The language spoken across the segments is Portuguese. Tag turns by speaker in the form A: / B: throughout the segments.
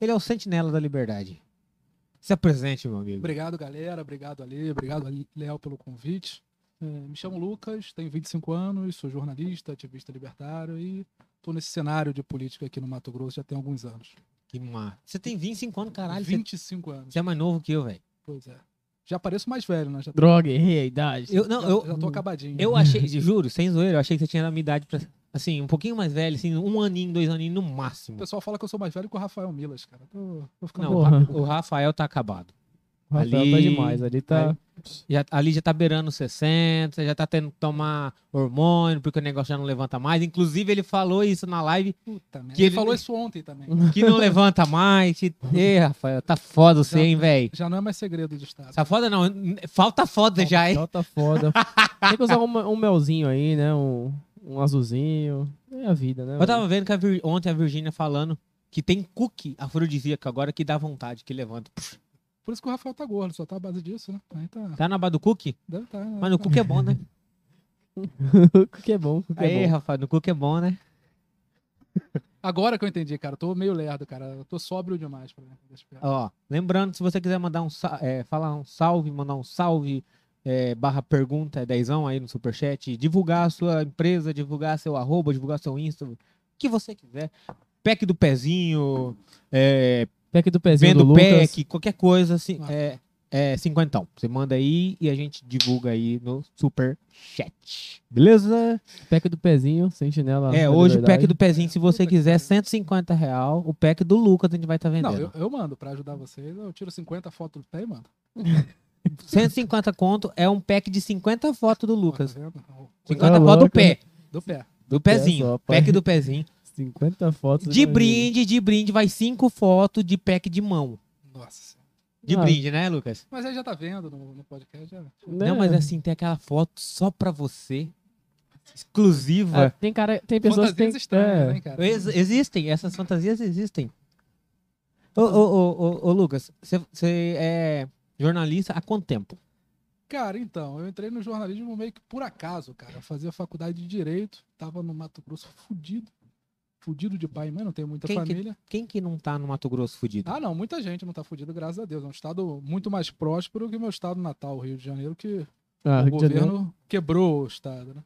A: Ele é o sentinela da liberdade. Se apresente, meu amigo.
B: Obrigado, galera. Obrigado, Ale. Obrigado, Ale- Léo, pelo convite. É, Me chamo Lucas, tenho 25 anos, sou jornalista, ativista libertário e estou nesse cenário de política aqui no Mato Grosso já tem alguns anos.
A: Que mar... Você tem 25 anos, caralho. Você-
B: 25 anos,
A: Você é mais novo que eu, velho.
B: pois é. Já pareço mais velho, né? Já,
C: Droga, errei a idade.
A: Eu, não,
B: já,
A: eu,
B: já tô acabadinho.
A: eu achei, juro, sem zoeira, eu achei que você tinha a minha idade pra, assim, um pouquinho mais velho, assim, um aninho, dois aninhos no
B: O
A: máximo.
B: pessoal fala que eu sou mais velho que o Rafael Milas, cara. Tô, tô ficando
A: Não,
B: velho.
C: Porra.
A: o Rafael tá acabado.
C: O Rafael tá
A: ali-
C: demais, ali tá.
A: Já, ali já tá beirando 60, já tá tendo que tomar hormônio, porque o negócio já não levanta mais. Inclusive, ele falou isso na live,
B: Puta merda.
A: Que
B: ele
A: ele-
B: falou isso ontem também.
A: que não levanta mais. E, Ê, Rafael, tá foda você, hein, velho?
B: Já não é mais segredo de Estado.
A: Tá foda não, falta foda já, hein?
C: Rafael tá foda. Tem que usar um, um melzinho aí, né? Um, um azulzinho. É a vida, né?
A: Eu tava vendo que a Vir- ontem a Virgínia falando que tem cookie afrodisíaco agora que dá vontade, que levanta.
B: Por isso que o Rafael tá gordo, só tá à base disso, né? Aí tá.
A: Tá na base do cookie?
B: deve tá
A: Mas no cookie é bom, né?
C: mano? o que é bom, o que
A: Aí,
C: é bom.
A: Rafael, no cookie é bom, né?
B: Agora que eu entendi, cara. eu Tô meio lerdo, cara. Eu tô sóbrio demais pra essas piadas.
A: Ó, lembrando, se você quiser mandar um, sa- é, falar um salve, mandar um salve, é, barra pergunta, é dezão aí no superchat, divulgar a sua empresa, divulgar seu arroba, divulgar seu Insta, o que você quiser. Pack do pezinho, é,
C: Pack do pezinho do
A: vendo
C: Lucas.
A: pack, qualquer coisa, assim,
B: Ah.
A: é, é cinquentão. Você manda aí e a gente divulga aí no superchat. Beleza?
C: Pack do pezinho, sem chinelo.
A: É, hoje o pack do pezinho, se você quiser, 150 real. O pack do Lucas a gente vai estar vendendo.
B: Não, eu, eu mando pra ajudar vocês. Eu tiro 50 fotos do pé e mando.
A: 150 conto é um pack de 50 fotos do Lucas.
B: Tá vendo?
A: 50
C: Tá
A: fotos do
C: louco,
A: pé.
B: Do pé.
A: Do pezinho.
C: só, pai. tá
A: pack do pezinho.
C: 50 fotos. né?
A: De
C: imagina.
A: brinde, de brinde, vai 5 fotos de pack de mão.
B: Nossa. Senhora.
A: De
C: Ah.
A: brinde, né, Lucas?
B: Mas aí já tá vendo no, no podcast. Já.
C: Né?
A: Não, mas assim, tem aquela foto só pra você. É, Exclusiva.
C: Ah, tem cara, tem pessoas
B: Fantasias
C: que tem.
B: estranhas,
C: é.
B: né, cara?
A: Ex- existem, essas fantasias existem. Ô, ô,
B: Então,
A: ô, ô, ô, Lucas, você é jornalista há quanto tempo?
B: Cara, então, eu entrei no jornalismo meio que por acaso, cara. Eu fazia faculdade de Direito, tava no Mato Grosso fudido. Fudido de pai e mãe, não tenho muita
A: Quem que-
B: família.
A: Quem que não tá no Mato Grosso fudido?
B: Ah, não, muita gente não tá fudido, graças a Deus. É um estado muito mais próspero que o meu estado natal, Rio de Janeiro, que
C: Ah,
B: o
C: Rio de
B: governo
C: Janeiro.
B: quebrou o estado, né?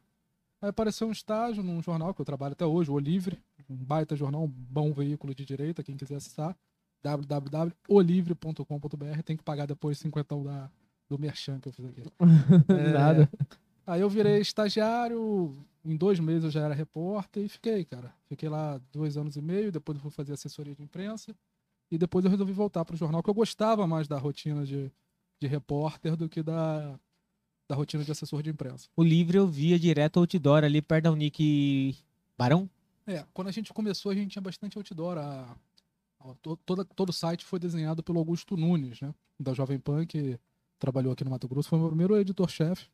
B: Aí apareceu um estágio num jornal que eu trabalho até hoje, o Olivre, um baita jornal, um bom veículo de direita, quem quiser acessar, www.olivre.com.br, tem que pagar depois 50 da do merchan que eu fiz aqui. É,
C: Nada.
B: Aí eu virei estagiário, em dois meses eu já era repórter e fiquei, cara. Fiquei lá dois anos e meio, depois eu fui fazer assessoria de imprensa e depois eu resolvi voltar para o jornal, que eu gostava mais da rotina de, de repórter do que da, da rotina de assessor de imprensa.
A: O livro eu via direto outdoor ali perto da Unic Barão.
B: É, quando a gente começou, a gente tinha bastante outdoor. A, a- to- toda, todo o site foi desenhado pelo Augusto Nunes, né? Da Jovem Pan, que trabalhou aqui no Mato Grosso. Foi o meu primeiro editor-chefe.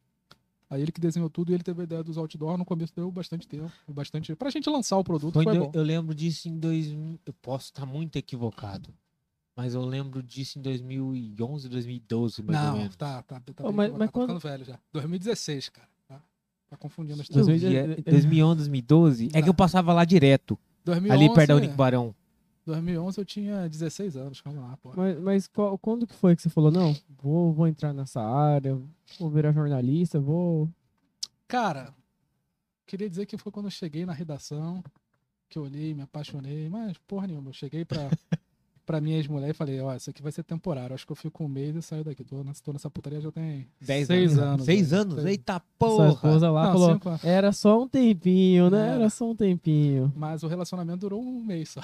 B: Aí ele que desenhou tudo e ele teve a ideia dos outdoor. No começo deu bastante tempo, bastante... Pra gente lançar o produto
A: Foi
B: foi
A: em do-
B: bom.
A: eu lembro disso em 2000. Eu posso estar muito equivocado. Mas eu lembro disso em 2011, 2012, mais ou
B: Não,
A: menos.
B: tá, tá. tá, tá
C: Ô,
B: bem
C: mas-
B: equivocado,
C: mas
B: tá
C: quando-
B: ficando velho já. 2016, cara. Tá, tá confundindo as
A: Eu
B: duas.
C: Dois-
A: via- 2011, 2012. É que eu passava lá direto,
B: 2011,
A: ali perto da Unic Barão.
B: 2011 eu tinha 16 anos, calma lá, pô.
C: Mas, mas qual- quando que foi que você falou, não, vou, vou entrar nessa área, vou virar jornalista, vou...
B: Cara, queria dizer que foi quando eu cheguei na redação que eu olhei, me apaixonei, mas porra nenhuma. Eu cheguei pra, pra minha ex-mulher e falei: Ó, isso aqui vai ser temporário. Acho que eu fico um mês e saio daqui. Tô nessa, tô nessa putaria já tem
A: 10
B: seis anos.
A: anos. 6
B: né?
A: anos?
B: Seis-
A: Eita
C: Sua
A: porra!
C: esposa lá
B: Não,
C: falou,
B: cinco anos.
C: era só um tempinho, né?
B: Era.
C: Era só um tempinho.
B: Mas o relacionamento durou um mês só.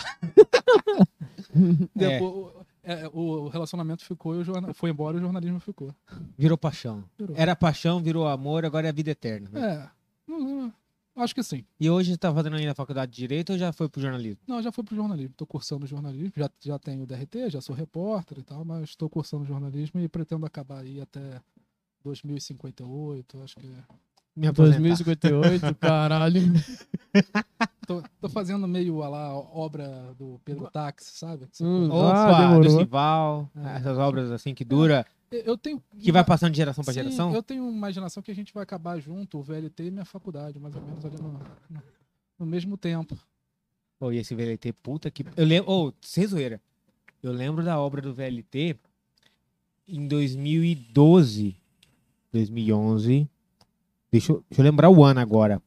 A: É,
B: Depois, o- é, o relacionamento ficou e o jornal... foi embora e o jornalismo ficou.
A: virou paixão.
B: Virou.
A: Era paixão, virou amor, agora é vida eterna. né?
B: É. hum, Acho que sim.
A: E hoje você tá fazendo ainda a faculdade de Direito ou já foi pro jornalismo?
B: Não, eu já fui pro jornalismo. Tô cursando jornalismo, já, já tenho DRT, já sou repórter e tal, mas estou cursando jornalismo e pretendo acabar aí até 2058, acho que. é.
A: Me aposentar.
C: 2058, caralho.
B: Tô, tô fazendo meio a lá obra do Pedro Táxi, sabe?
C: Hum. Ah,
A: Opa,
C: demorou.
A: do Sival, essas obras assim que dura,
B: Eu eu tenho.
A: que vai passando de geração pra
B: Sim,
A: geração.
B: Eu tenho imaginação que a gente vai acabar junto, o VLT e minha faculdade, mais ou menos ali no, no, no mesmo tempo.
A: Pô, e esse VLT, puta que. Eu lembro. Ô, sem zoeira. Eu lembro da obra do VLT em 2012, 2011. Deixa eu, deixa eu lembrar o ano agora.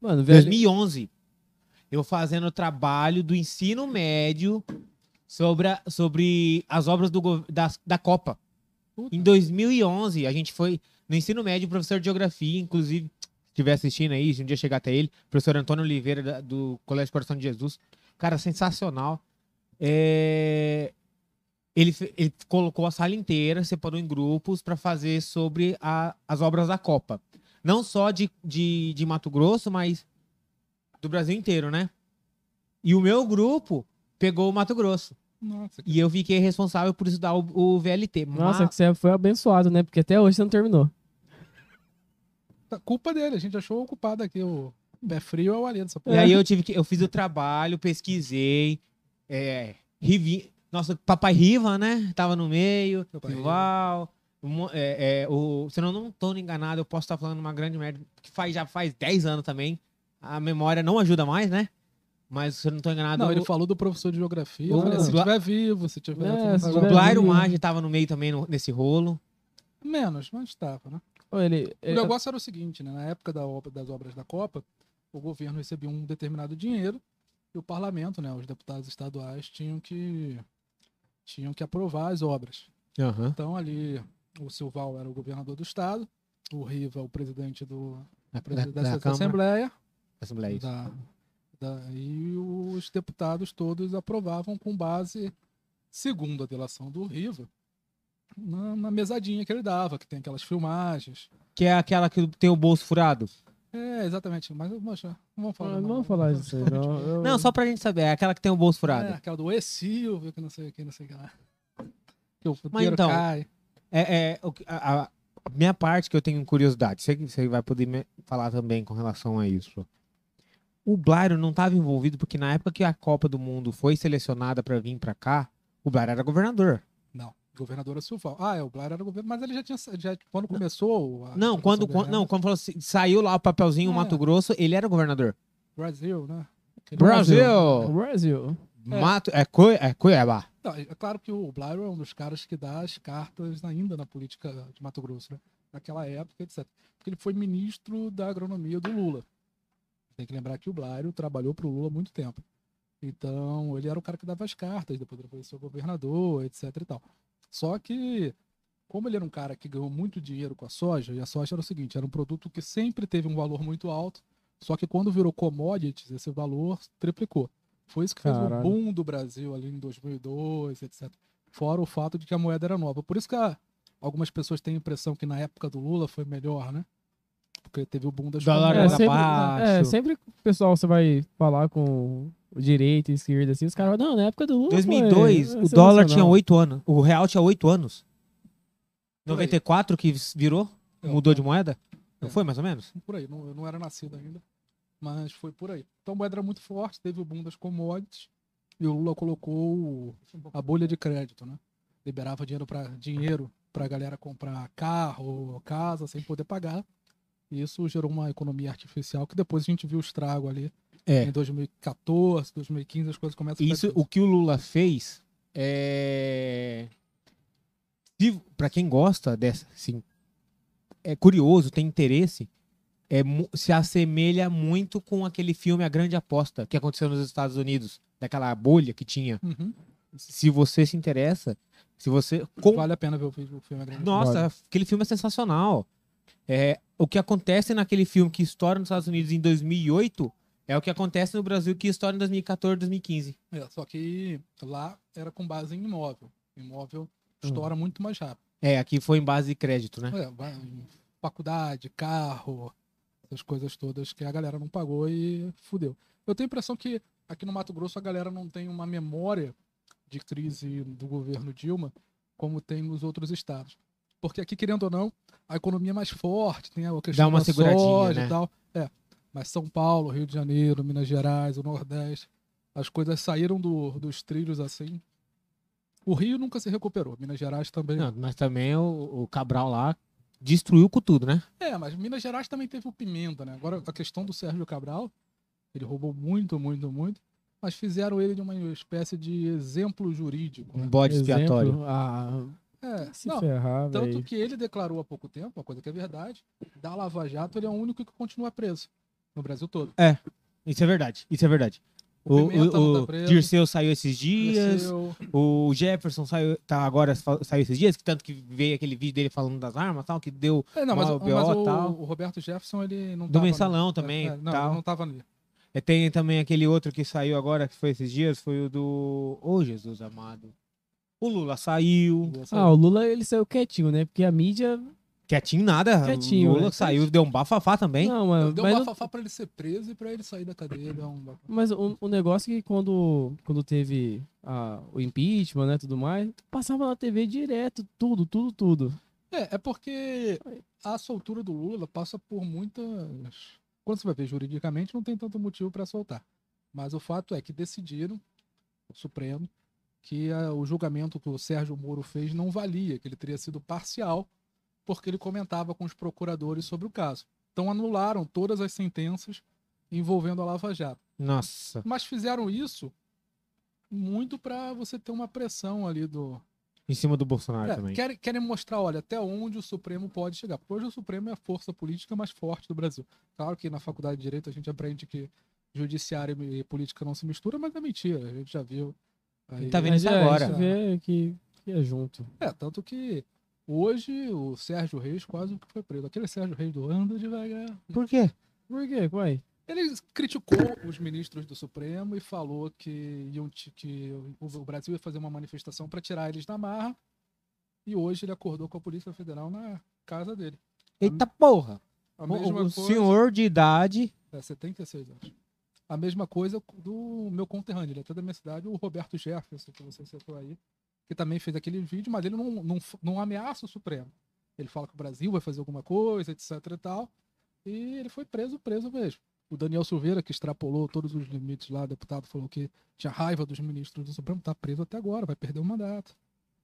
C: Mano, velho.
A: 2011. Eu fazendo o trabalho do ensino médio sobre, a- sobre as obras do, gov- da, da Copa.
B: Puta.
A: Em 2011, a gente foi no ensino médio, professor de geografia, inclusive, se estiver assistindo aí, se um dia chegar até ele, professor Antônio Oliveira, da- do Colégio Coração de Jesus. Cara, sensacional. É, Ele, fe- ele colocou a sala inteira, separou em grupos para fazer sobre a- as obras da Copa. Não só de, de, de Mato Grosso, mas do Brasil inteiro, né? E o meu grupo pegou o Mato Grosso.
B: Nossa, que-
A: E eu fiquei responsável por estudar o, o VLT.
C: Nossa,
A: mas-
C: que você foi abençoado, né? Porque até hoje você não terminou.
B: tá- culpa dele, a gente achou o culpado aqui. O pé frio é o alheio dessa porra.
A: E aí eu tive que. Eu fiz o trabalho, pesquisei. É, Rivi, nossa, Papai Riva, né? Tava no meio.
B: Papai
A: Rival. um mo- é, é, o, se eu não tô enganado, eu posso estar falando uma grande merda. Que faz, já faz 10 anos também. A memória não ajuda mais, né? Mas se eu não tô enganado.
B: Não, ele
A: o-
B: falou do professor de geografia.
A: Ô,
B: né?
A: mano.
B: Se tiver vivo, se tiver.
C: É,
B: tu não
C: se
B: tá
C: tiver
A: o
B: jogando.
A: Blairo
C: vivo.
A: Maggi tava no meio também no- nesse rolo.
B: Menos, mas estava, né?
C: Ô, Ele,
B: O
A: É,
C: ele-
B: negócio era o seguinte, né? Na época da obra- das obras da Copa, o governo recebia um determinado dinheiro e o parlamento, né? Os deputados estaduais tinham que tinham que aprovar as obras. Então ali o Silval era o governador do estado, o Riva o presidente do
A: Da,
B: presidente
A: da-
B: da,
A: da Câmara.
B: Assembleia
A: Assembleia, isso.
B: da- da- e os deputados todos aprovavam com base, segundo a delação do Riva, na, na mesadinha que ele dava, que tem aquelas filmagens.
A: Que é aquela que tem o bolso furado.
B: É, exatamente. Mas moxa, não vamos falar.
C: Ah, não vou falar isso. aí, Não, Eu-
A: Não, só pra gente saber. É aquela que tem o bolso furado.
B: É, aquela do E Silvio, que não sei o que, não sei o que lá. Que o
A: Mas
B: futeiro
A: então,
B: cai.
A: É, é, o que- a, a- a minha parte que eu tenho curiosidade, você, você vai poder me falar também com relação a isso. O Blairo não estava envolvido porque na época que a Copa do Mundo foi selecionada para vir para cá, o Blairo era governador.
B: Não, governadora Silval. Ah, é, o Blair era o governo, mas ele já tinha. sa- Já, quando começou. a-
A: Não,
B: a
A: quando,
B: Constituição
A: quando- não, quando falou assim, saiu lá o papelzinho
B: tá né? É.
A: Mato Grosso, ele era governador.
B: Brasil, né? Aquele-
A: Brasil!
C: Brasil.
B: É.
A: Mato é, Co, é Cuiabá.
B: Não, é claro que o Blair é um dos caras que dá as cartas ainda na política de Mato Grosso, né? Naquela época, etc. Porque ele foi ministro da agronomia do Lula. Tem que lembrar que o Blair trabalhou para o Lula há muito tempo. Então, ele era o cara que dava as cartas, depois ele foi seu governador, etc e tal. Só que, como ele era um cara que ganhou muito dinheiro com a soja, e a soja era o seguinte, era um produto que sempre teve um valor muito alto, só que quando virou commodities, esse valor triplicou. Foi isso que fez
C: Caralho.
B: o boom do Brasil ali em 2002, etc. Fora o fato de que a moeda era nova. Por isso que a- algumas pessoas têm a impressão que na época do Lula foi melhor, né? Porque teve o boom das
A: Dólar Pra
C: É
B: commodities.
C: sempre,
A: baixo.
C: é, sempre que o pessoal você vai falar com o direito, esquerda, assim, os caras falam, não, na época do Lula.
A: 2002,
C: foi
A: o dólar
C: é sensacional."
A: tinha 8 anos, o real tinha 8 anos.
B: Por aí.
A: 94 que virou,
B: É,
A: mudou
B: o-
A: de moeda? Não
B: É.
A: foi mais ou menos?
B: por aí. Não, eu não era nascido ainda, mas foi por aí. Então, a moeda era muito forte, teve o boom das commodities e o Lula colocou o- a bolha de crédito, né? Liberava dinheiro para dinheiro para a galera comprar carro, casa, sem poder pagar. E isso gerou uma economia artificial que depois a gente viu o estrago ali
A: É.
B: em 2014, 2015, as coisas começam
A: Isso,
B: ficar
A: o que o Lula fez é. se- Pra quem gosta dessa, assim, é curioso, tem interesse, é, mu- se assemelha muito com aquele filme A Grande Aposta que aconteceu nos Estados Unidos, daquela bolha que tinha.
B: difíceis. Uhum.
A: Se você se interessa, se você. com-
B: Vale a pena ver o vídeo, o filme é grande.
A: Nossa, aquele filme é sensacional. É, o que acontece naquele filme que estoura nos Estados Unidos em 2008 é o que acontece no Brasil que estoura em 2014, 2015.
B: É, só que lá era com base em imóvel. Imóvel estoura muito mais rápido.
A: É, aqui foi em base de crédito, né?
B: É, vai em faculdade, carro, essas coisas todas que a galera não pagou e fudeu. Eu tenho a impressão que aqui no Mato Grosso a galera não tem uma memória de crise do governo Dilma como tem nos outros estados. Porque aqui, querendo ou não, a economia é mais forte, tem a questão
A: Dá uma
B: da
A: seguradinha,
B: soja
A: né?
B: e tal. É, mas São Paulo, Rio de Janeiro, Minas Gerais, o Nordeste, as coisas saíram do- dos trilhos assim. O Rio nunca se recuperou, Minas Gerais também
A: Não, mas também o, o Cabral lá destruiu com tudo, né?
B: É, mas Minas Gerais também teve o Pimenta, né? Agora, a questão do Sérgio Cabral, ele roubou muito, muito, muito. mas fizeram ele de uma espécie de exemplo jurídico.
A: Um
B: né?
A: bode expiatório.
C: Exemplo, Ah,
B: É,
C: se
B: não,
C: ferrar,
B: tanto
C: velho.
B: que ele declarou há pouco tempo, uma coisa que é verdade, da Lava Jato ele é o único que continua preso no Brasil todo.
A: Isso é verdade, isso é verdade.
B: O
A: O,
B: Pimenta não
A: o-
B: tá
A: o
B: preso.
A: Dirceu saiu esses dias,
B: Desceu,
A: o Jefferson saiu, tá agora fa- saiu esses dias, que tanto que veio aquele vídeo dele falando das armas e tal, que deu
B: É, não, mas,
A: Mal,
B: o-
A: BO,
B: mas o,
A: tal.
B: o Roberto Jefferson, ele não
A: do
B: tava
A: mensalão
B: no-
A: também.
B: é, não,
A: tal.
B: não tava ali.
A: É, Tem também aquele outro que saiu agora, que foi esses dias, foi o do. Ô, Jesus amado. O Lula saiu.
C: Ah, o Lula ele saiu quietinho, né? Porque a mídia.
A: Quietinho nada.
C: Quietinho,
A: O Lula
C: né?
A: saiu, deu um bafafá também.
C: Não, mano.
B: Deu um
C: mas,
B: bafafá pra ele ser preso e pra ele sair da cadeia. Deu um bafafá.
C: mas o, o negócio é que quando, quando teve ah, o impeachment, né? Tudo mais, passava na TV direto, tudo, tudo, tudo.
B: É, é porque a soltura do Lula passa por muitas. Quando você vai ver juridicamente, não tem tanto motivo pra soltar. Mas o fato é que decidiram, o Supremo, que ah, o julgamento que o Sérgio Moro fez não valia, que ele teria sido parcial, porque ele comentava com os procuradores sobre o caso. Então anularam todas as sentenças envolvendo a Lava Jato.
A: Nossa.
B: Mas fizeram isso muito pra você ter uma pressão ali do,
A: Em cima do Bolsonaro
B: é,
A: Ah, também.
B: querem, querem mostrar, olha, até onde o Supremo pode chegar. Porque hoje o Supremo é a força política mais forte do Brasil. Claro que na faculdade de Direito a gente aprende que judiciário e política não se misturam, mas é mentira. A gente já viu. aí-
A: Tá vendo
C: Mas
A: isso
C: é,
A: agora.
C: A gente vê que, que é junto.
B: É, tanto que hoje o Sérgio Reis quase que foi preso. Aquele Sérgio Reis do Anda Devagar.
A: Por quê?
C: Por quê? Uai?
B: Ele criticou os ministros do Supremo e falou que, iam te- que o o Brasil ia fazer uma manifestação para tirar eles da marra. E hoje ele acordou com a Polícia Federal na casa dele.
A: Eita porra!
B: A
A: O,
B: mesma
A: o
B: coisa-
A: senhor de idade.
B: É, 76 anos. A mesma coisa do meu conterrâneo, ele é até da minha cidade, o Roberto Jefferson, que você citou aí, que também fez aquele vídeo, mas ele não, não, não ameaça o Supremo. Ele fala que o Brasil vai fazer alguma coisa, etc e tal, e ele foi preso, preso mesmo. O Daniel Silveira, que extrapolou todos os limites lá, deputado, falou que tinha raiva dos ministros do Supremo, tá preso até agora, vai perder o mandato.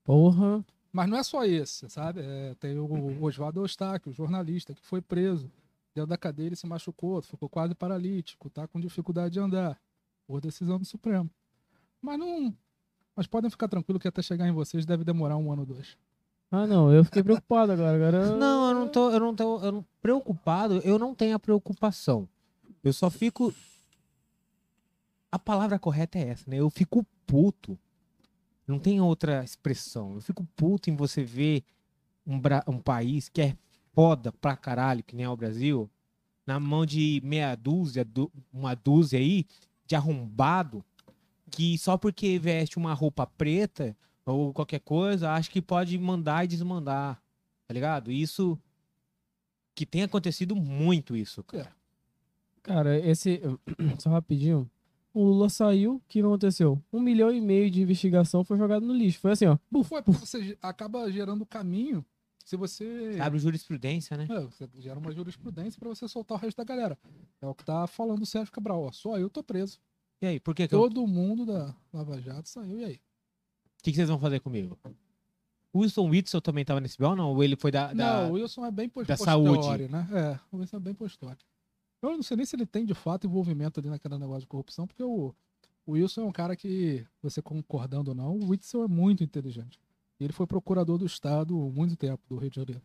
C: Porra.
B: Mas não é só esse, sabe? É, tem
C: Uhum.
B: o Oswaldo Eustáquio, o jornalista, que foi preso. Dentro da cadeia ele se machucou, ficou quase paralítico, tá com dificuldade de andar. Por decisão do Supremo. Mas não. Mas podem ficar tranquilo que até chegar em vocês deve demorar um ano ou dois.
C: Ah, não, eu fiquei preocupado agora. agora
A: Não, eu não tô, eu não tô eu não- preocupado, eu não tenho a preocupação. Eu só fico. A palavra correta é essa, né? Eu fico puto. Não tem outra expressão. Eu fico puto em você ver um, bra- um país que é foda pra caralho, que nem é o Brasil, na mão de meia dúzia, du- uma dúzia aí, de arrombado, que só porque veste uma roupa preta ou qualquer coisa, acha que pode mandar e desmandar tá ligado? Isso que tem acontecido muito isso, cara.
C: Cara, esse. Só rapidinho. O Lula saiu, o que não aconteceu? Um milhão e meio de investigação foi jogado no lixo. Foi assim, ó. buf.
B: Ué, porque você ge- acaba gerando um caminho se você.
A: Abre jurisprudência, né?
B: É, você gera uma jurisprudência pra você soltar o resto da galera. É o que tá falando o Sérgio Cabral. Ó, só eu tô preso.
A: E aí, por que que eu-
B: Todo mundo da Lava Jato saiu, e aí?
A: o que, que vocês vão fazer comigo? O Wilson Witzel também tava nesse BO, não? Ou ele foi da... da-
B: Não, o Wilson é bem pos-
A: da
B: postório,
A: saúde.
B: né? É, o Wilson é bem postório. Eu não sei nem se ele tem de fato envolvimento ali naquele negócio de corrupção, porque o, o Wilson é um cara que, você concordando ou não, o Whitson é muito inteligente. Ele foi procurador do Estado há muito tempo, do Rio de Janeiro.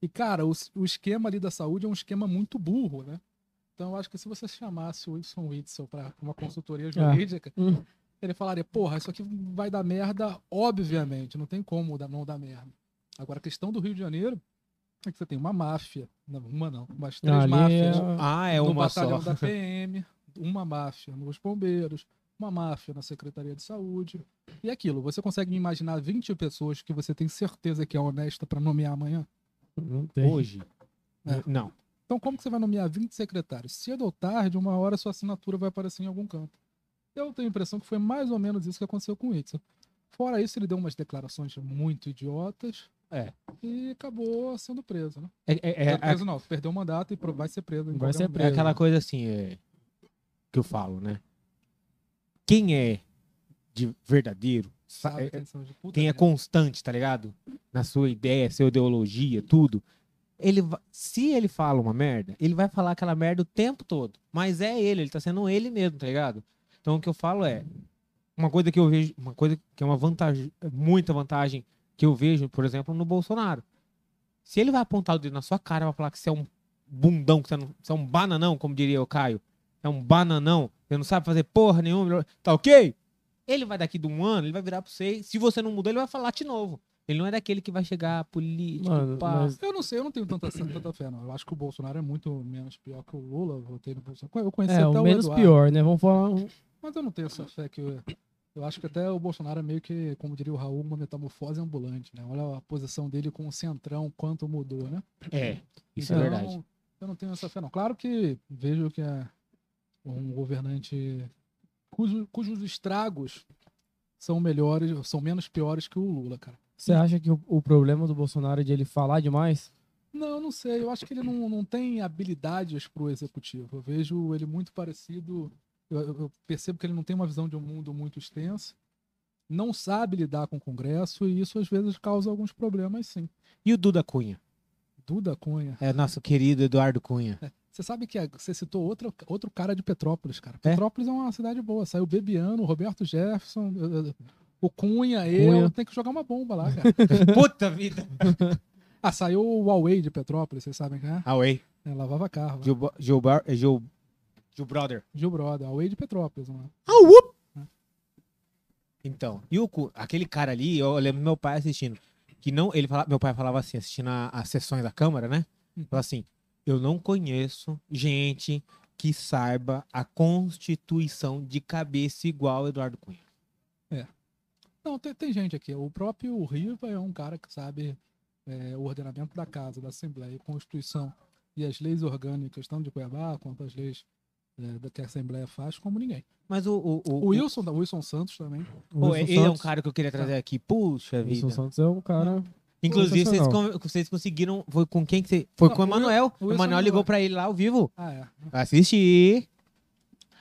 B: E, cara, o, s- o esquema ali da saúde é um esquema muito burro, né? Então, eu acho que se você chamasse o Wilson Whitson para uma
A: Ah.
B: consultoria jurídica,
C: Hum.
B: ele falaria: porra, isso aqui vai dar merda, obviamente, não tem como dar- não dar merda. Agora, a questão do Rio de Janeiro é que você tem uma máfia, não, uma não, umas três
C: Ali
B: máfias
C: é-
A: Ah, é
B: no
A: uma
B: batalhão
A: só.
B: da PM, uma máfia nos bombeiros, uma máfia na Secretaria de Saúde. E é aquilo, você consegue me imaginar 20 pessoas que você tem certeza que é honesta para nomear amanhã?
C: Não tem.
A: Hoje?
B: É.
A: Não.
B: Então, como que você vai nomear 20 secretários? Cedo ou tarde, uma hora sua assinatura vai aparecer em algum canto. Eu tenho a impressão que foi mais ou menos isso que aconteceu com o Itzel. Fora isso, ele deu umas declarações muito idiotas.
A: É.
B: E acabou sendo preso, né?
A: É, é- é-
B: Não, preso não, perdeu o mandato e pro- vai ser preso. em
C: Vai
B: qualquer um
C: ser
B: momento.
A: é aquela coisa assim é, que eu falo, né? Quem é de verdadeiro sa-
B: Sabe
A: é-
B: quem são de puta né?
A: quem é
B: merda.
A: constante, tá ligado? Na sua ideia, sua ideologia, tudo. Ele va- se ele fala uma merda, ele vai falar aquela merda o tempo todo. Mas é ele, ele tá sendo ele mesmo, tá ligado? Então o que eu falo é uma coisa que eu vejo, uma coisa que é uma vantagem, muita vantagem que eu vejo, por exemplo, no Bolsonaro. Se ele vai apontar o dedo na sua cara, vai falar que você é um bundão, que você, não, você é um bananão, como diria o Caio, é um bananão, você não sabe fazer porra nenhuma, tá ok? Ele vai daqui de um ano, ele vai virar pra você, e se você não mudar, ele vai falar de novo. Ele não é daquele que vai chegar político,
C: Mano,
A: pá.
C: mas-
B: Eu não sei, eu não tenho tanta, tanta fé, não. Eu acho que o Bolsonaro é muito menos pior que o Lula. Eu votei no Bolsonaro. Eu conheci
C: É,
B: até
C: o
B: o
C: menos
B: Eduardo,
C: pior, né? Vamos falar. um-
B: Mas eu não tenho essa fé que. Eu, eu acho que até o Bolsonaro é meio que, como diria o Raul, uma metamorfose ambulante, né? Olha a posição dele com o centrão, quanto mudou, né?
A: É, isso é
B: Então,
A: verdade.
B: Eu não tenho essa fé, não. Claro que vejo que é um governante cujo- cujos estragos são melhores, são menos piores que o Lula, cara.
C: Você acha que o, o problema do Bolsonaro é de ele falar demais?
B: Não, eu não sei. Eu acho que ele não, não tem habilidades pro executivo. Eu vejo ele muito parecido. Eu, eu- eu percebo que ele não tem uma visão de um mundo muito extensa. Não sabe lidar com o Congresso e isso às vezes causa alguns problemas, sim.
A: E o Duda Cunha?
B: Duda Cunha.
A: É nosso querido Eduardo Cunha.
B: Você sabe que a- você citou outro, outro cara de Petrópolis, cara.
A: É?
B: Petrópolis é uma cidade boa. Saiu Bebiano, Roberto Jefferson, eh, eh, o Cunha,
C: Cunha.
B: eu. Tem que jogar uma bomba lá, cara.
A: Puta vida!
B: ah, saiu o Huawei de Petrópolis, vocês sabem quem é?
A: Away.
B: É, lavava carro.
A: Gil,
B: Gil,
A: Bo- Gil, Bar- eh, Gil, Gil Brother.
B: Gil Brother, Huawei de Petrópolis, não é?
A: Ah, Então, e o, cu- aquele cara ali, eu lembro do meu pai assistindo, que não, ele fala, meu pai falava assim, assistindo a- as sessões da Câmara, né? Falava assim, eu não conheço gente que saiba a Constituição de cabeça igual o Eduardo Cunha.
B: Não, tem, tem gente aqui. O próprio Riva é um cara que sabe é, o ordenamento da casa, da Assembleia, Constituição e as leis orgânicas, tanto de Cuiabá quanto as leis é, da que a Assembleia faz, como ninguém.
A: Mas o... O,
B: O Wilson, da Wilson Santos também.
C: O
A: pô,
C: Wilson
A: ele é um
C: Santos-
A: cara que eu queria trazer aqui. Puxa
C: o Wilson
A: vida.
C: Santos é um cara.
A: Inclusive, vocês,
C: sensacional.
A: con- vocês conseguiram... Foi com quem que você... Foi
B: Não,
A: com o
B: o Wil-
A: Emanuel.
B: o
A: O
B: Wilson é.
A: Emanuel ligou
B: Emanuel.
A: pra ele lá ao vivo.
B: Ah, é.
A: Assisti.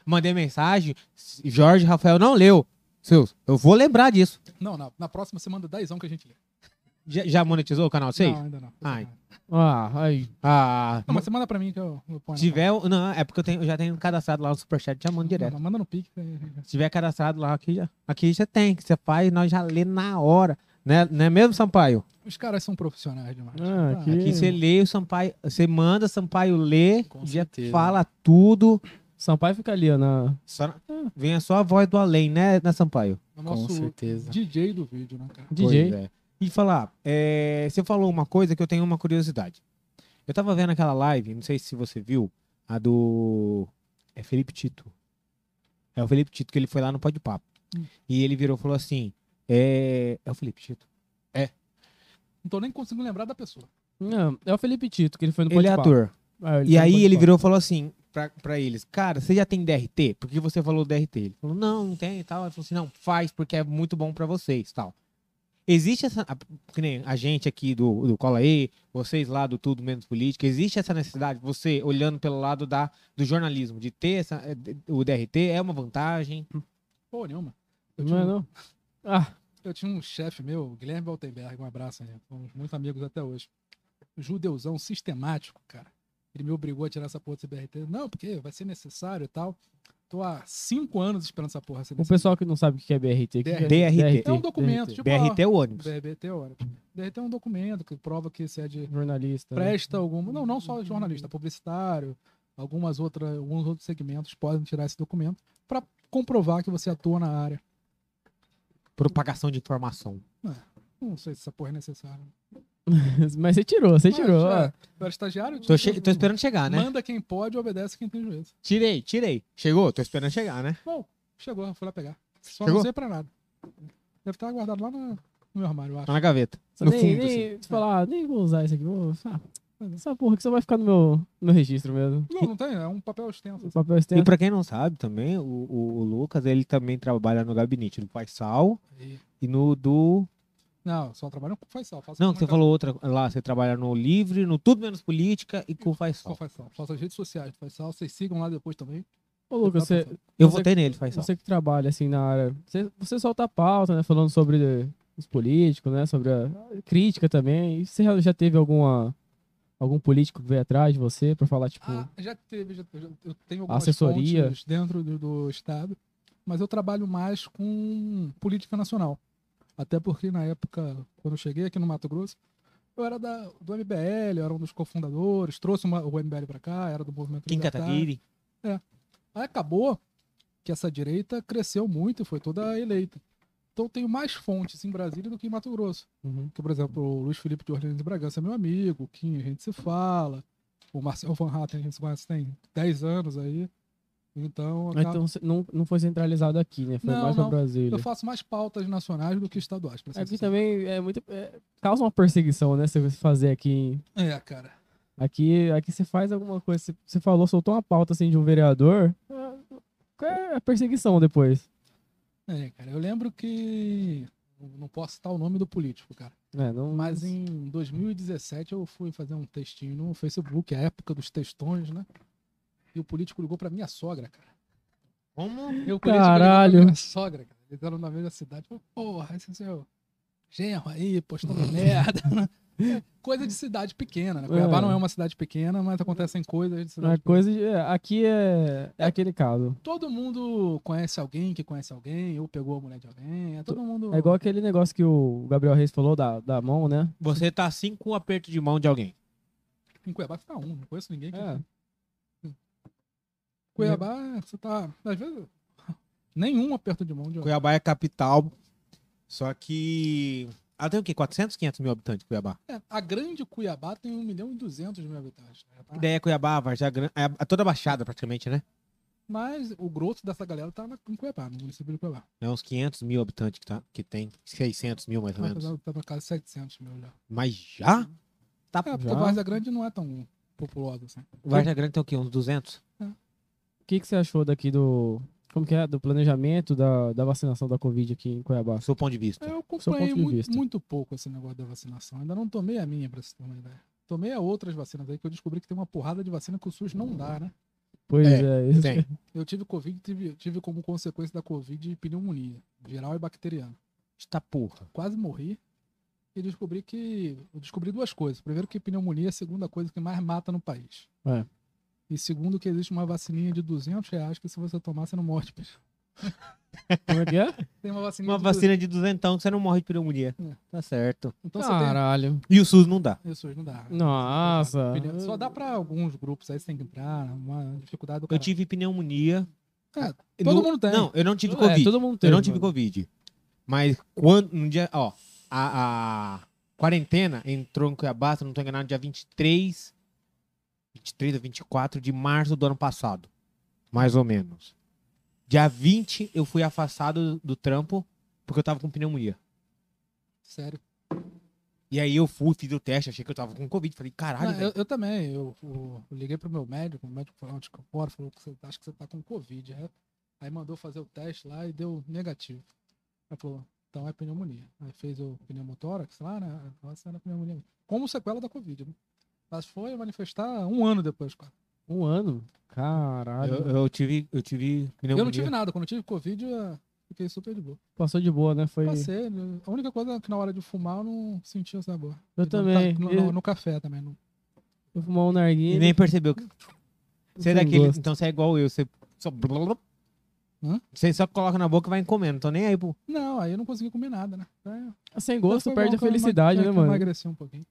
A: Mandei mensagem. Jorge Rafael não leu. Seus, eu vou lembrar disso.
B: Não, na, na próxima você manda 10 que a gente lê.
A: Já, já monetizou o canal de vocês?
B: Não, ainda não.
A: Ai.
B: Não,
C: Ah, aí.
A: Ah,
B: mas você manda pra mim que eu, eu ponho.
A: se
B: na
A: tiver. Não, é porque eu, tenho- eu já tenho cadastrado lá no Superchat, já mando
B: conta.
A: direto.
B: Não, manda no é, pique. aí-
A: Se tiver cadastrado lá, aqui já, aqui já tem. Que você faz, nós já lê na hora. Né, não é mesmo, Sampaio?
B: Os caras são profissionais demais.
C: Ah,
B: Ah,
C: aqui-
A: Aqui você lê, o Sampaio. Você manda, Sampaio lê,
B: Com
A: já
B: certeza.
A: fala tudo.
C: Sampaio fica ali, ó, na.
A: Só, venha só a voz do além, né, né Sampaio?
B: é o nosso
D: certeza.
B: DJ do vídeo, né, cara?
C: DJ.
A: Pois é. E falar, é, você falou uma coisa que eu tenho uma curiosidade. Eu tava vendo aquela live, não sei se você viu, a do. É Felipe Tito. É o Felipe Tito que ele foi lá no Pode Papo. E ele virou e falou assim: é... é o Felipe Tito.
B: Não tô nem conseguindo lembrar da pessoa.
C: Não, é o Felipe Tito, que ele foi no
A: ele é
C: Podpah.
A: ator.
C: Ah,
A: E
C: foi no
A: aí ele
C: Podpah.
A: virou e falou assim pra, pra eles: Cara, você já tem DRT? Por que você falou DRT? Ele falou: Não, não tem e tal. Ele falou assim: Não, faz porque é muito bom pra vocês tal. Existe essa. a- Que nem a gente aqui do, do Cola aí, vocês lá do Tudo Menos Política, existe essa necessidade, você olhando pelo lado da, do jornalismo, de ter essa, eh, de- o DRT é uma vantagem.
B: Pô, nenhuma. Eu
C: Não é,
B: tinha- um,
C: não? Ah,
B: Eu tinha um chefe meu, Guilherme Altenberg, um abraço aí, somos muito amigos até hoje. Judeuzão sistemático, cara. Ele me obrigou a tirar essa porra desse BRT. Não, porque vai ser necessário e tal. Tô há cinco anos esperando essa porra ser
C: o
B: necessária.
C: pessoal que não sabe o que é BRT. o que
B: DRT.
C: que
B: É um documento, tipo.
A: DRT é o
B: ó,
A: ônibus.
B: BRT, olha. DRT é um documento que prova que você é de.
C: Jornalista.
A: Então,
C: né?
B: Presta alguma. Não, não só jornalista, publicitário, algumas outras, alguns outros segmentos podem tirar esse documento para comprovar que você atua na área.
A: Propagação de informação.
B: Não sei se essa porra é necessária.
C: Mas você tirou,
A: Ah,
C: você tirou. ah.
B: Mas,
C: ó.
B: é, eu era estagiário.
A: Tô,
B: tinha-
A: che- tô esperando chegar, né?
B: Manda quem pode e obedece quem tem juízo.
A: Tirei, tirei. Chegou? Tô esperando chegar, né?
B: Bom, chegou, fui lá pegar. Só
A: Chegou?
B: não sei pra nada. Deve estar guardado lá no, no meu armário, eu acho.
A: Tá na gaveta.
C: Só
A: no
C: nem,
A: fundo, assim.
C: nem te falar, "Ah, nem vou usar isso aqui. Vou, ah, essa porra que só vai ficar no meu, no meu registro mesmo.
B: Não, não tem, é um papel extenso.
C: O papel
A: E
C: externo.
A: pra quem não sabe também, o, o- o Lucas, ele também trabalha no gabinete do Paisal
B: E-
A: e no do...
B: Não, só trabalho com faz sal. Faço
A: Não, que você
B: comunicação
A: falou outra lá, você trabalha no Livre, no Tudo Menos Política e com o
B: Com
A: Faisal.
B: faz sal. Faço as redes sociais do faz sal. Vocês sigam lá depois também.
C: Ô, Lucas, você,
A: Eu
C: Você-
A: votei nele, Faisal.
C: você que trabalha assim na área, você, você solta a pauta, né? Falando sobre eh, os políticos, né? Sobre a a crítica também. E você já- já teve alguma. Algum político que veio atrás de você pra falar, tipo.
B: Ah, já teve, já, já- eu tenho algumas
C: Assessoria.
B: fontes dentro do, do Estado. mas eu trabalho mais com política nacional. Até porque na época, quando eu cheguei aqui no Mato Grosso, eu era da, do MBL, eu era um dos cofundadores, trouxe uma- o MBL pra cá, era do movimento
A: Kim
B: libertário.
A: Kataguiri.
B: Aí acabou que essa direita cresceu muito e foi toda eleita. Então eu tenho mais fontes em Brasília do que em Mato Grosso.
C: Uhum.
B: Que, por exemplo, o Luiz Felipe de Orleans de Bragança é meu amigo, o Kim a gente se fala, o Marcel Van Hatten a gente se conhece tem 10 anos aí. Então,
C: Ah,
B: acaba-
C: Então você não, não foi centralizado aqui, né? Foi
B: Não,
C: mais pra
B: não.
C: Brasília.
B: eu assim. faço mais pautas nacionais do que estaduais. pra ser
C: Aqui
B: sincero.
C: também é muito. é, causa uma perseguição, né? Se você fazer aqui. em-
B: É, cara.
C: Aqui, aqui você faz alguma coisa. Você- Você falou, soltou uma pauta assim de um vereador. É, é perseguição depois.
B: É, cara. Eu lembro que. Não posso citar o nome do político, cara.
C: É, não,
B: Mas em 2017 eu fui fazer um textinho no Facebook, a época dos textões, né? E o político ligou pra minha sogra, cara.
A: Como?
B: Eu
C: Caralho.
B: Minha sogra, cara. Eles eram na mesma cidade. Eu, porra, esse seu genro aí, postando merda. né? Coisa de cidade pequena, né? Cuiabá
C: É.
B: não é uma cidade pequena, mas acontecem coisas de cidade
C: A coisa de- é, aqui é, é aquele caso.
B: Todo mundo conhece alguém que conhece alguém, ou pegou a mulher de alguém, é todo mundo.
C: É igual aquele negócio que o Gabriel Reis falou da, da mão, né?
A: Você tá assim com um aperto de mão de alguém.
B: Em Cuiabá fica um, não conheço ninguém que.
C: É.
B: Cuiabá, você tá. Às vezes. Nenhum aperto de mão de alguém.
A: Cuiabá é capital, só que... Ela tem o quê? 400, 500 mil habitantes, Cuiabá.
B: É, a grande Cuiabá tem 1 milhão e 200 mil habitantes. né? Tá?
A: E daí é Cuiabá, Vargem Grande, é a- toda a Baixada praticamente, né?
B: Mas o grosso dessa galera tá na, em Cuiabá, no município de Cuiabá.
A: É uns 500 mil habitantes que, tá, que tem, 600 mil mais ou
B: Tá
A: menos.
B: fazendo- tá na casa de 700 mil já.
A: Mas já? Tá,
B: É, porque
C: Já? Tá.
B: Várzea Grande não é tão populosa assim.
A: Vargem Grande tem o quê? Uns 200?
C: O que, que você achou daqui do. Como que é? Do planejamento da, da vacinação da Covid aqui em Cuiabá?
A: Do seu ponto de vista.
B: Eu
C: seu ponto
B: acompanhei
C: de
B: muito,
C: vista.
B: muito pouco esse negócio da vacinação. Ainda não tomei a minha, pra você ter uma ideia. Tomei a outras vacinas aí, que eu descobri que tem uma porrada de vacina que o SUS não dá, né?
C: Pois
A: É,
C: é, isso.
A: Tem.
B: Eu tive Covid, tive, tive como consequência da Covid pneumonia, geral e bacteriana.
A: Está Tá porra.
B: quase morri e descobri que. Eu descobri duas coisas. Primeiro, que pneumonia é a segunda coisa que mais mata no país.
C: É.
B: E segundo, que existe uma vacininha de 200 reais que se você tomar, você não morre. de pneumonia.
C: Como é que é?
B: Tem uma vacininha.
A: Uma
B: de
A: vacina de duzentão que você não morre de pneumonia.
B: É.
A: Tá certo.
B: 200. Então você tem.
C: Caralho.
A: E o SUS não dá.
B: Isso, não dá.
C: Nossa.
B: Pneu- Só dá pra alguns grupos, aí você tem que entrar, uma dificuldade do
A: Eu
B: cara.
A: tive pneumonia.
B: É,
A: Eu
B: todo
A: não-
B: mundo tem.
A: Não, eu não tive
C: É,
A: Covid.
C: todo mundo teve,
A: eu não tive
C: mano.
A: Covid. Mas quando. No dia. Ó, a, a quarentena entrou em Cuiabá, se eu não tô enganado, dia 23. 23 ou 24 de março do ano passado. Mais ou menos. Dia 20, eu fui afastado do trampo porque eu tava com pneumonia.
B: Sério.
A: E aí eu fui, fiz o teste, achei que eu tava com Covid. Falei, caralho,
B: Não,
A: velho.
B: eu, eu também. Eu, eu- eu liguei pro meu médico, o médico falou onde que eu moro, falou que você acha que você tá com Covid, é? Aí mandou fazer o teste lá e deu negativo. Aí falou, então é pneumonia. Aí fez o pneumotórax lá, né? Nossa, era pneumonia. Como sequela da Covid, né? Mas foi manifestar um ano depois, cara.
C: Um ano? Caralho.
A: Eu, eu tive, eu tive pneumonia.
B: Eu não tive nada. Quando eu tive Covid, eu fiquei super de boa.
C: Passou de boa, né? Foi.
B: Passei. né? A única coisa é que na hora de fumar eu não sentia o sabor.
C: Eu
B: No-
C: também.
B: No,
C: Eu-
B: no- no café também. não.
C: Eu fumar um
A: E
C: narguilha.
A: nem percebeu. que- Você é
C: Sem
A: daquele.
C: gosto.
A: Então você é igual eu. Você só.
B: Hã?
A: Você só coloca na boca e vai comendo. Tô nem aí pro.
B: Não, aí eu não consegui comer nada, né? É,
C: Sem
B: Então
C: gosto,
B: foi
C: perde
B: bom
C: a
B: que eu emag-
C: felicidade,
B: é,
C: né,
B: que eu
C: mano?
B: Emagreci um pouquinho.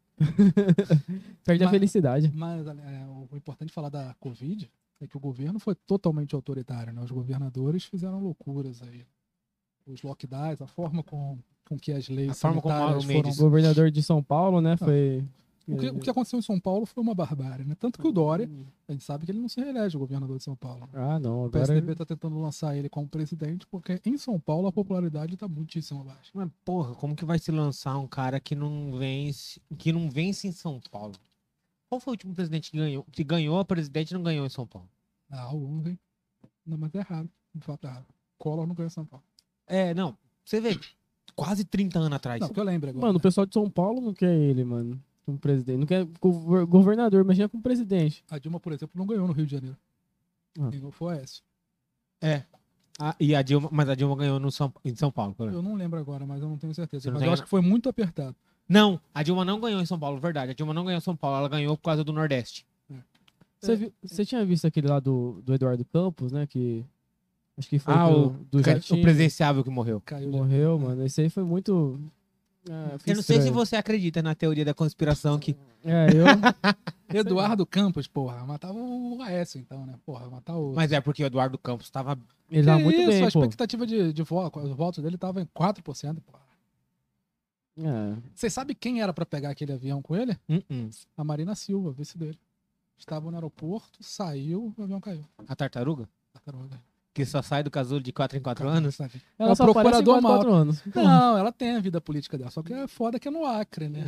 C: Perde a
B: Mas-
C: felicidade.
B: Mas é, o importante falar da Covid é que o governo foi totalmente autoritário, né? Os governadores fizeram loucuras aí. Os lockdowns, a forma com, com que as leis
A: A forma como
B: sanitárias
A: Mauro Mendes-
C: O
B: foram...
C: governador de São Paulo, né? Foi.
B: O que, o que aconteceu em São Paulo foi uma barbárie, né? Tanto que o Dória, a gente sabe que ele não se reelege o governador de São Paulo. né?
C: Ah,
B: O
C: não. Agora.
B: PSDB está tá tentando lançar ele como presidente porque em São Paulo a popularidade está muitíssimo baixa.
A: Mas, porra, como que vai se lançar um cara que não vence, que não vence em São Paulo? Qual foi o último presidente que ganhou? Que ganhou a presidente e não ganhou em São Paulo?
B: Ah, alguns, hein? Não, mas é raro. De fato é raro. Collor não ganha São Paulo.
A: É, não. Você vê, quase 30 anos atrás.
B: Não, que eu lembro agora.
C: Mano, o pessoal de São Paulo não quer ele, mano. Como presidente. Não quer gover- governador, imagina como presidente.
B: A Dilma, por exemplo, não ganhou no Rio de Janeiro.
C: Ah.
B: Quem ganhou foi o Aécio.
A: Ah, e a Dilma, mas a Dilma ganhou no São, em São Paulo. pelo menos.
B: Eu não lembro agora, mas eu não tenho certeza.
A: Você não
B: Mas
A: tem
B: eu acho que foi muito apertado.
A: Não, a Dilma não ganhou em São Paulo, verdade. A Dilma não ganhou em São Paulo, ela ganhou por causa do Nordeste.
C: Você viu- você tinha visto aquele lá do, do Eduardo Campos, né? Que Acho que foi
A: Ah,
C: do,
A: o,
C: do
A: ca- o
C: Jatinho.
A: presenciável que morreu.
B: Caiu já.
C: Morreu, mano. Esse aí foi muito. Ah, foi
A: Eu não sei se
C: estranho.
A: você acredita na teoria da conspiração que
C: É, eu.
B: Eduardo Campos, porra, matava o AS então, né? Porra, matar o.
A: Mas é porque o Eduardo Campos tava.
C: Ele tava
B: Que
C: muito
B: isso, a
C: bem, pô.
B: expectativa de, de vo- os votos dele tava em 4%, porra.
C: É.
B: Você sabe quem era pra pegar aquele avião com ele?
A: Hum-hum.
B: A Marina Silva, vice dele. Estavam no aeroporto, saiu, o avião caiu.
A: A tartaruga?
B: Ah, caramba.
A: Que só sai do casulo de 4 em 4 anos?
B: Sabe?
C: Ela
B: É o
C: só aparece em
B: procurador
C: 4, 4 anos.
B: Não, ela tem a vida política dela, só que é foda que é no Acre, né?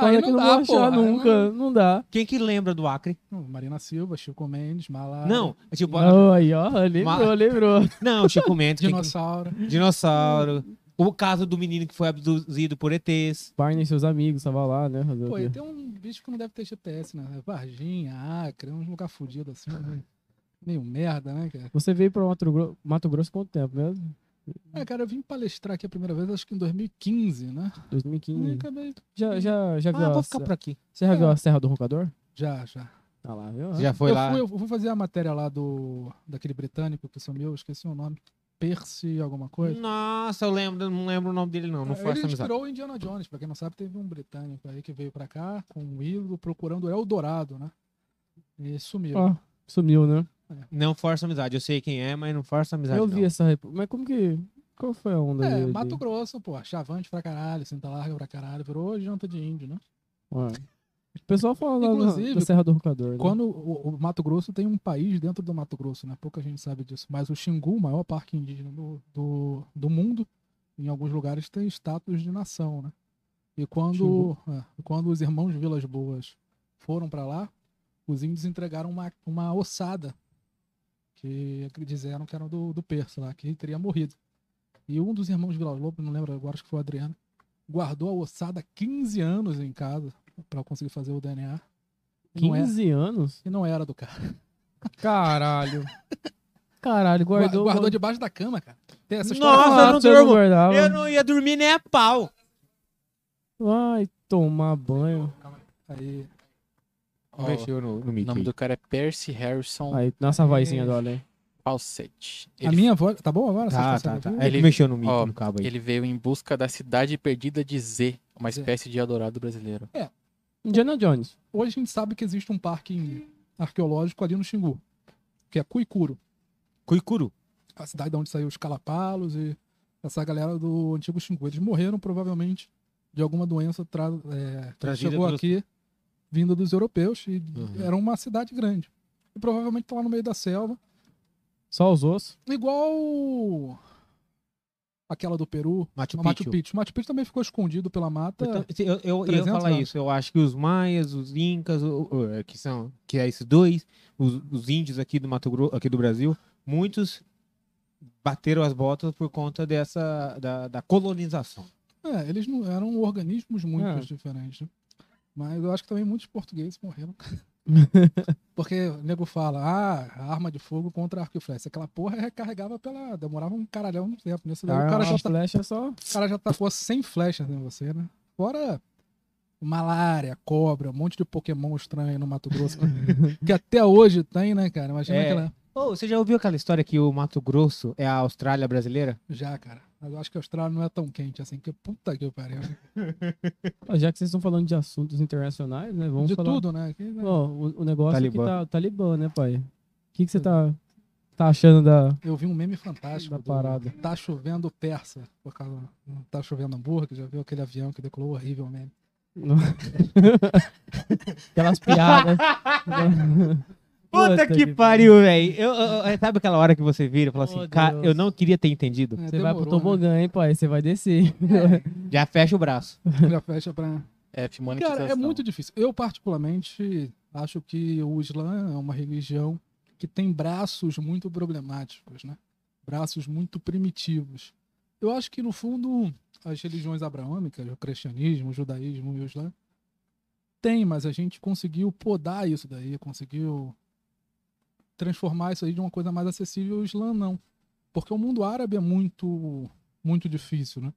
B: Ah,
C: Aí não, dá, vou achar
B: porra.
C: nunca. Não dá.
A: Quem que lembra do Acre?
B: Não, Marina Silva, Chico Mendes, Malá.
A: Não, é tipo.
C: Ah. Não, aí, ó. Lembrou,
A: Mas-
C: lembrou.
A: Não, Chico Mendes, quem que-
B: Dinossauro.
A: dinossauro. O caso do menino que foi abduzido por ETs.
C: Barney e seus amigos estavam lá, né? fazer o
B: Pô,
C: quê?
B: e tem um bicho que não deve ter GPS, né? Varginha, Acre, uns lugar fudido assim. né? Meio merda, né, cara?
C: Você veio pra Mato Grosso, Mato Grosso quanto tempo mesmo?
B: Ah, cara, eu vim palestrar aqui a primeira vez, acho que em 2015, né? E
C: 2015.
B: acabei.
C: Já, já, já viu
A: Ah,
C: a,
A: vou ficar por aqui.
C: Você já viu a Serra do Roncador?
B: Já, já.
C: Ah lá, viu?
A: Já foi
B: eu,
A: lá.
B: Fui, eu fui fazer a matéria lá do. daquele britânico que sumiu, eu esqueci o nome. Percy, alguma coisa.
A: Nossa, eu lembro, não lembro o nome dele, Hum,
C: Ah,
A: não. Não foi
B: Ele
A: essa amizade.
B: inspirou o Indiana Jones, pra quem não sabe, teve um britânico aí que veio pra cá com um ídolo procurando Eldorado, né? E
A: Ah,
B: sumiu.
C: Ó, sumiu, né?
A: Não força amizade. Eu sei quem é, mas não força amizade.
C: eu
A: não.
C: vi essa. rep- Mas como que. Qual foi a onda?
B: É,
C: de-
B: Mato
C: de-
B: Grosso, pô, chavante pra caralho, cinta larga pra caralho, virou janta de índio, né?
C: Ó. O pessoal fala lá da- da
B: Inclusive,
C: Serra do Roncador. Né?
B: Uhum. Quando o, o Mato Grosso tem um país dentro do Mato Grosso, né? Pouca gente sabe disso, mas o Xingu, o maior parque indígena do, do, do mundo, em alguns lugares tem status de nação, né? E quando, é, quando os irmãos Vilas Boas foram pra lá, os índios entregaram uma, uma ossada que disseram que era do, do Persa lá, que teria morrido. E um dos irmãos Vilas Lobos, não lembro agora, acho que foi o Adriano, guardou a ossada 15 anos em casa pra conseguir fazer o DNA. Não é-
C: 15 anos?
B: e não era do cara.
C: Caralho. Caralho, guardou.
B: Guardou, guardou debaixo da cama, cara. Tem essa história.
A: Nossa, eu não
C: eu
A: durmo.
C: guardava.
A: Eu não ia dormir nem a pau.
C: Ai, tomar banho.
B: Aí,
D: Ó,
A: Mexeu no, no
D: o nome
A: Mickey.
D: do cara é Percy Harrison
C: Aí, nossa vozinha do além.
D: Fawcett.
B: a
D: Ele,
B: minha voz. Tá bom agora?
A: Tá,
B: Vocês
A: tá, tá.
B: conseguem
A: É
B: ouvir?
A: Ele mexeu no Mickey,
D: Ó,
A: no cabo aí.
D: ele veio em busca da cidade perdida de Z, uma
B: Zé.
D: espécie de adorado brasileiro.
C: Indiana Jones.
B: Hoje a gente sabe que existe um parque arqueológico ali no Xingu, que é Cuicuro,
A: Cuicuru.
B: a cidade de onde saiu os calapalos e essa galera do antigo Xingu. Eles morreram provavelmente de alguma doença tra- é, que
A: Trazida
B: chegou
A: pelos-
B: aqui, vinda dos europeus, e
A: Uhum.
B: era uma cidade grande. E provavelmente tá lá no meio da selva.
C: Só os ossos.
B: Igual aquela do Peru,
A: Machu
B: O
A: Picchu.
B: Machu Picchu. Machu Picchu também ficou escondido pela mata.
A: Então, se eu, eu, eu ia
B: 300
A: falar
B: anos.
A: isso. Eu acho que os maias, os incas, o- o- é, que são, que é esses dois, os, os índios aqui do Mato Grosso, aqui do Brasil, muitos bateram as botas por conta dessa da, da colonização.
B: É, eles não eram organismos muito
C: É.
B: diferentes. né? Mas eu acho que também muitos portugueses morreram. Porque o nego fala, ah, arma de fogo contra arco e flecha. Aquela porra recarregava pela. demorava um caralhão de tempo. Nesse daí, o, cara já tá- ta-
C: Uma Ah, flecha só.
B: o cara já tacou 100 flechas em você, né? Fora malária, cobra, um monte de Pokémon estranho aí no Mato Grosso. né? que até hoje tem, né, cara? Imagina
A: É.
B: aquela.
A: Ô, você já ouviu aquela história que o Mato Grosso é a Austrália brasileira?
B: Já, cara. Mas eu acho que a Austrália não é tão quente assim, que puta que pariu.
C: Ah, Já que vocês estão falando de assuntos internacionais, né? Vamos
B: de
C: falar.
B: tudo, né? Que-
C: Ó, o, o negócio
A: Talibã.
C: é que tá o Talibã, né, pai? O que, que você tá, tá achando da.
B: Eu vi um meme fantástico.
C: Da parada.
B: Tá chovendo persa. Por causa, não tá chovendo hambúrguer, já viu aquele avião que decolou horrível meme.
C: Aquelas piadas.
A: Puta, que, pariu, velho. Eu- eu- eu- Sabe aquela hora que você vira e fala assim,
C: Oh,
A: "Ca-
C: Deus.
A: eu não queria ter entendido?
B: É,
C: Você vai pro
B: demorou,
C: tobogã, hein, pai? Você vai descer.
A: Já fecha o braço.
B: né? Já fecha pra.
D: F monetização.
B: Cara, é muito difícil. Eu, particularmente, acho que o Islã é uma religião que tem braços muito problemáticos, né? Braços muito primitivos. Eu acho que, no fundo, as religiões abraâmicas, o cristianismo, o judaísmo e o Islã, tem, mas a gente conseguiu podar isso daí, conseguiu transformar isso aí de uma coisa mais acessível. O Islã não. Porque o mundo árabe é muito, muito difícil, né?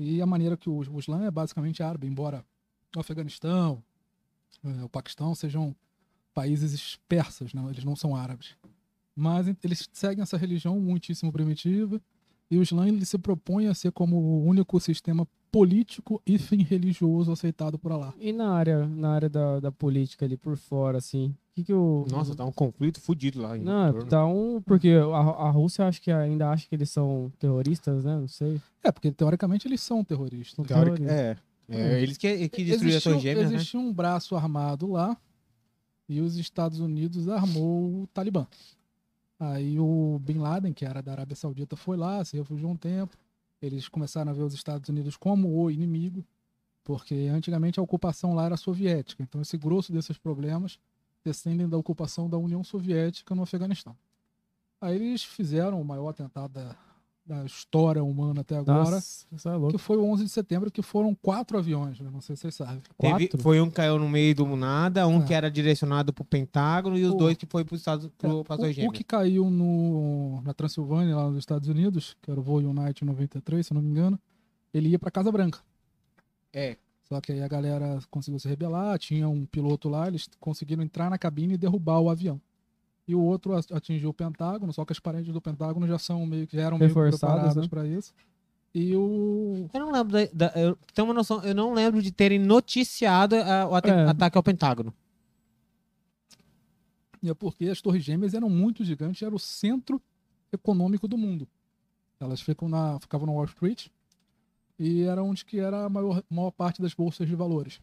B: E a maneira que o o Islã é basicamente árabe, embora o Afeganistão, né? eh, o Paquistão sejam países persas, não, eles não são árabes. Mas en- eles seguem essa religião muitíssimo primitiva e o Islã ele se propõe a ser como o único sistema político e fim religioso aceitado por Allah.
C: E na área, na área da, da política ali por fora, assim, o que que o...
A: Nossa, tá um conflito fudido lá. em
C: Não,
A: torno.
C: tá um... Porque a, a Rússia acho que ainda acha que eles são terroristas, né? Não sei.
B: É, porque teoricamente eles são terroristas.
A: Teórico-
C: terrorismo.
A: é. É, eles que, que destruíram as
B: Existia,
A: torres
B: um-
A: gêmeas, né?
B: existia um braço armado lá e os Estados Unidos armou o Talibã. Aí o Bin Laden, que era da Arábia Saudita, foi lá, se refugiou um tempo. Eles começaram a ver os Estados Unidos como o inimigo, porque antigamente a ocupação lá era soviética. Então esse grosso desses problemas descendem da ocupação da União Soviética no Afeganistão. Aí eles fizeram o maior atentado da, da história humana até agora,
C: Nossa, isso é louco.
B: que foi o 11 de setembro, que foram quatro aviões, né? não sei se vocês sabem.
A: Teve-
C: Quatro?
A: foi um que caiu no meio do nada, um
B: Ah.
A: que era direcionado pro Pentágono e os
B: O-
A: dois que foi pros Estados pro, pras torres
B: o, o
A: gêmeas.
B: que caiu no, na Transilvânia, lá nos Estados Unidos, que era o voo United 93, se eu não me engano, ele ia pra Casa Branca.
A: É.
B: Só que aí a galera conseguiu se rebelar, tinha um piloto lá, eles conseguiram entrar na cabine e derrubar o avião. E o outro a- atingiu o Pentágono, só que as paredes do Pentágono já são meio que já eram meio que
C: Reforçadas,
B: preparadas
C: né?
B: pra isso. E o
A: Eu não lembro da, da- eu tenho uma noção, eu não lembro de terem noticiado a- o ate-
C: É.
A: ataque ao Pentágono.
B: E é porque as Torres Gêmeas eram muito gigantes, era o centro econômico do mundo. Elas ficam na, ficavam na Wall Street e era onde que era a maior, maior parte das bolsas de valores.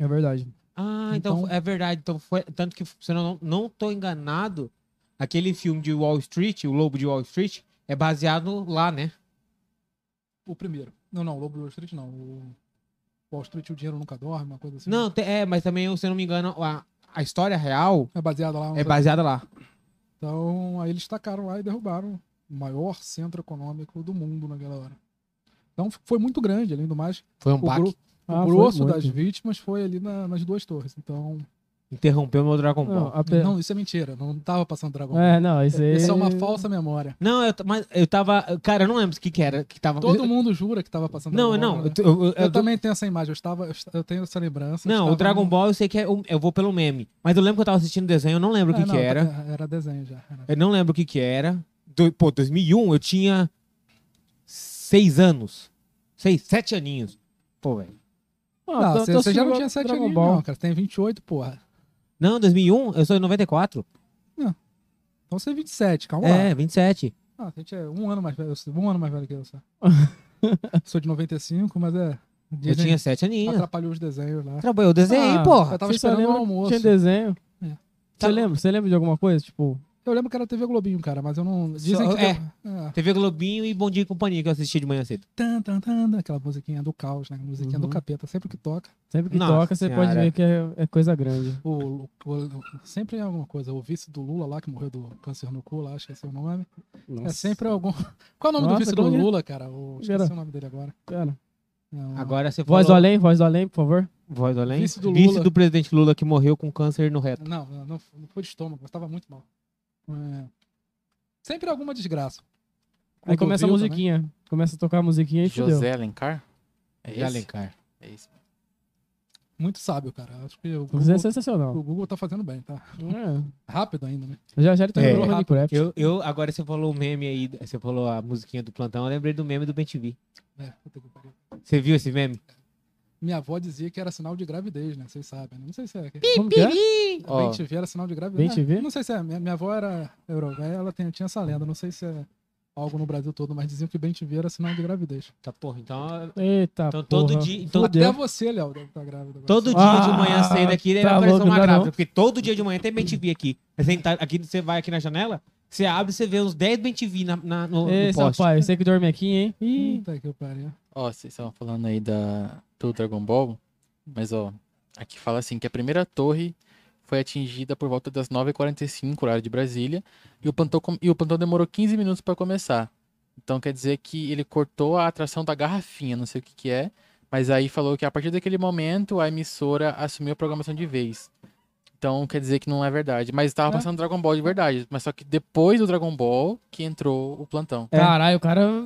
C: É verdade.
A: Ah, então,
B: Então-
A: é verdade, então foi tanto que se eu não não tô enganado, aquele filme de Wall Street, O Lobo de Wall Street, é baseado lá, né?
B: O primeiro. Não, não, o Lobo de Wall Street não. O Wall Street o dinheiro nunca dorme, uma coisa assim.
A: Não, te- é, mas também, se eu não me engano, a, a história real
B: É baseado lá.
A: é baseada lá.
B: Então, aí eles tacaram lá e derrubaram o maior centro econômico do mundo naquela hora. Então f- foi muito grande, além do mais,
A: Foi um
B: o,
A: baque.
B: gro- o
C: Ah, foi
B: grosso
C: muito.
B: das vítimas foi ali na- nas duas torres. Então,
A: Interrompeu meu Dragon Ball.
C: Não, ape-
B: não, isso é mentira, não tava passando Dragon Ball.
C: É, não, isso aí...
B: Isso é uma falsa memória.
A: Não, eu, t- mas eu tava. Cara, eu não lembro o que, que era. Que tava...
B: Todo mundo jura que tava passando
A: Não,
B: Dragon
A: não.
B: Ball,
A: Eu,
B: né?
A: t- eu- eu-
B: Eu,
A: eu-
B: também tenho essa imagem, eu, estava, eu est- eu tenho essa lembrança.
A: não, o Dragon Ball eu sei que é. o- Eu vou pelo meme. Mas eu lembro que eu tava assistindo desenho, eu não lembro o
B: Ah, É,
A: que, que
B: tá
A: era.
B: Era desenho já. era.
A: Eu não lembro o que, que era. Do, pô, 2001 eu tinha. Seis anos. Seis, sete aninhos. Pô, velho.
C: Ah,
B: Não,
C: tá-
B: você,
C: tá
B: você já não
C: assistindo
B: tinha 7
C: Dragon
B: anos,
C: Ball.
B: não, cara. Você tem 28, porra.
A: Não, 2001, eu sou em 94.
B: Então você é 27, calma lá.
A: É, 27.
B: Ah, a gente é um ano mais velho, eu sou um ano mais velho que eu. Só. sou de 95, mas é.
A: Eu
B: dizem-
A: tinha é. sete aninhos.
B: Atrapalhou os desenhos lá.
A: Trabalhou desenho,
C: Ah,
A: porra.
B: Eu tava
C: Você só
B: esperando o
C: lembra-
B: almoço.
C: Tinha desenho.
B: É.
C: Você
A: Tá-
C: lembra? Você lembra de alguma coisa? Tipo,
B: Eu lembro que era TV Globinho, cara, mas eu não. Dizem
A: Só-
B: que.
A: é.
B: deu- é.
A: TV Globinho e Bom Dia e Companhia que eu assisti de manhã cedo.
B: Tan, tan, tan, aquela musiquinha do caos, né? Musiquinha do
C: Uhum.
B: capeta, sempre que toca.
C: sempre que
A: Nossa
C: toca, você pode
A: Senhora.
C: ver que é, é coisa grande.
B: O, Tipo, o- o- sempre é alguma coisa. O vice do Lula lá, que morreu do câncer no cu, lá, acho que esse é o nome. É sempre algum. Qual é o nome do
C: Nossa,
B: vice do
C: como que-
B: Lula, cara? O, esqueci
C: Era.
B: o nome dele agora. É um,
C: Cara,
B: Não,
A: Agora você
C: voz do
A: falou-
C: além, voz do além, por favor.
A: Voz do além.
B: Vice do Lula.
A: presidente Lula que morreu com câncer no reto.
B: não, não, não, não foi de estômago, mas tava muito mal. É. Sempre alguma desgraça.
C: Aí começa a
B: Clodovil
C: musiquinha. Começa a tocar a musiquinha e fudeu.
D: José Alencar? É
A: De
D: esse?
A: Alencar.
D: É esse.
B: também. Muito sábio, cara. Acho que o
C: José é
B: Google,
C: sensacional.
B: o Google tá fazendo bem, tá?
C: É.
B: Rápido ainda, né?
C: Já já ele tá
A: É.
C: jogando Minecraft.
A: Eu, eu, agora você falou o meme aí, você falou a musiquinha do plantão, eu lembrei do meme do BenTV.
B: É, puta que pariu.
A: Você viu esse meme?
B: Minha avó dizia que era sinal de gravidez, né? Vocês sabem, né? Não sei se é.
A: Hum,
C: Como que é?
D: Ó.
B: Bem TV era é sinal de gravidez.
C: Bem TV?
B: Não sei se é. Minha, minha avó era europeia, ela tem- tinha essa lenda. Não sei se é algo no Brasil todo, mas diziam que Bem TV era é sinal de gravidez.
A: Tá porra, então,
C: Eita,
A: então
C: porra.
A: todo dia, então,
B: Até
C: Fudeu.
B: você, Léo, deve estar grávida. agora.
A: todo dia de manhã
C: Ah,
A: cedo aqui deve
C: tá
A: aparecer
C: louco,
A: uma
C: dá
A: grávida,
C: não.
A: porque todo dia de manhã tem BenTV aqui. Você, tá- aqui. você vai aqui na janela, você abre, você vê uns 10 BenTV na, na, no, no
C: Ei,
A: poste.
C: rapaz, você que dorme aqui, hein? Ih,
B: Puta que pariu.
D: Ó, vocês estavam falando aí da, do Dragon Ball, mas ó, aqui fala assim que a primeira torre foi atingida por volta das 9h45, horário de Brasília, e o plantão, com- e o plantão demorou 15 minutos para começar. Então quer dizer que ele cortou a atração da garrafinha, não sei o que que é, mas aí falou que a partir daquele momento a emissora assumiu a programação de vez. Então quer dizer que não é verdade, mas estava
B: É.
D: passando Dragon Ball de verdade, mas só que depois do Dragon Ball que entrou o plantão.
C: É. caralho, o cara.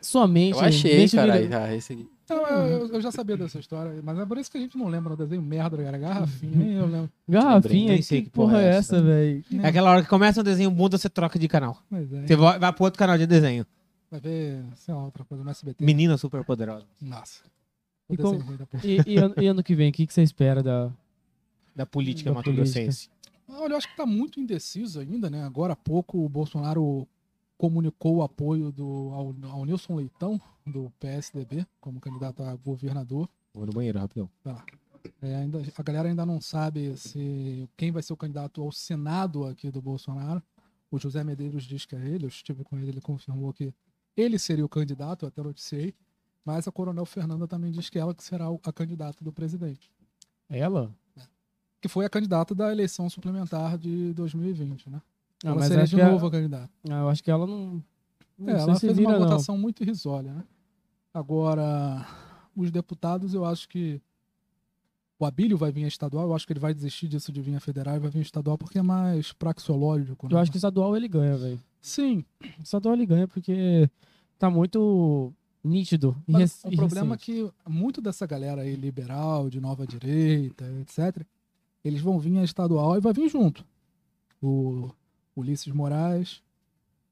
C: Sua mente.
D: Eu achei,
C: mente
D: cara.
C: brilhante.
D: Ah, esse...
B: Não, Então, eu, eu- eu já sabia dessa história, mas é por isso que a gente não lembra do desenho merda, cara. Garrafinha,
A: Uhum.
B: nem eu lembro.
C: Garrafinha,
A: Nem sei
C: que porra é essa, velho?
A: É aquela hora que começa um desenho bunda, você troca de canal.
B: Mas é,
A: Você vai, vai pro outro canal de desenho.
B: vai ver, sei lá, outra coisa, no SBT.
A: Menina super poderosa.
B: Nossa.
C: E
B: O desenho
C: como-
B: ruim da porra.
C: E, e ano, e ano que vem, o que, que você espera da.
A: Da política
C: Da
A: mato-grossense.
B: Olha, eu acho que tá muito indeciso ainda, né? Agora há pouco o Bolsonaro comunicou o apoio do, ao, ao Nilson Leitão, do PSDB, como candidato a governador.
A: Vou no banheiro, rapidão.
B: É, ainda, a galera ainda não sabe se quem vai ser o candidato ao Senado aqui do Bolsonaro. O José Medeiros diz que é ele, eu estive com ele, ele confirmou que ele seria o candidato, eu até noticiei. Mas a Coronel Fernanda também diz que ela que será o- a candidata do presidente,
C: Ela?
B: que foi a candidata da eleição suplementar de 2020, né?
C: Ah,
B: ela
C: mas
B: seria
C: acho
B: de
C: que a-
B: novo a candidata.
C: Ah, eu acho que ela não. não
B: É,
C: sei
B: ela
C: se
B: fez
C: vira,
B: uma
C: não.
B: votação muito irrisória, né? Agora, os deputados, eu acho que o Abílio vai vir a estadual, eu acho que ele vai desistir disso de vir a federal e vai vir a estadual porque é mais praxeológico, né?
C: Eu acho que o estadual ele ganha, velho.
B: Sim,
C: O estadual ele ganha porque tá muito nítido. e
B: mas
C: rec-
B: o
C: e
B: problema é
C: recente.
B: que muito dessa galera aí liberal, de nova direita, etc., eles vão vir a estadual e vai vir junto. O Ulisses Moraes,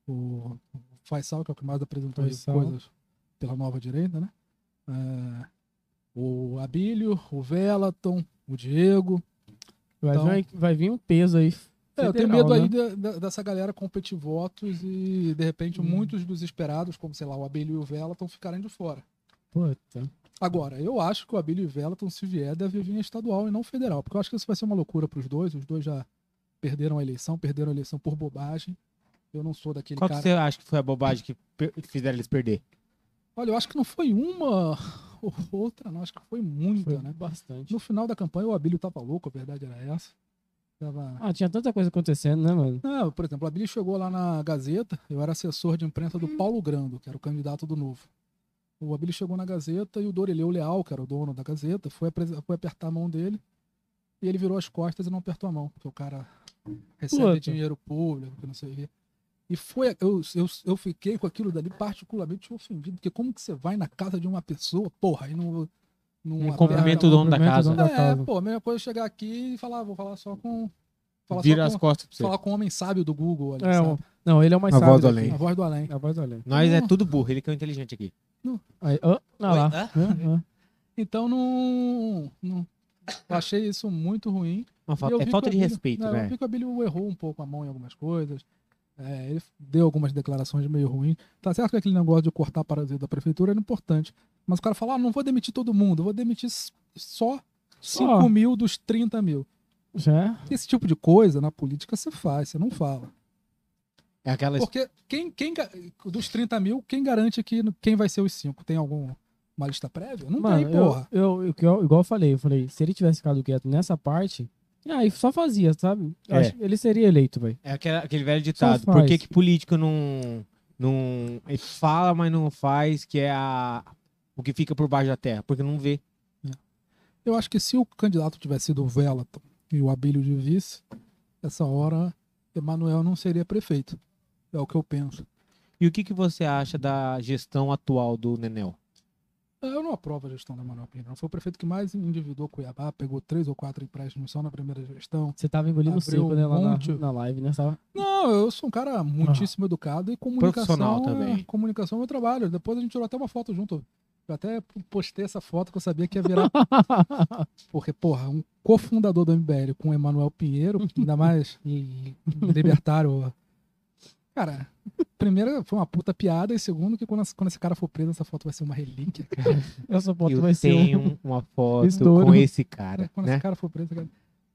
B: o Faisal, que é o que mais apresentou aí
C: Faisal.
B: coisas pela nova direita, né? É, o Abílio, o Velaton, o Diego.
C: vai,
B: então-
C: vir, vai vir um peso aí.
B: É, eu tenho
C: federal,
B: medo
C: né? Hum.
B: aí da- da- dessa galera competir votos e, de repente, muitos dos esperados, como, sei lá, o Abílio e o Velaton, ficarem de fora.
C: Puta.
B: Agora, eu acho que o Abílio e Velaton, se vier, deve vir em estadual e não federal, porque eu acho que isso vai ser uma loucura para os dois. Os dois já perderam a eleição, perderam a eleição por bobagem. Eu não sou daquele
A: Qual que
B: cara.
A: você acha que foi a bobagem que per- que fizeram eles perder?
B: Olha, eu acho que não foi uma ou outra, não. Acho que foi muita,
C: Foi
B: né?
C: bastante.
B: No final da campanha, o Abílio tava louco, a verdade era essa. Tava...
C: Ah, tinha tanta coisa acontecendo, né, mano?
B: Não, por exemplo, o Abílio chegou lá na Gazeta, eu era assessor de imprensa do Paulo Grando, que era o candidato do Novo. O Abílio chegou na Gazeta e o Dorileu Leal, que era o dono da Gazeta, foi, apres- foi apertar a mão dele e ele virou as costas e não apertou a mão, porque o cara recebe
C: Puta.
B: dinheiro público, que não sei o quê. E foi, eu, eu, eu fiquei com aquilo dali particularmente ofendido, porque como que você vai na casa de uma pessoa, porra, e não... Não,
A: Um
B: aperta-
A: cumprimento o dono da
C: cumprimento o
A: casa.
C: dono da
B: É,
C: casa.
B: pô, a mesma coisa é chegar aqui e falar, "Ah, vou falar só com... Falar
A: Vira
B: só
A: as
B: com,
A: costas pra você.
B: falar com o homem sábio do Google ali,
C: É,
B: sabe?
C: o-
A: um-
C: Não, ele é o mais
A: A
C: sábio
A: voz do
C: daqui.
A: além.
B: A voz do além.
C: A voz do além.
A: Nós é
B: Não.
A: tudo burro, ele que é o inteligente aqui.
C: Aí, ah, ah
A: Oi,
C: lá.
A: hã?
C: Hã, hã.
B: Então não, não- eu achei isso muito ruim.
A: Uma
B: E eu
A: falta, é
B: vi
A: falta de
B: que o Abílio-
A: respeito,
B: não, Eu
A: né?
B: vi que o Abílio errou um pouco a mão em algumas coisas. É, ele deu algumas declarações meio ruins. Tá certo que aquele negócio de cortar parasita da prefeitura era importante. Mas o cara fala, ah, não vou demitir todo mundo, eu vou demitir s- só 5 mil dos 30 mil.
C: Já? é?
B: Esse tipo de coisa na política você faz, você não fala.
A: É aquela
B: Porque quem, quem ga- dos 30 mil, quem garante que quem vai ser os 5? Tem alguma lista prévia? Não
C: Mano,
B: tem,
C: eu-
B: porra.
C: Eu, eu, que eu- igual eu falei, eu falei, se ele tivesse ficado quieto nessa parte, aí só fazia, sabe? Eu
A: É.
C: acho que ele seria eleito, velho.
A: É aquela- aquele velho ditado.
C: faz.
A: Por que, que político não, não ele fala, mas não faz, que é a, o que fica por baixo da terra? Porque não vê.
B: Eu acho que se o candidato tivesse sido o Velaton e o Abílio de vice, essa hora Emanuel não seria prefeito. É o que eu penso.
A: E o que, que você acha da gestão atual do Nenel?
B: É, Eu não aprovo a gestão da Emanuel Pinheiro. Foi o prefeito que mais endividou Cuiabá, pegou três ou quatro empréstimos só na primeira gestão.
C: Você tava engolindo
B: Abriu
C: seco, né, lá
B: um
C: na,
B: monte.
C: na live, né? Tava-
B: Não, eu sou um cara muitíssimo educado e comunicação.
A: Profissional também.
B: É, comunicação é meu trabalho. Depois a gente tirou até uma foto junto. Eu até postei essa foto que eu sabia que ia virar. Porque, porra, um cofundador do MBL com o Emanuel Pinheiro, ainda mais e libertário. Cara, primeiro foi uma puta piada, e segundo, que quando, esse- quando esse cara for preso, essa foto vai ser uma relíquia. cara.
C: Essa foto
A: Eu
C: vai ser um-
A: tenho uma foto
C: estouro.
A: com esse cara,
B: Quando
A: né?
B: esse cara for preso, cara.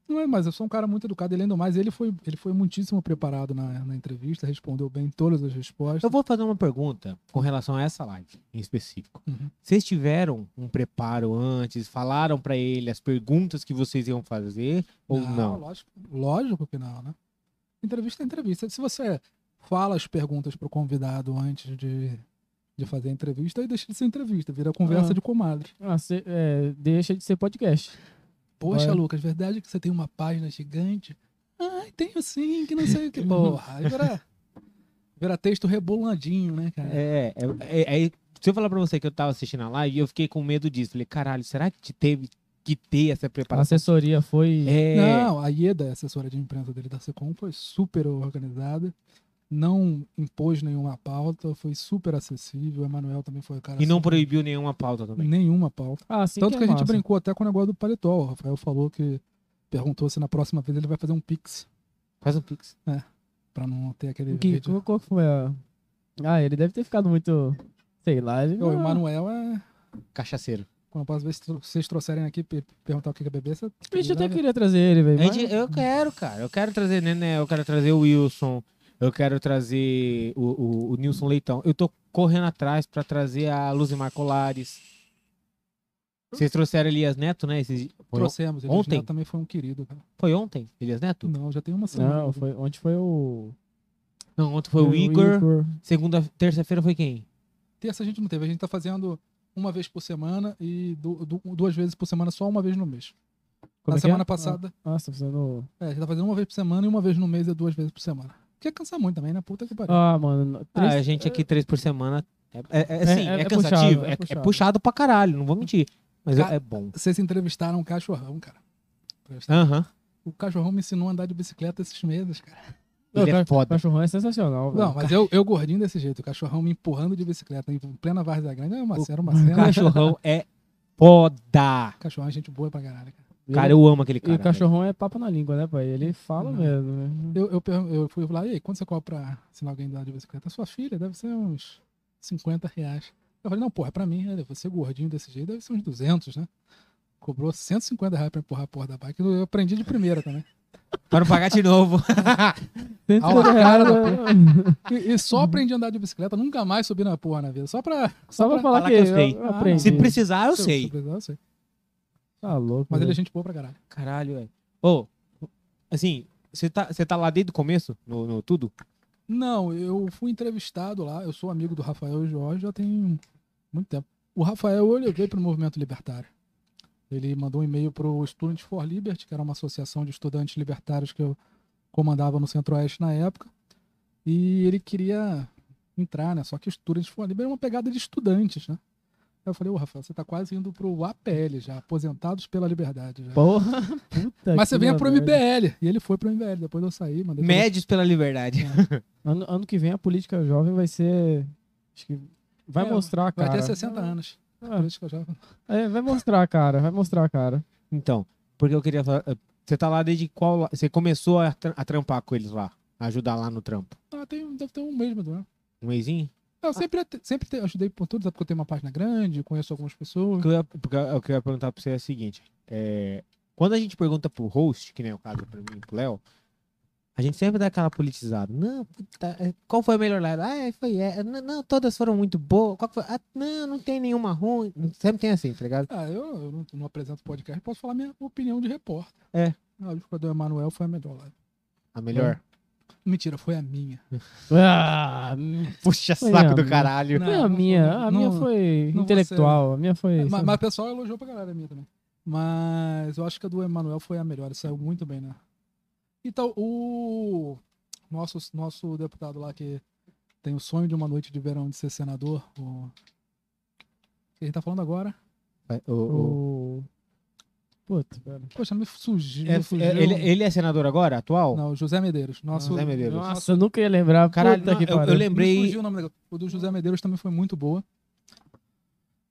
B: Não é, mas eu sou um cara muito educado, e além do mais, ele foi, ele foi muitíssimo preparado na, na entrevista, respondeu bem todas as
A: Eu
B: respostas.
A: vou fazer uma pergunta com relação a essa live em específico.
B: Uhum.
A: Vocês tiveram um preparo antes? Falaram pra ele as perguntas que vocês iam fazer ou não?
B: Lógico, lógico que não, né? Entrevista é entrevista. Se você fala as perguntas pro convidado antes de, de fazer a entrevista, aí deixa de ser entrevista, vira conversa
C: Ah.
B: de comadre.
C: Ah, cê- é, deixa de ser podcast.
B: Poxa,
C: Olha.
B: Lucas, verdade que você tem uma página gigante? Ai, tenho sim, que não sei o que. Porra, aí vira, vira texto rebolandinho, né, cara?
A: É, é, é, é- Se eu falar pra você que eu tava assistindo a live, eu fiquei com medo disso. Falei, caralho, será que te teve que ter essa
C: A
A: preparação?
C: assessoria foi.
A: É,
B: Não, a IEDA, assessora de imprensa dele da Secom, foi super organizada, não impôs nenhuma pauta, foi super acessível. O Emanuel também foi o cara.
A: e não
B: super-
A: proibiu nenhuma pauta também.
B: nenhuma pauta.
C: Ah, sim.
B: Tanto que,
C: é
B: a gente
C: massa.
B: brincou até com o negócio do paletó. O Rafael falou que perguntou se na próxima vez ele vai fazer um pix
A: Faz um pix.
B: pra não ter aquele
C: Que,
B: vídeo.
C: qual, qual foi a. Ah, ele deve ter ficado muito. Sei lá. Ele...
B: O Emanuel é.
A: Cachaceiro.
B: Quando eu vezes vocês trouxerem aqui pe- perguntar o que que é bebê, você.
C: A gente até queria trazer ele, velho.
A: A
C: mas-
A: gente- eu quero, cara. Eu quero trazer Nené, eu quero trazer o Wilson, eu quero trazer o, o, o Nilson Leitão. Eu tô correndo atrás pra trazer a Luzimar Colares. Vocês trouxeram Elias Neto, né? Esses- Foi, on-
B: Trouxemos. ele
A: Ontem?
B: já também foi um querido, cara.
A: foi ontem, Elias Neto?
B: Não, já tem uma semana.
C: Não, foi, onde foi o.
A: Não, ontem foi o Igor. Segunda, terça-feira foi quem?
B: Terça a gente não teve. A gente tá fazendo uma vez por semana e du- du- duas vezes por semana, só uma vez no mês. Na
C: Como é que é?
B: semana passada.
C: Ah, nossa, fazendo.
B: É, a gente tá fazendo uma vez por semana e uma vez no mês é duas vezes por semana. Porque cansa muito também, né? Puta que pariu.
C: Ah, mano.
A: Ah,
C: três-
A: a gente aqui três por semana. É, é, é, assim,
C: É-
A: é,
C: é- é
A: cansativo,
C: puxado,
A: é,
C: é
A: é puxado.
C: puxado.
A: pra caralho, não vou mentir. Mas
B: Ca-
A: é bom.
B: Vocês entrevistaram um cachorrão, cara.
C: É?
A: Aham.
B: O cachorrão me ensinou a andar de bicicleta esses meses, cara.
C: Não,
A: Ele é
C: cara,
A: foda.
C: cachorrão é sensacional. velho.
B: Não, mas eu, eu gordinho desse jeito. O cachorrão me empurrando de bicicleta em plena Várzea Grande. É uma
A: O-
B: cena, uma
A: O
B: cena.
A: cachorrão é foda.
B: Cachorrão é gente boa pra caralho, cara.
C: E-
A: Cara, eu amo aquele
C: E
A: cara.
C: o cachorrão é papo na língua, né, pai? Ele fala
B: Não.
C: mesmo.
A: Uhum.
C: né?
B: Eu, eu, pergun- eu fui lá, e aí, quando você cobra pra ensinar alguém a andar de bicicleta? Sua filha, deve ser uns 50 reais. Eu falei, não, porra, é pra mim. Ele, você gordinho desse jeito, deve ser uns 200, né? Cobrou 150 reais pra empurrar a porra da bike. Eu aprendi de primeira também.
A: velho. Pra não pagar de novo.
C: Dentro
B: Aula
C: da
B: cara do
C: né?
B: E, e
A: Uhum.
B: só aprendi a andar de bicicleta, nunca mais subi na porra na vida. Só pra.
C: Só pra falar
A: falar
C: que,
A: que eu
C: eu,
A: sei.
C: eu
B: Ah, não.
C: aprendi.
A: Se precisar, eu sei. Uhum.
B: Eu sei.
C: Tá louco.
B: Mas ele é
C: velho.
B: gente boa pra caralho.
A: Caralho, velho. Ô, assim, você tá, você tá lá desde o começo? No, no tudo?
B: Não, eu fui entrevistado lá. Eu sou amigo do Rafael e Jorge já tem muito tempo. O Rafael, ele veio pro movimento libertário. Ele mandou um e-mail pro Students for Liberty, que era uma associação de estudantes libertários que eu comandava no Centro-Oeste na época. E ele queria entrar, né? Só que o Students for Liberty é uma pegada de estudantes, né? Aí eu falei, ô Rafael, você tá quase indo pro APL já, Aposentados pela Liberdade. já.
C: Porra, puta
B: Mas você
C: que
B: venha pro
C: merda.
B: MBL. E ele foi pro MBL. Depois eu saí, mandei. pra ele.
A: Médios pela liberdade.
C: Ano, ano que vem a política jovem vai ser. Acho que. Vai
B: É,
C: mostrar,
B: Vai
C: cara. Ah,
B: ter 60 anos. Por isso que eu já-
C: É, vai mostrar, cara. Vai mostrar, cara.
A: Então, porque eu queria falar. eh, Você tá lá desde qual. la- Você começou a, tra- a trampar com eles lá? A ajudar lá no trampo?
B: Ah, tem, deve ter um mês, mais ou menos.
A: Um mêsinho?
B: Eu sempre, sempre te- ajudei por tudo, sabe? Porque eu tenho uma página grande, conheço algumas
A: O
B: pessoas.
A: que eu ia, porque eu- o que eu ia perguntar pra você é o seguinte: é, quando a gente pergunta pro host, que nem é o caso pra mim e pro Léo, a gente sempre dá aquela politizada. Não, puta, é, qual foi a melhor live? Ah, é, foi. é, não, não, todas foram muito boas. Qual que foi? Ah, não, não tem nenhuma ruim. Sempre tem assim, tá ligado?
B: Ah, eu, eu não, não apresento podcast, posso falar minha opinião de repórter.
A: É.
B: A do do Emanuel foi a melhor lá.
A: A melhor.
B: Mentira, foi a minha.
C: Ah,
A: Puxa
C: Foi
A: saco
C: a
A: do
C: minha.
A: caralho.
B: Não,
C: não, a
B: não,
C: minha. A minha
B: não,
C: foi
B: não É,
C: intelectual. A minha foi.
B: mas,
C: sabe?
B: mas o pessoal elogiou pra caralho a minha também. Mas eu acho que a do Emanuel foi a melhor, ele saiu muito bem, né? Então, o nosso, nosso deputado lá que tem o sonho de uma noite de verão de ser senador, o... que a gente tá falando agora?
A: O- o-
C: O. Puta, cara.
B: Poxa, me fugiu.
A: É,
B: me fugiu.
A: é, ele, ele é senador agora, atual?
B: Não, José Medeiros. Nosso...
A: José Medeiros.
C: Nossa, eu nunca ia lembrar.
A: Caralho,
C: puta
A: não,
C: que
A: eu- eu
C: pariu.
A: lembro- Lembrei-
B: Me fugiu o nome dele. O do José Medeiros também foi muito boa.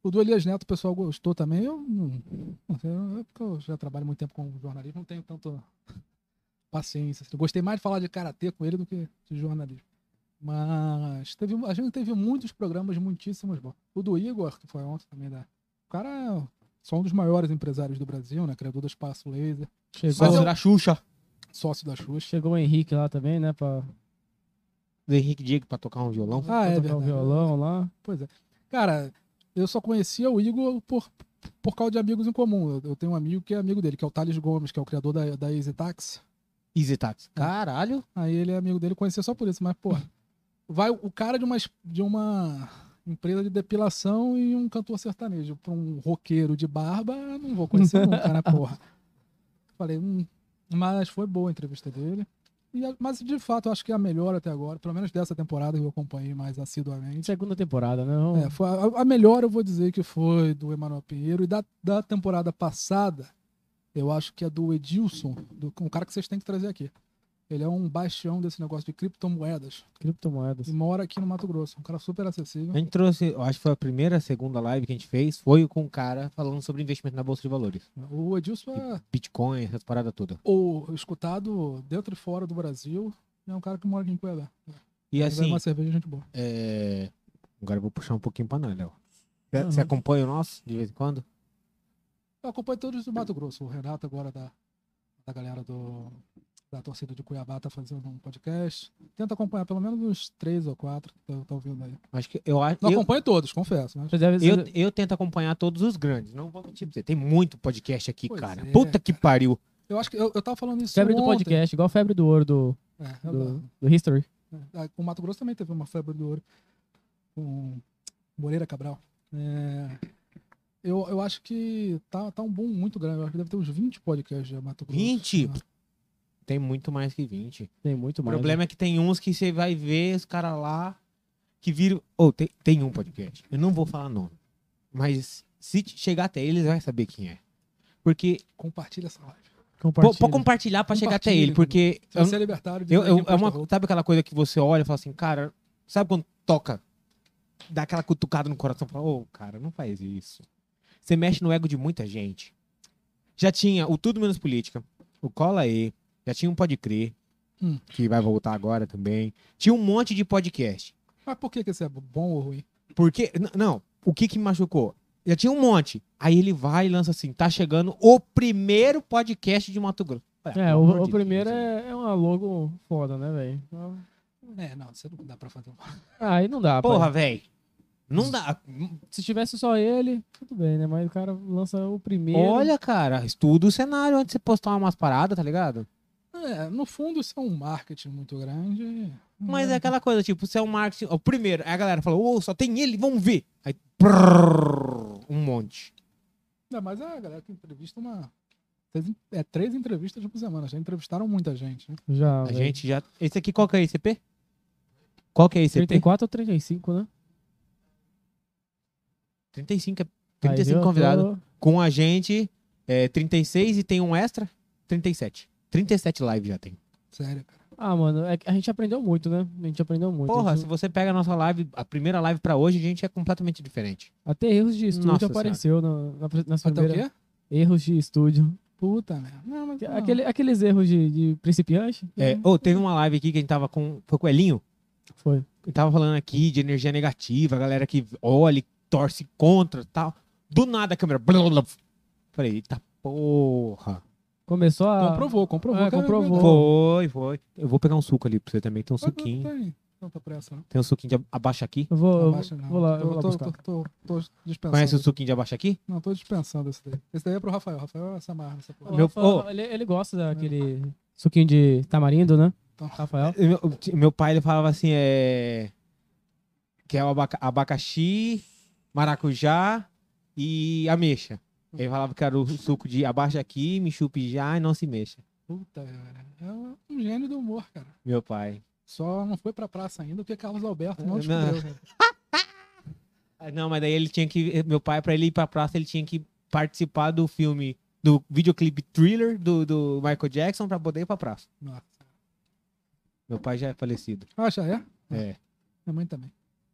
B: O do Elias Neto, o pessoal gostou também. Eu não, não sei, é porque eu já trabalho muito tempo com jornalismo, não tenho tanto paciência. Eu gostei mais de falar de karatê com ele do que de jornalismo. Mas teve, a gente teve muitos programas muitíssimos bons. O do Igor, que foi ontem também, né? O cara é só um dos maiores empresários do Brasil, né? Criador do Espaço Laser,
C: Chegou,
A: Sócio da Xuxa.
B: sócio da Xuxa.
C: chegou o Henrique lá também, né? Pra
A: Do Henrique Diego pra tocar um violão.
B: Ah, é
C: pra tocar o
B: verdade.
C: violão lá.
B: Pois é. Cara, eu só conhecia o Igor por, por causa de amigos em comum. Eu, eu tenho um amigo que é amigo dele, que é o Thales Gomes, que é o criador da, da Easy Taxi.
A: Easy Taxi. Caralho.
B: Aí ele é amigo dele, eu conhecia só por isso, mas, pô, vai o cara de uma, es- de uma empresa de depilação e um cantor sertanejo pra um roqueiro de barba, eu não vou conhecer nunca, né, porra? Falei, hum, mas foi boa a entrevista dele. E a- mas de fato, eu acho que é a melhor até agora, pelo menos dessa temporada que eu acompanhei mais assiduamente.
C: Segunda temporada, né? Vamos-
B: É, foi a, a melhor eu vou dizer que foi do Emanuel Pinheiro e da, da temporada passada, eu acho que é do Edilson, do, um cara que vocês têm que trazer aqui. Ele é um bastião desse negócio de criptomoedas
C: Criptomoedas.
B: e mora aqui no Mato Grosso. Um cara super acessível.
A: A gente trouxe, eu acho que foi a primeira, segunda live que a gente fez, foi com um cara falando sobre investimento na Bolsa de Valores.
B: O Edilson é
A: Bitcoin, essas paradas todas.
B: ou escutado dentro e fora do Brasil. e É um cara que mora aqui em Cuiabá.
A: E
B: Ele bebe
A: assim,
B: uma cerveja gente boa.
A: é, agora eu vou puxar um pouquinho pra nós, Léo. Cê-
C: Aham.
A: Você acompanha o nosso de vez em quando?
B: Eu acompanho todos do Mato Grosso. O Renato agora da, da galera do, da torcida de Cuiabá tá fazendo um podcast. Tenta acompanhar pelo menos uns três ou quatro que eu tô ouvindo aí.
A: Acho que eu acho.
B: Não
A: eu-
B: acompanho todos, confesso. né? Mas...
C: Você deve-
A: Eu, eu tento acompanhar todos os grandes, não vou mentir pra você. Tem muito podcast aqui,
B: Pois
A: cara.
B: é.
A: Puta que pariu.
B: Eu acho que eu, eu tava falando isso
C: Febre do
B: ontem.
C: podcast, igual a febre do ouro do,
B: É, eu-
C: do, do History.
B: é, O Mato Grosso também teve uma febre do ouro com Moreira Cabral. É, eu, eu acho que tá, tá um boom muito grande. Eu acho que deve ter uns 20 podcasts de Mato Grosso.
A: 20?
B: né?
A: Tem muito mais que 20.
C: Tem muito
A: O
C: mais.
B: né?
A: problema é que tem uns que você vai ver os caras lá que viram. Ou tem, tem um podcast. Eu não vou falar nome. Mas se te- chegar até eles, vai saber quem é. Porque.
B: Compartilha essa live.
C: né?
A: Pô,
C: Compartilha.
A: pô, compartilhar pra chegar até
B: Compartilha,
A: ele. Porque.
B: Se
A: Eu,
B: você é libertário, diz
A: eu-
B: aí
A: eu-
B: quem
A: é
B: posta
A: uma,
B: roupa.
A: sabe aquela coisa que você olha e fala assim, cara. Sabe quando toca? Dá aquela cutucada no coração e fala: Ô, cara, não faz isso. Você mexe no ego de muita gente. Já tinha o Tudo Menos Política, o Cola aí, já tinha um Pode Crer,
B: Hum.
A: que vai voltar agora também. Tinha um monte de podcast.
B: Mas por que, que isso é bom ou ruim?
A: Porque, n- não, o que que me machucou? Já tinha um monte. Aí ele vai e lança assim, tá chegando o primeiro podcast de Mato Grosso. Olha,
C: É,
A: pelo amor
C: o, o
A: de
C: primeiro
A: Deus,
C: é, é uma logo foda, né, velho?
B: É, não, você não dá pra fazer uma.
C: Ah, aí não dá.
A: Porra,
C: pai.
A: velho. Não dá.
C: Se tivesse só ele, tudo bem, né? Mas o cara lança o primeiro.
A: Olha, cara, estuda o cenário antes de você postar umas paradas, tá ligado?
B: É, no fundo, isso é um marketing muito grande.
A: Mas é aquela coisa, tipo, se é um marketing. O primeiro, aí a galera fala, ô, só tem ele, vamos ver. Aí. prrr, um monte.
B: Ainda mais a galera que entrevista uma. três en- É três entrevistas por semana. Já entrevistaram muita gente, né?
C: Já.
A: A
C: velho.
A: gente já. Esse aqui, qual que é ICP? Qual que é ICP?
C: 34 ou 35, né?
A: 35, é
C: Aí
A: 35
C: eu tô-
A: convidados. com a gente é 36 e tem um extra 37. 37 live já tem.
B: Sério, cara.
C: Ah, mano, é que a gente aprendeu muito, né? A gente aprendeu muito. A
A: Porra, se
C: gente-
A: você pega a nossa live, a primeira live pra hoje, a gente é completamente diferente.
C: Até erros de estúdio
A: Nossa
C: apareceu na, na, nas
B: Até o
C: primeiras-
B: quê? Ah.
C: Erros de estúdio.
B: Puta merda. Não, mas. não.
C: Aquele, aqueles erros de, de principiante?
A: É, ou teve uma live aqui que a gente tava com foi com o Elinho,
C: Foi.
A: que tava falando aqui de energia negativa, a galera que olha, e torce contra, e tal. Do nada a câmera. blá, blá, blá. Falei, eita porra.
C: Começou a.
B: Ah. Comprovou, comprovou.
C: É,
B: que era
C: comprovou.
B: verdade.
A: Foi, foi. Eu vou pegar um suco ali pra você também. Tem um
B: Mas não
A: suquinho.
B: tem tanta pressa, não.
A: Tem um suquinho de ab- abaixa aqui.
C: Eu vou,
B: Não
C: eu
B: baixa, não.
C: vou lá, eu
B: Tô-
C: vou lá
B: tô,
C: buscar.
B: tô, tô- tô dispensando.
A: Conhece o suquinho de abaixa aqui?
B: Não, tô dispensando esse daí. Esse daí é pro Rafael. Rafael se amarra nessa porra.
C: O
A: Meu-
C: Rafael,
A: ô.
C: ele, ele gosta daquele suquinho de tamarindo, né?
B: Então.
C: Rafael.
A: E Meu, t- meu pai ele falava assim, é que é o abaca- abacaxi, maracujá e ameixa. Ele falava que era o suco de abaixa aqui, me chupe já e não se mexa.
B: Puta, cara. É um gênio do humor, cara.
A: Meu pai.
B: Só não foi pra praça ainda porque Carlos Alberto
C: É,
B: não
A: Não.
B: descobriu. cara.
A: Ah, Não, mas daí ele tinha que eh, meu pai pra ele ir pra praça, ele tinha que participar do filme do videoclipe Thriller do, do Michael Jackson pra poder ir pra praça.
B: Nossa.
A: Meu pai já é falecido.
B: Ah, já é?
A: É.
B: Minha mãe também.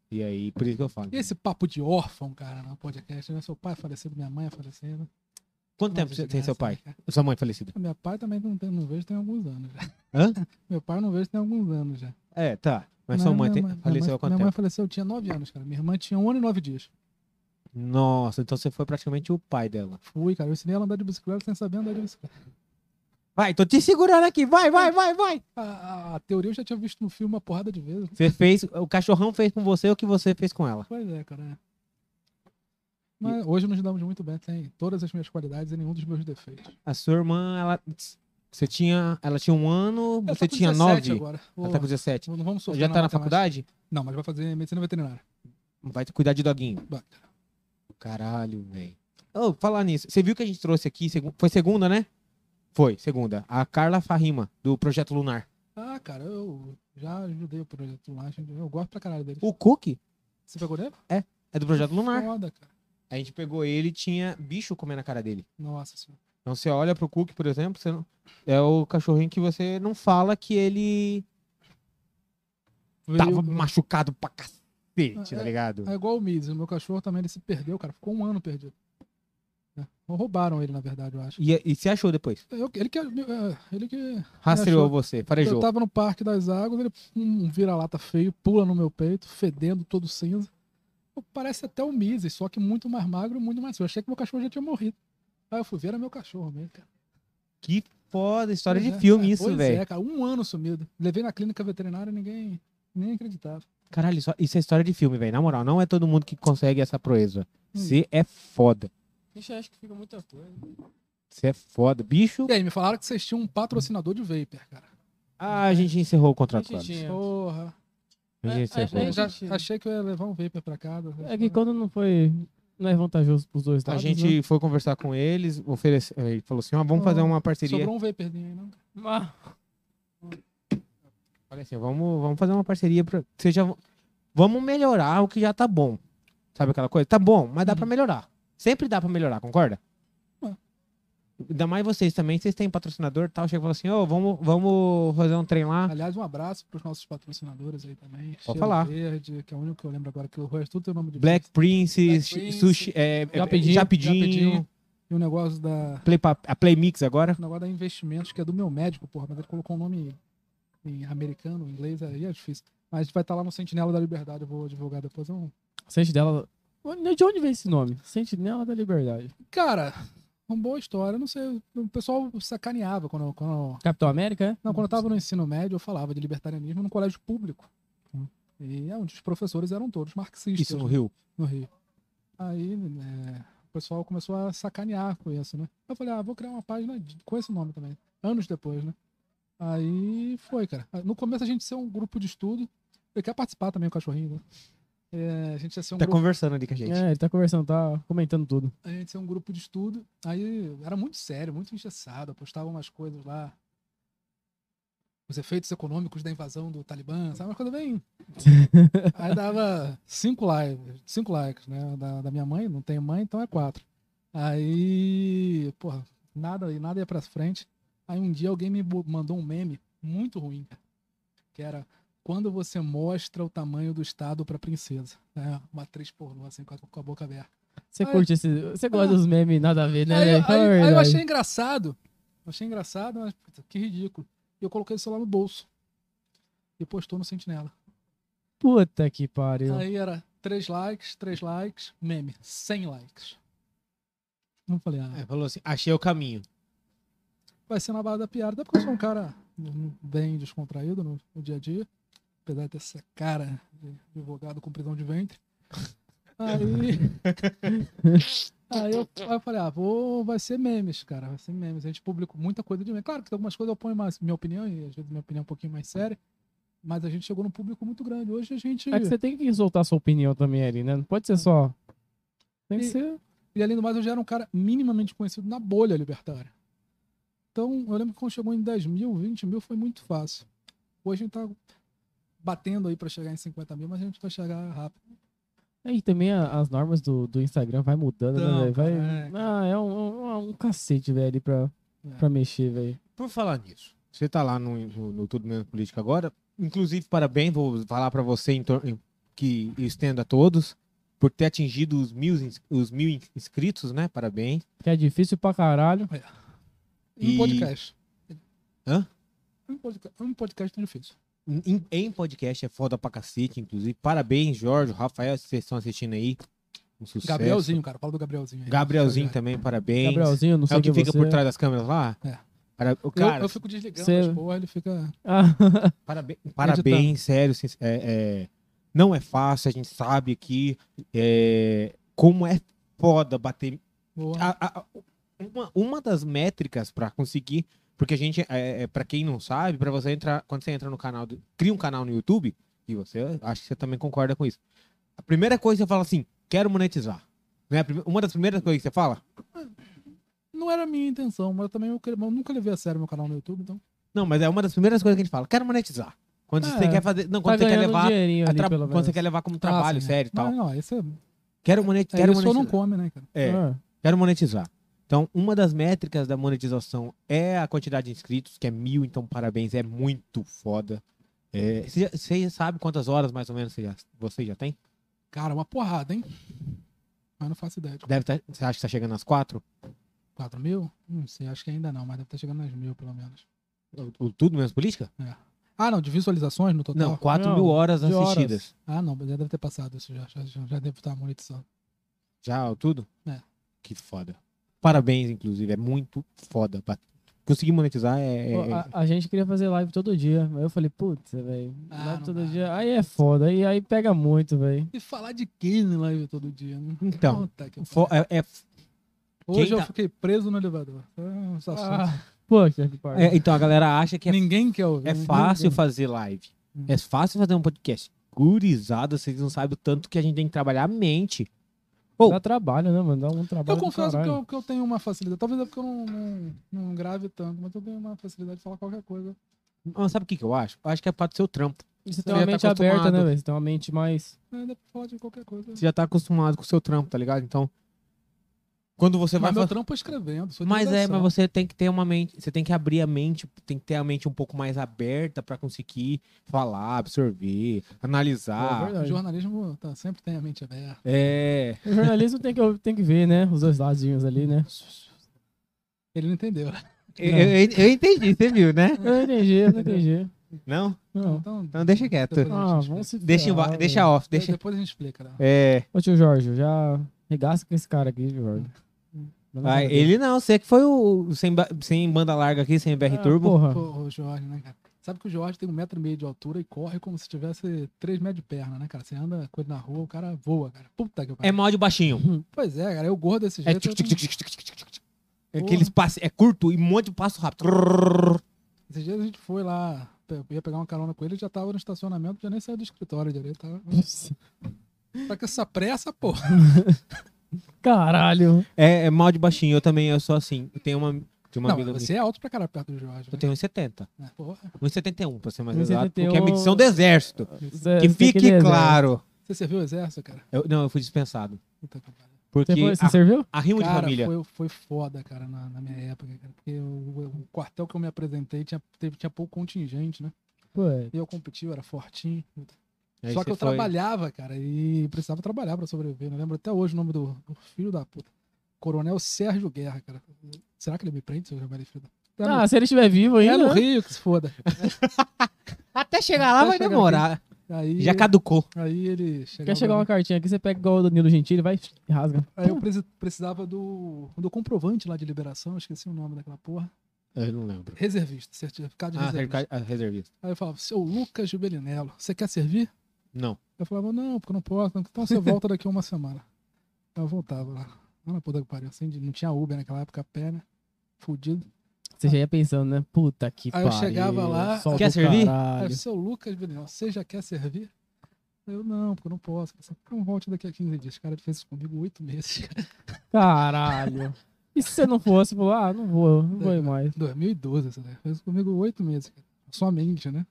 A: E aí, por isso que eu falo.
B: E esse papo de órfão, cara, no podcast, né? Seu pai é falecido, minha mãe é falecida.
A: Quanto tempo você tem seu pai? Sua mãe é falecida?
B: Minha pai também não, tem, não vejo tem alguns anos já.
A: Hã?
B: Meu pai eu não vejo tem alguns anos já.
A: É, tá. Mas sua mãe tem-
B: minha
A: faleceu há
B: minha
A: quanto tempo?
B: mãe faleceu, eu tinha 9 anos, cara. Minha irmã tinha um ano e 9 dias.
A: Nossa, então você foi praticamente o pai dela.
B: Fui, cara. Eu ensinei ela a andar de bicicleta sem saber andar de bicicleta.
A: Vai, tô te segurando aqui, vai, vai, vai, vai.
B: A, a- a teoria eu já tinha visto no filme uma porrada de vezes.
A: Você fez, o cachorrão fez com você o que você fez com ela.
B: Pois é, cara. é. Mas hoje nos damos muito bem, tem todas as minhas qualidades e nenhum dos meus defeitos.
A: A sua irmã, ela, você tinha, ela tinha um ano,
B: Ela
A: você
B: tá com
A: tinha
B: 17
A: nove.
B: Agora.
A: Ela tá com 17.
B: Não vamos sofrer
A: Já tá na
B: matemática.
A: faculdade?
B: Não, mas vai fazer medicina veterinária.
A: Vai cuidar de doguinho.
B: Vai, cara.
A: Caralho, velho. Ô, falar nisso, você viu que a gente trouxe aqui, segu- foi segunda, né? Foi, segunda. A Carla Farrima, do Projeto Lunar.
B: Ah, cara, eu já ajudei o projeto lá, gente, eu gosto pra caralho dele.
A: O Cook
B: Você pegou dele?
A: é do Projeto Lunar.
B: Foda, cara.
A: A gente pegou ele e tinha bicho comendo a cara dele.
B: Nossa senhora.
A: Então você olha pro Cook, por exemplo, você não- é o cachorrinho que você não fala que ele tava machucado pra cacete, tá
B: É,
A: ligado?
B: É igual o Miz, o meu cachorro também, ele se perdeu, cara. Ficou um ano perdido. É. Roubaram ele, na verdade, eu acho.
A: E, e se achou depois?
B: Eu- ele que. é, Ele que.
A: Rastreou
B: achou.
A: você,
B: Eu
A: farejou.
B: tava no Parque das Águas, ele um vira-lata feio, pula no meu peito, fedendo todo cinza. Pô, Parece até o Mises, só que muito mais magro e muito mais. Eu achei que meu cachorro já tinha morrido. Aí eu fui ver, era meu cachorro mesmo, cara.
A: Que foda, história
B: Pois
A: de
B: é,
A: filme
B: cara,
A: isso,
B: pois
A: velho.
B: É, cara, um ano sumido. Levei na clínica veterinária e ninguém nem acreditava.
A: Caralho, isso, isso é história de filme, velho. Na moral, não é todo mundo que consegue essa proeza.
B: Hum.
A: Você é foda.
C: Deixa, acho que fica muita coisa.
A: Você é foda. Bicho,
B: E aí, me falaram que vocês tinham um patrocinador de Vapor, cara.
A: ah, a gente encerrou o contrato com
C: A
A: ela.
C: gente tinha.
B: Porra.
A: A
C: É,
A: gente
C: é,
A: encerrou.
B: Eu já
C: sentido.
B: achei que eu ia levar um Vapor pra casa.
C: É que quando não foi. Não é vantajoso pros dois
A: A
C: lados, né?
A: gente foi conversar com eles, oferece... ele falou assim, ó, vamos
C: Hum.
A: fazer uma parceria.
B: Sobrou um Vaporzinho aí, não? cara?
C: Mas-
A: Falei assim, vamos, vamos fazer uma parceria pra. que Seja, vamos melhorar o que já tá bom. Sabe aquela coisa? Tá bom, mas
C: Hum.
A: dá pra melhorar. Sempre dá pra melhorar, concorda?
B: Ué.
A: Ainda mais vocês também, vocês têm patrocinador e tal. Chega e fala assim, ô, vamos, vamos fazer um trem
C: Ah.
A: lá.
B: Aliás, um abraço pros nossos patrocinadores aí também. Pode
A: falar.
B: Verde, que é o único que eu lembro agora, que o resto tudo tem nome de
A: Black Prince,
B: Black
A: sh-
B: Prince,
A: sushi, é, é,
C: Japedinho,
A: Japedinho,
B: Japedinho. E o negócio da.
A: Play, Pa- a Play Mix agora.
B: O negócio da investimentos, que é do meu médico, porra, mas ele colocou um nome em americano, em inglês, aí é difícil. Mas vai estar lá no Sentinela da Liberdade, eu vou divulgar depois. É um...
C: Sentinela. né, De onde vem esse nome? Sentinela da Liberdade.
B: Cara, uma boa história. eu Não sei, o pessoal sacaneava quando, eu- quando, eu-
C: Capitão América, é?
B: Não, quando eu tava no ensino médio, eu falava de libertarianismo num colégio público. E é onde os professores eram todos marxistas
A: Isso no Rio.
B: no Rio. Aí né, o pessoal começou a sacanear com isso, né? Eu falei, ah, vou criar uma página de- com esse nome também. Anos depois, né? Aí foi, cara. No começo a gente ia ser um grupo de estudo. Ele quer participar também, o cachorrinho, né? É, a gente ia ser um
A: Tá
B: grupo
A: conversando ali com a gente.
C: É, ele tá conversando, tá comentando tudo.
B: a gente ser um grupo de estudo. Aí era muito sério, muito engessado. Postava umas coisas lá. Os efeitos econômicos da invasão do Talibã, sabe? Uma coisa bem. Aí dava cinco likes, cinco likes, né? Da, da minha mãe, não tenho mãe, então é quatro. Aí, porra, nada, e nada ia pra frente. Aí um dia alguém me bo- mandou um meme muito ruim, cara, que era quando você mostra o tamanho do Estado pra princesa. né? Uma atriz pornô, assim, com a- com a boca aberta.
C: Você
B: Ai. Ah.
C: curte esse. Você gosta dos memes nada a ver, né?
B: Aí,
C: velho?
B: aí-
C: Fala a
B: aí eu
C: verdade.
B: achei engraçado. Eu Achei engraçado, mas puta, que ridículo. E eu coloquei o celular no bolso. E postou no Sentinela.
C: Puta que pariu.
B: Aí era três likes, três likes, meme, 100 likes. Não falei, ah,
A: É, falou assim, achei o caminho.
B: vai ser na barra da piada. Até porque eu sou um cara bem descontraído no, no dia a dia. Apesar de ter essa cara de advogado com prisão de ventre. Aí. Aí eu, aí eu falei, ah, vou, vai ser memes, cara, vai ser memes. A gente publica muita coisa de meme. Claro que tem algumas coisas eu ponho mais minha opinião, e às vezes minha opinião é um pouquinho mais séria, mas a gente chegou num público muito grande. Hoje a gente.
C: É que você tem que soltar sua opinião também ali, né? Não pode ser só. Tem que
B: E-
C: ser.
B: E além do mais, eu já era um cara minimamente conhecido na bolha libertária. Então, eu lembro que quando chegou em 10 mil, 20 mil, foi muito fácil. Hoje a gente tá batendo aí pra chegar em 50 mil, mas a gente vai chegar rápido.
C: Aí também a- as normas do, do Instagram vai mudando,
B: Então,
C: né, velho? Vai...
B: cara, é,
C: Ah, é um, um, um cacete, velho, ali pra,
B: É.
C: pra mexer, velho.
A: Por falar nisso, você tá lá no, no, no Tudo Menos Político agora. Inclusive, parabéns, vou falar pra você em tor- em- que eu estendo a todos por ter atingido os mil, ins- os mil in- inscritos, né? Parabéns.
C: Que é difícil pra caralho.
B: É. Em
A: E-
B: podcast.
A: Hã?
B: Em podcast, em podcast é difícil.
A: Em- Em, em podcast é foda pra cacete, inclusive. Parabéns, Jorge, Rafael, se vocês estão assistindo aí. Um sucesso.
B: Gabrielzinho, cara, fala do Gabrielzinho. aí.
A: Gabrielzinho também, parabéns.
C: Gabrielzinho, não
A: é
C: sei
A: o que
C: quem
A: fica
C: você.
A: por trás das câmeras lá?
B: É.
A: Para- o
B: Eu-
A: então. Cara,
B: eu, fico desligando,
C: você-
B: mas, porra, ele fica.
C: Ah,
A: Parabéns, parabéns sério. sin- é- é, não é fácil, a gente sabe que é, como é foda bater.
B: Boa.
A: a- a- a- uma, uma das métricas para conseguir. Porque a gente, é, para quem não sabe, para você entrar. Quando você entra no canal, do- cria um canal no YouTube, e você acho que você também concorda com isso. A primeira coisa que você fala assim, quero monetizar. Né? A prime- Uma das primeiras coisas que você fala,
B: Não era a minha intenção, mas também eu, queria- mas eu nunca levei a sério meu canal no YouTube, então.
A: Não, mas é uma das primeiras coisas que a gente fala. Quero monetizar. Quando
C: É,
A: você quer fazer. Não,
C: Tá
A: quando você quer
C: ganhando um
A: levar.
C: dinheirinho
A: a
C: ali,
A: tra-
C: pelo
A: Quando você
C: menos. Ah,
A: quer levar como trabalho,
B: sim, é.
A: sério e tal.
B: Não, não, esse é,
A: Quero, monet...
B: é
A: quero
B: isso
A: monetizar.
B: ou não come, né, cara?
A: É,
C: Ah,
A: quero monetizar. Então, uma das métricas da monetização é a quantidade de inscritos, que é mil, então parabéns, é muito foda. É, Você já- você sabe quantas horas mais ou menos você já, você já tem?
B: Cara, uma porrada, hein? Mas não faço ideia.
A: Deve tá, você acha que tá chegando às quatro?
B: 4 mil? Não sei, acho que ainda não, mas deve estar chegando nas mil, pelo menos.
A: O- o Tudo menos política?
B: Ah, não, de visualizações no total?
A: Não, quatro
C: Não,
A: mil horas
C: de horas.
A: assistidas.
B: Ah, não, mas já deve ter passado isso já. Já, já, já devo estar monetizando.
A: Já, o tudo?
B: É.
A: Que foda. Parabéns, inclusive. É muito foda. Ba- Conseguir monetizar é.
C: pô, a, a gente queria fazer live todo dia. Aí eu falei, putz, velho,
B: Ah,
C: live
B: não
C: todo
B: dá.
C: dia. Aí é foda, aí, aí pega muito, velho.
B: E falar de Kane live todo dia, né?
A: Então,
B: Puta que
A: fo-
B: pariu.
A: é, é-
B: Hoje
A: quem
B: eu
A: tá-
B: fiquei preso no elevador. Ah, esse assunto.
C: Pô, que pariu.
A: é, então a galera acha que é,
B: Ninguém quer ouvir.
A: é
B: ninguém
A: fácil
B: quer.
A: fazer live.
B: Hum.
A: É fácil fazer um podcast. Gurizada, vocês não sabem o tanto que a gente tem que trabalhar a mente.
C: Dá trabalho, né, mano? Dá um trabalho.
B: Eu
C: do
B: confesso que
C: caralho.
B: eu, que eu tenho uma facilidade. Talvez é porque eu não, não, não grave tanto, mas eu tenho uma facilidade de falar qualquer coisa.
A: Mas sabe o que, que eu acho? Eu acho que é parte do seu trampo.
C: Você
A: Você
C: tem uma
A: já tá
C: mente aberta,
A: acostumado.
C: né, velho? Você tem uma mente mais.
B: É, dá pra falar de qualquer coisa.
A: Você já tá acostumado com o seu trampo, tá ligado? Então. Quando você
B: Mas
A: vai.
B: meu
A: fa-
B: trampo é escrevendo. sou de
A: Mas é,
B: redação.
A: mas você tem que ter uma mente, você tem que abrir a mente, tem que ter a mente um pouco mais aberta pra conseguir falar, absorver,
C: É
A: analisar.
C: verdade.
B: O jornalismo tá, sempre tem a mente aberta.
A: É,
C: O jornalismo tem que, tem que ver, né? Os dois ladinhos ali, né?
B: Ele não entendeu.
A: eu, eu- eu entendi, você viu, né?
C: Eu não entendi, eu não entendi.
A: Não?
C: Não.
A: Então deixa quieto.
B: depois a gente
C: Ah,
B: explica.
C: vamos se
A: Deixa, em ba-
C: ferrar,
A: deixa
C: velho.
A: off,
B: De-
A: deixa.
B: Depois a gente explica, né?
A: É,
C: Ô tio Jorge, já regaça com esse cara aqui, Jorge. Dá na
A: ah,
C: cara dele.
A: ele não, você que foi o o sem, ba- sem banda larga aqui, sem BR
C: Ah,
A: Turbo.
C: Porra.
B: Pô, o Jorge, né, cara? Sabe que o Jorge tem um metro e meio de altura e corre como se tivesse três metros de perna, né, cara? Você anda com ele na rua, o cara voa, cara. Puta que
A: É
B: pariu.
A: mal de baixinho.
B: Pois é, cara, eu gordo desse
A: É
B: jeito.
A: tchuc,
B: eu
A: tchuc,
B: não-
A: tchuc, tchuc, tchuc, tchuc, tchuc, tchuc. É Aqueles passos, é curto e um monte de passo rápido. Trrr.
B: Esses dias a gente foi lá, pe- eu ia pegar uma carona com ele, ele já tava no estacionamento, já nem saiu do escritório direito. Tava... Tá com essa pressa, pô.
C: Caralho.
A: É, é mal de baixinho, eu também, eu sou assim. Eu tenho uma, de uma
B: Não,
A: amiga minha.
B: você é alto pra caralho perto do Jorge.
A: Eu
B: Né?
A: tenho 1,70.
B: É, Porra.
A: 1,71, pra ser mais
C: 1,71.
A: exato, porque é missão do exército.
C: Zé,
A: que
C: você tem né?
A: fique
C: dizer.
A: claro.
B: Você serviu o exército, cara?
A: Eu- não, eu fui dispensado.
B: Puta que pariu.
A: Porque
C: Você, foi, você
A: a,
C: serviu?
A: a rima de
B: Cara,
A: família.
B: Foi, foi foda, cara, na, na minha época, cara. Porque o, o quartel que eu me apresentei tinha, teve, tinha pouco contingente, né?
C: Pô,
B: E eu competi, eu era fortinho.
A: Aí
B: Só
A: você
B: que eu
A: foi-
B: trabalhava, cara, e precisava trabalhar pra sobreviver. Não lembro até hoje o nome do, do filho da puta. Coronel Sérgio Guerra, cara. Será que ele me prende se eu chamar ele filho da puta?
C: Ah, né? se ele estiver vivo
B: É
C: ainda.
B: no Rio que se foda.
A: Até chegar lá
B: Até
A: vai
B: chegar
A: demorar.
B: Aí,
A: Já caducou.
B: aí ele
C: Quer
B: chegava,
C: chegar uma cartinha aqui, você pega igual o Danilo Gentili, vai e rasga.
B: Aí eu preci- precisava do, do comprovante lá de liberação, eu esqueci o nome daquela porra.
A: Eu não lembro.
B: Reservista, certificado de
A: Ah,
B: Tá reservista.
A: reservista. reservista.
B: Aí eu falava, seu Lucas Belinello, você quer servir?
A: Não.
B: Eu falava, não, porque eu não posso. não. Então você volta daqui a uma semana. Eu voltava lá. Lá na puta que pariu. Assim, de- não tinha Uber naquela época, a pé, né? Fudido.
C: Você já ia pensando, né? Puta que
B: Aí eu
C: pariu.
B: chegava lá,
C: sol
A: Quer
C: do
A: servir?
B: Aí,
C: caralho.
B: seu Lucas Belinello, você já quer servir? Eu, não, porque eu não posso. Eu falei, Não volte daqui a 15 dias. Cara, ele fez isso comigo oito meses.
C: Caralho. E se você não fosse, falou, ah, não vou, não vou ir mais.
B: 2012, isso daí. Fez isso comigo oito meses. Cara. Somente, né?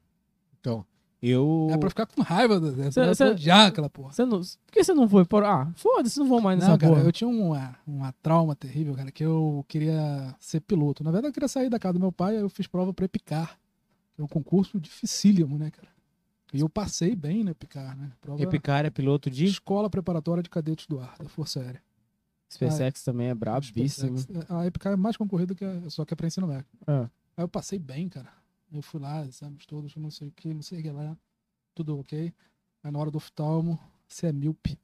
A: Então, eu.
B: É pra ficar com raiva do Zé.
C: Cê-
B: Você
C: cê-
B: vai odiar aquela porra.
C: Você não, por que você não foi? Por... Ah, foda-se, não vou mais nessa
B: Não, cara,
C: porra.
B: eu tinha uma, uma trauma terrível, cara, que eu queria ser piloto. Na verdade, eu queria sair da casa do meu pai, aí eu fiz prova pra Epicar. É um concurso dificílimo, né, cara? E eu passei bem na Epicar, né? Prova
A: Epicar é piloto de.
B: Escola Preparatória de Cadetes do Ar, da Força Aérea. Ah,
C: SpaceX também é brabíssimo.
B: A Epicar é mais concorrida que a, só que é pra ensino médio.
C: É.
B: Aí eu passei bem, cara. Eu fui lá, exames todos, não sei o que, não sei o que lá. Tudo ok. Aí na hora do oftalmo, você é míope.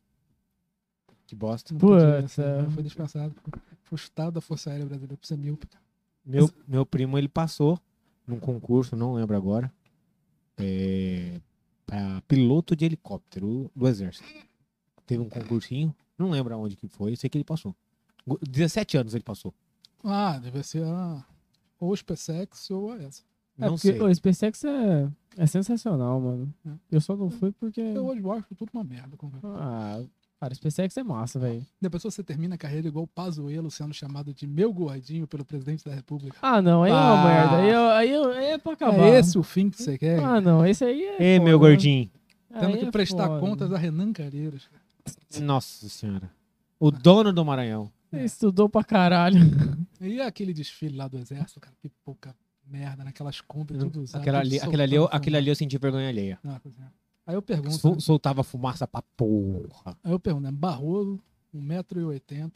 A: Que bosta.
B: Não podia,
C: Putz,
B: assim,
C: é.
B: né? Foi dispensado. Foi chutado da Força Aérea Brasileira por ser míope. cara.
A: Meu, meu primo, ele passou num concurso, não lembro agora. É, pra piloto de helicóptero do Exército. Teve um concursinho, não lembro aonde que foi, eu sei que ele passou. 17 anos ele passou.
B: Ah, devia ser a... ou o SpaceX ou a essa.
C: É
A: Não
C: porque
A: sei.
C: o SpaceX é, é sensacional, mano. Eu só não fui porque.
B: Eu hoje acho tudo uma merda. como é.
C: Ah, Cara, SpaceX é massa, velho.
B: Depois você termina a carreira igual o Pazuello sendo chamado de meu gordinho pelo presidente da república.
C: Ah, não, aí é uma
A: Ah.
C: merda. Aí, eu- aí, eu- aí é pra acabar.
B: É esse o fim que você quer?
C: Ah, não, esse aí é.
A: Ei, meu
C: foda.
A: gordinho.
C: Aí
B: Tendo que
C: é
B: prestar
C: foda.
B: contas a Renan Calheiros.
A: Nossa senhora. O dono do Maranhão.
C: Você estudou pra caralho.
B: E aquele desfile lá do exército, cara, que pouca merda, naquelas compras, tudo usado.
A: Aquela ali,
B: tudo
A: aquele ali,
B: soltando
A: eu,
B: fumaça.
A: aquele ali eu senti vergonha alheia.
B: Nossa Senhora. é. Aí eu pergunto,
A: Sol- soltava fumaça pra porra.
B: aí eu pergunto, né? um Barroso, 1,80m,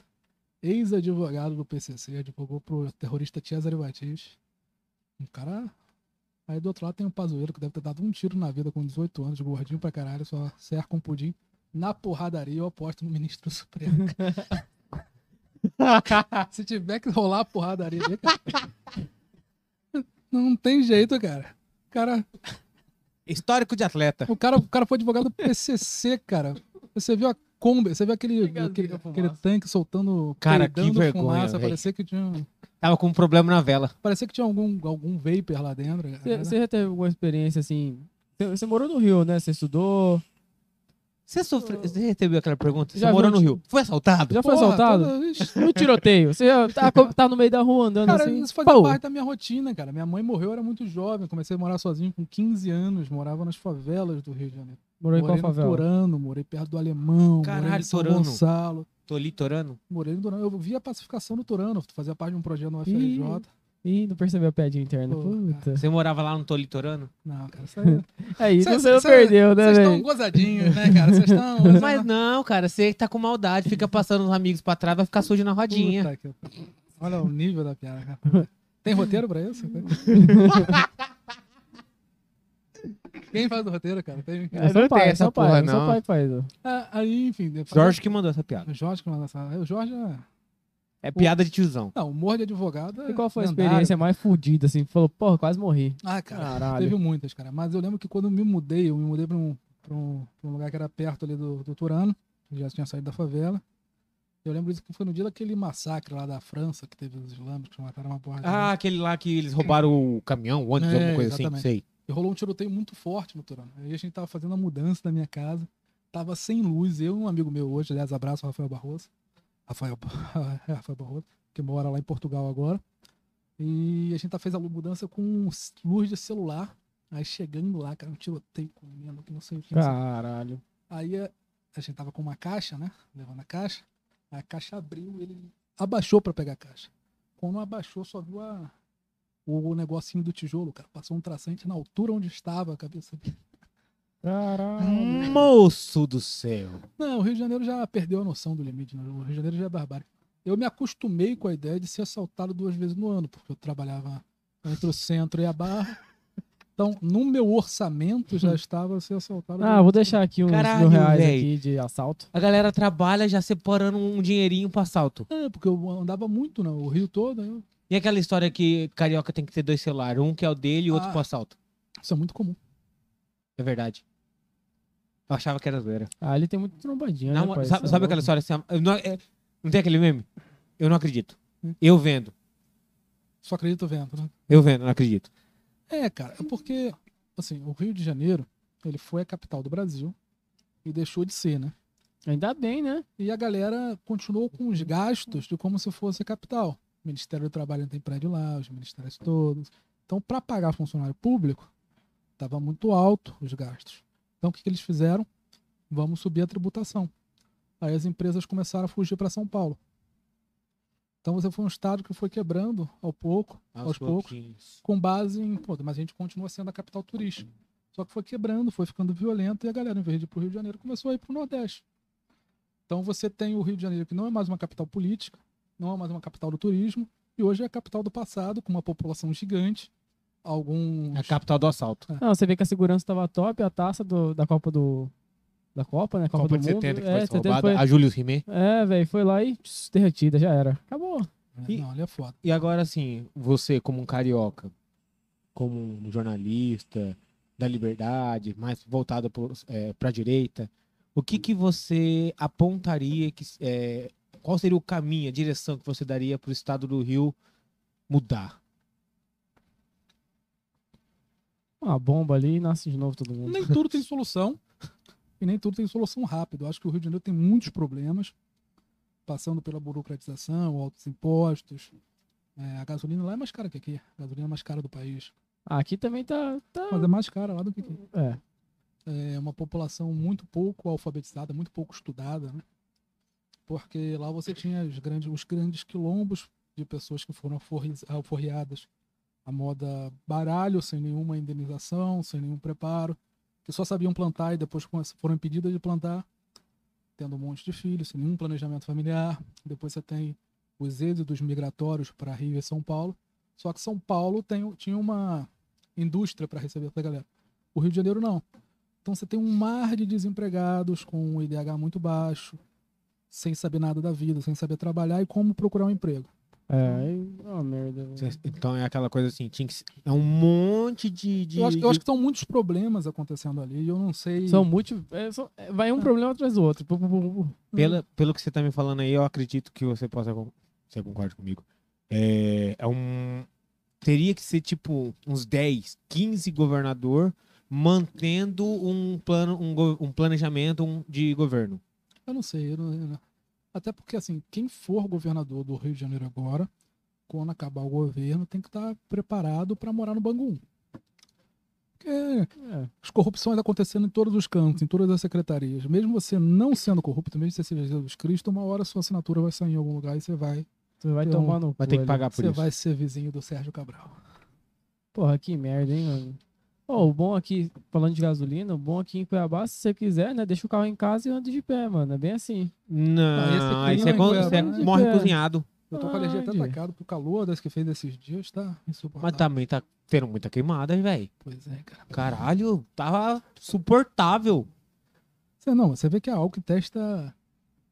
B: ex-advogado do PCC, advogou pro terrorista Cesare Batista. Um cara... Aí do outro lado tem um Pazuello que deve ter dado um tiro na vida com 18 anos, gordinho pra caralho, só cerca um pudim. Na porradaria eu aposto no ministro do Supremo. Se tiver que rolar a porradaria dele, cara. Não tem jeito, cara. O cara
A: Histórico de atleta.
B: O cara, o cara foi advogado do PCC, cara. Você viu a Kombi, você viu aquele,
C: Liga,
B: aquele,
C: liga a fumaça.
B: aquele tanque soltando,
A: Cara, que
B: peidando
A: vergonha,
B: fumaça.
A: véi.
B: Parecia que tinha,
A: Tava com um problema na vela.
B: parecia que tinha algum, algum vapor lá dentro. cara.
C: Você você já teve alguma experiência assim? Você- Você morou no Rio, né? Você estudou.
A: Você sofreu. Você recebeu aquela pergunta? Você
C: Já
A: morou
C: viu-
A: no Rio. Foi assaltado?
C: Já foi
B: Porra,
C: assaltado?
B: toda- Ixi,
C: No tiroteio. Você já tá, co- tá no meio da rua andando
B: Cara,
C: assim.
B: isso fazia
C: pau.
B: parte da minha rotina, cara. Minha mãe morreu, eu era muito jovem. Comecei a morar sozinho com 15 anos. Morava nas favelas do Rio de Janeiro.
C: Morou em qual
B: morei no
C: favela?
B: Torano, morei perto do Alemão, morei
A: Caralho,
B: em São
A: Torano.
B: Gonçalo.
A: Tô ali torando.
B: Morei no Torano. Eu vi a pacificação do Torano. Fazia parte de um projeto no FRJ.
C: Ih, não percebeu a piadinha interna.
B: Pô,
C: Puta.
A: Você morava lá no Tolitorano?
B: Não, cara, isso aí... é
C: Aí
B: Cê-
C: você não
B: cê-
C: perdeu, né,
B: Vocês estão
C: velho?
B: gozadinhos, né, cara? Vocês estão.
A: Mas não, cara, você tá com maldade, fica passando os amigos pra trás, vai ficar sujo na rodinha.
B: Puta que- Olha o nível da piada, cara. Tem roteiro pra isso? Quem faz o roteiro, cara? Tem...
C: É
A: não
C: seu pai,
A: tem
C: é
A: essa
C: seu pai,
A: porra,
C: é seu
A: não.
C: pai que faz. ó.
B: Ah, aí, enfim. depois-
A: Jorge que mandou essa piada.
B: O Jorge que mandou essa. O Jorge é.
A: É piada de tiozão.
B: Não, o humor de advogado. é
C: E qual foi a
B: lendário.
C: experiência mais fodida, assim? que Falou, porra, quase morri.
B: Ah, cara.
C: Caralho.
B: Teve muitas, cara. Mas eu lembro que quando eu me mudei, eu me mudei pra um, pra um, pra um lugar que era perto ali do, do Turano. que Já tinha saído da favela. Eu lembro disso que foi no dia daquele massacre lá da França, que teve os islâmicos que mataram uma porra. de
A: Ah, aquele lá que eles roubaram o caminhão, o ônibus,
B: Uhum. É,
A: alguma coisa
B: exatamente.
A: assim, sei.
B: E rolou um tiroteio muito forte no Turano. Aí a gente tava fazendo a mudança da minha casa. Tava sem luz. Eu e um amigo meu hoje, aliás, abraço, Rafael Barroso. Rafael, Ba- Rafael Barroso, que mora lá em Portugal agora. E a gente tá, fez a mudança com s- luz de celular. Aí chegando lá, cara, um tiroteio comendo, que não sei o que. não sei o que.
C: Caralho.
B: Aí a, a gente tava com uma caixa, né? Levando a caixa. A caixa abriu, ele abaixou pra pegar a caixa. Quando abaixou, só viu a, o negocinho do tijolo, cara. Passou um traçante na altura onde estava a cabeça dele.
C: Caralho.
A: Moço do céu.
B: Não, o Rio de Janeiro já perdeu a noção do limite. Né? O Rio de Janeiro já é barbárie. Eu me acostumei com a ideia de ser assaltado duas vezes no ano, porque eu trabalhava entre o centro e a barra. Então, no meu orçamento já estava ser assaltado.
C: Uhum. Ah, vou deixar aqui uns
A: Caralho,
C: mil reais
A: véi.
C: aqui de assalto.
A: A galera trabalha já separando um dinheirinho pro assalto.
B: É, porque eu andava muito, né? O Rio todo. Eu...
A: E aquela história que carioca tem que ter dois celulares, um que é o dele e outro
B: Ah.
A: pro assalto.
B: Isso é muito comum.
A: É verdade. Eu achava que era zoeira.
C: Ah, ele tem muito trombadinha,
A: Não,
C: né, pai?
A: sabe
C: Cê é
A: sabe
C: louco.
A: aquela história assim? eu Não, é- não tem aquele meme? Eu não acredito. Eu vendo.
B: Só acredito vendo, né?
A: Eu vendo, não acredito.
B: É, cara, é porque, assim, o Rio de Janeiro, ele foi a capital do Brasil e deixou de ser, né?
C: Ainda bem, né?
B: E a galera continuou com os gastos de como se fosse a capital. O Ministério do Trabalho tem prédio lá, os ministérios todos. Então, para pagar funcionário público, estava muito alto os gastos. Então, o que, que eles fizeram? Vamos subir a tributação. Aí as empresas começaram a fugir para São Paulo. Então, você foi um estado que foi quebrando ao pouco, aos poucos com base em, pô, mas a gente continua sendo a capital turística. Só que foi quebrando, foi ficando violento e a galera, em vez de ir pro Rio de Janeiro, começou a ir pro Nordeste. Então você tem o Rio de Janeiro, que não é mais uma capital política, não é mais uma capital do turismo, e hoje é a capital do passado, com uma população gigante, alguns...
A: É A capital do assalto.
C: Não, você vê que a segurança tava top, a taça do- da Copa do. Da Copa, né? Copa,
A: Copa
C: do
A: de
C: Mundo.
A: 70 que foi
C: é, 70
A: roubada. A Júlio Rimé.
C: É, velho, foi lá e tss, derretida, já era. Acabou.
B: É, Não, ele é foda.
A: E agora assim, você como um carioca, como um jornalista da liberdade, mais voltado para a direita, o que que você apontaria que é, qual seria o caminho, a direção que você daria para o estado do Rio mudar?
C: Uma bomba ali e nasce de novo todo mundo.
B: Nem tudo tem solução, e nem tudo tem solução rápida. Eu acho que o Rio de Janeiro tem muitos problemas, passando pela burocratização, altos impostos. É, a gasolina lá é mais cara que aqui. A gasolina é mais cara do país.
C: Ah, aqui também tá. tá...
B: Mas é mais cara lá do que aqui.
C: É.
B: É uma população muito pouco alfabetizada, muito pouco estudada, né? Porque lá você tinha os grandes, os grandes quilombos de pessoas que foram alforri- alforriadas à moda baralho, sem nenhuma indenização, sem nenhum preparo, que só sabiam plantar e depois come- foram impedidas de plantar, tendo um monte de filhos, sem nenhum planejamento familiar. Depois você tem os êxitos migratórios para Rio e São Paulo. Só que São Paulo tem, tinha uma indústria para receber essa galera. O Rio de Janeiro não. Então você tem um mar de desempregados com um IDH muito baixo, sem saber nada da vida, sem saber trabalhar e como procurar um emprego.
C: É, aí- é uma merda. velho.
A: Então é aquela coisa assim, tinha que se- é um monte de. de-
B: Eu acho, eu acho que são muitos problemas acontecendo ali e eu não sei.
C: São múltiplos. é, são- é, vai um problema atrás do outro. Pum, pum, pum, pum.
B: Hum.
A: pela, pelo que você tá me falando aí, eu acredito que você possa. con- Você concorda comigo? É, é um. Teria que ser tipo uns 10, 15 governador mantendo um plano, um, go- um planejamento um- de governo.
B: Eu não sei. eu não- eu não- Até porque, assim, quem for governador do Rio de Janeiro agora, quando acabar o governo, tem que estar preparado para morar no Bangu. um. Porque
C: É.
B: as corrupções acontecendo em todos os cantos, em todas as secretarias. Mesmo você não sendo corrupto, mesmo você seja Jesus Cristo, uma hora sua assinatura vai sair em algum lugar e você vai,
C: Você vai
B: Então,
C: tomar no
A: um, Vai
C: cu
A: ter que
C: ali.
A: pagar Ah, por
B: você
A: isso.
B: vai ser vizinho do Sérgio Cabral.
C: Porra, que merda, hein, mano. Ó, o bom aqui, falando de gasolina, o bom aqui em Cuiabá, se você quiser, né, deixa o carro em casa e anda de pé, mano. É bem assim.
A: Não,
B: Ah,
A: aí você,
B: esse clima
A: con-
B: é
A: você
C: grande,
A: morre
C: cara.
A: cozinhado.
B: Eu tô com a alergia até
C: Ai,
B: atacado pro calor das que fez esses dias, tá?
A: Mas
B: Insuportável.
A: também tá tendo muita queimada, velho.
B: Pois é, cara.
A: Caralho, tava suportável.
B: Você não, você vê que é algo que testa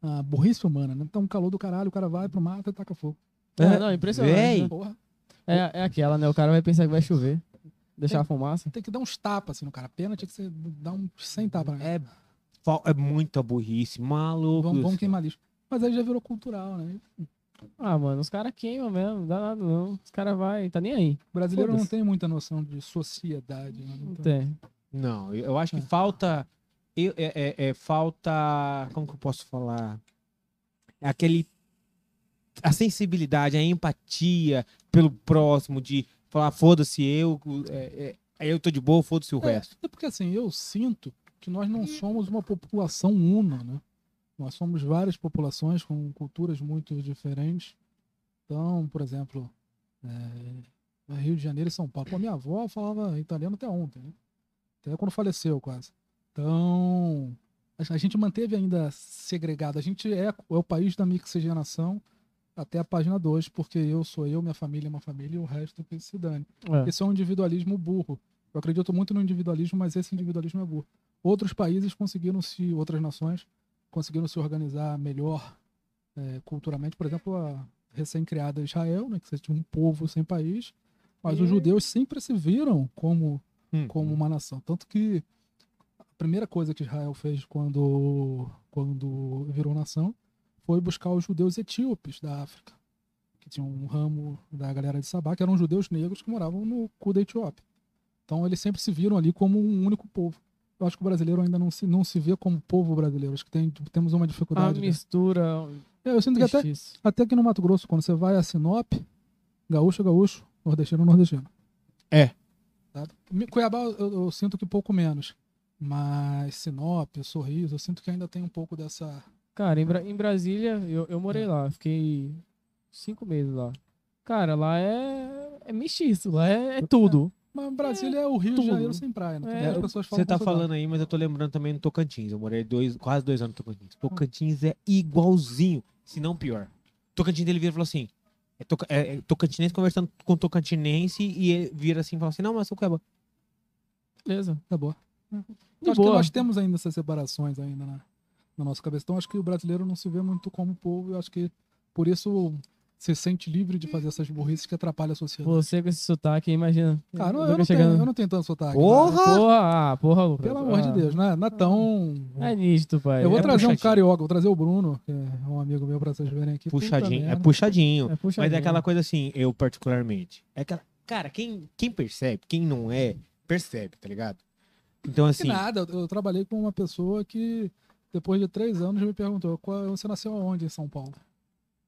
B: a burrice humana, né? Tá um calor do caralho, o cara vai pro mato e taca fogo.
C: É, não, impressionante,
A: Véi,
C: né?
B: Porra,
C: É, é aquela, né? O cara vai pensar que vai chover. Deixar a fumaça.
B: tem que dar uns tapas assim no cara. Pena tinha que você dar uns 100 tapas. Né?
A: É, fal- é muita burrice, maluco.
B: vamos, vamos queimar lixo. Mas aí já virou cultural, né?
C: Ah, mano, os caras queimam mesmo, não dá nada não. Os caras vai, tá nem aí.
B: O brasileiro não
C: Foda-se.
B: tem muita noção de sociedade. Né?
C: Não
B: Então,
C: tem. é.
A: Não, eu eu acho que
B: É.
A: falta. eu- é, é- é falta. Como que eu posso falar? É Aquele. A sensibilidade, a empatia pelo próximo, de falar, foda-se eu, é, é, eu tô de boa, foda-se o
B: É,
A: resto.
B: é porque assim, eu sinto que nós não somos uma população una, né? Nós somos várias populações com culturas muito diferentes. Então, por exemplo, é, Rio de Janeiro e São Paulo. Pô, minha avó falava italiano até ontem, né? Até quando faleceu, quase. Então, a- a gente manteve ainda segregado. A gente é, é o país da mixigenação até a página 2, porque eu sou eu, minha família é uma família e o resto que se dane.
C: É.
B: Isso é um individualismo burro. Eu acredito muito no individualismo, mas esse individualismo é burro. Outros países conseguiram se, outras nações conseguiram se organizar melhor eh, culturalmente. Por exemplo, a recém-criada Israel, né, que você tinha um povo sem país, mas os judeus sempre se viram como
A: Hum.
B: como uma nação. Tanto que a primeira coisa que Israel fez quando, quando virou nação foi buscar os judeus etíopes da África, que tinha um ramo da galera de Sabá, que eram judeus negros que moravam no cu da Etiópia. Então eles sempre se viram ali como um único povo. Eu acho que o brasileiro ainda não se, não se vê como povo brasileiro. Acho que tem- temos uma
C: A
B: dificuldade. né?
C: mistura. um
B: É, eu sinto que até,
C: mestiça.
B: até aqui no Mato Grosso, quando você vai a Sinop, gaúcho, é gaúcho, nordestino, é nordestino.
A: É.
B: Sabe? Me- Cuiabá eu, eu sinto que pouco menos. Mas Sinop, Sorriso, eu sinto que ainda tem um pouco dessa.
C: Cara, em, Bra- em Brasília, eu, eu
B: É.
C: morei lá, fiquei cinco meses lá. Cara, lá é, é mestiço, lá é, é tudo.
B: Mas Brasília é, o Rio
C: tudo.
B: de Janeiro sem praia, né?
C: É,
B: Também as
A: eu-
B: pessoas falam
A: Você tá
B: com sotaque.
A: falando aí, mas eu tô lembrando também no Tocantins. Eu morei dois, quase dois anos no Tocantins. Tocantins é igualzinho, se não pior. Tocantins ele vira e falou assim: é, toca- é- é tocantinense conversando com tocantinense e ele vira assim e fala assim: não, mas eu sou cuiabá.
C: Beleza.
B: Tá bom.
C: De
B: acho que
C: boa.
B: nós temos ainda essas separações ainda na, na nossa cabeça. Então acho que o brasileiro não se vê muito como povo. Eu acho que por isso se sente livre de fazer essas burrices que atrapalham a sociedade.
C: Você com esse sotaque, imagina.
B: Cara, eu,
C: Nunca
B: eu não tenho,
C: chegando-
B: eu não tenho tanto sotaque.
A: Porra!
C: Porra, ah, porra, Lucas.
B: Pelo amor de
C: Ah,
B: Deus, não é, não é tão.
C: É nítido, pai.
B: eu vou
C: é
B: trazer um
A: puxadinho.
B: carioca, vou trazer o Bruno, que é um amigo meu pra vocês verem aqui. Puta
A: Puxadinho, é
B: merda.
A: puxadinho.
C: É
A: Mas é
C: puxadinho.
A: aquela coisa assim, eu particularmente. É aquela. Cara, quem, quem percebe, quem não é, percebe, tá ligado? Então,
B: Que
A: assim,
B: nada, eu, eu trabalhei com uma pessoa que, depois de três anos, me perguntou: "Qual- você nasceu aonde em São Paulo?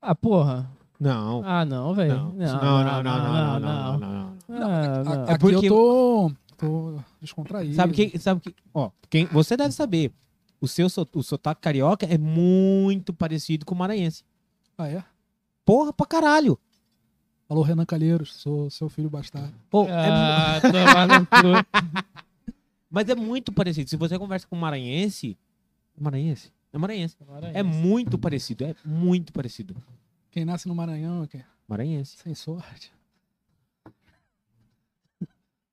C: Ah, porra.
A: não.
C: Ah, não, velho.
A: É, Não, não, não, não, não, não, não, não, não.
C: Ah,
B: A-
C: não.
B: Aqui
A: porque-
B: eu tô, tô descontraído.
A: Sabe quem, sabe que, ó, quem, você deve saber. O seu so- o sotaque carioca é muito parecido com o maranhense.
B: Ah, é?
A: Porra pra caralho.
B: Alô, Renan Calheiros, sou seu filho bastardo.
A: Pô, é mu-
C: Ah, tomar no cu.
A: mas é muito parecido. Se você conversa com um maranhense, maranhense, é maranhense. É muito parecido, é muito parecido.
B: Quem nasce no Maranhão, é quem...
A: Maranhense.
B: sem sorte.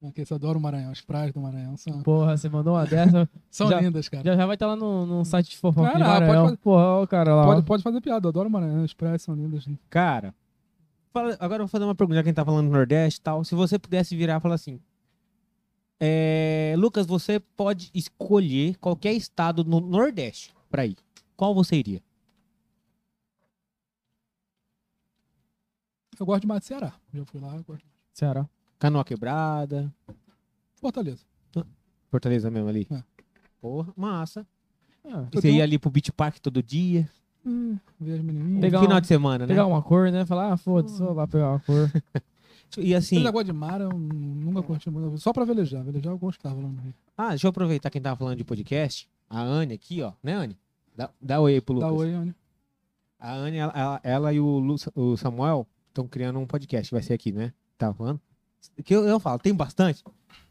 B: Aqui, eu adoro o Maranhão, as praias do Maranhão são,
C: Porra, você mandou uma dessa.
B: são
C: Já-
B: lindas, cara.
C: Já, já vai estar lá no, no site de fofoca
B: Não,
C: de
B: não, pode
C: Maranhão.
B: fazer-
C: Porra, ó o cara lá. ó.
B: Pode, pode fazer piada, eu adoro o Maranhão, as praias são lindas.
A: Cara, fala- agora eu vou fazer uma pergunta, já que a gente tá falando do Nordeste e tal. Se você pudesse virar e falar assim. é, Lucas, você pode escolher qualquer estado no Nordeste pra ir. Qual você iria?
B: Eu gosto demais de Ceará. Já fui lá, eu gosto.
C: Ceará.
A: Canoa Quebrada,
B: Fortaleza.
A: Fortaleza mesmo ali.
B: É.
A: Porra, massa.
C: Ah,
A: E Você ia ali pro Beach Park todo dia.
B: Hum, ver as menininhas.
C: Legal.
A: No final de semana, né?
C: pegar uma cor, né? Falar, ah, foda-se, vou lá pegar uma cor.
A: E assim,
B: Esse negócio de mar eu nunca curti muito. Só pra velejar. Velejar eu gostava lá no Rio.
A: ah, deixa eu aproveitar quem tava falando de podcast. A Anne aqui, ó. Né, Anne? Dá, dá oi aí pro Lucas.
B: Da oi, Anny.
A: A Anne, ela, ela- ela e o, Lu- o Samuel estão criando um podcast, vai ser aqui, né? Tá falando? Que eu, eu falo, tem bastante,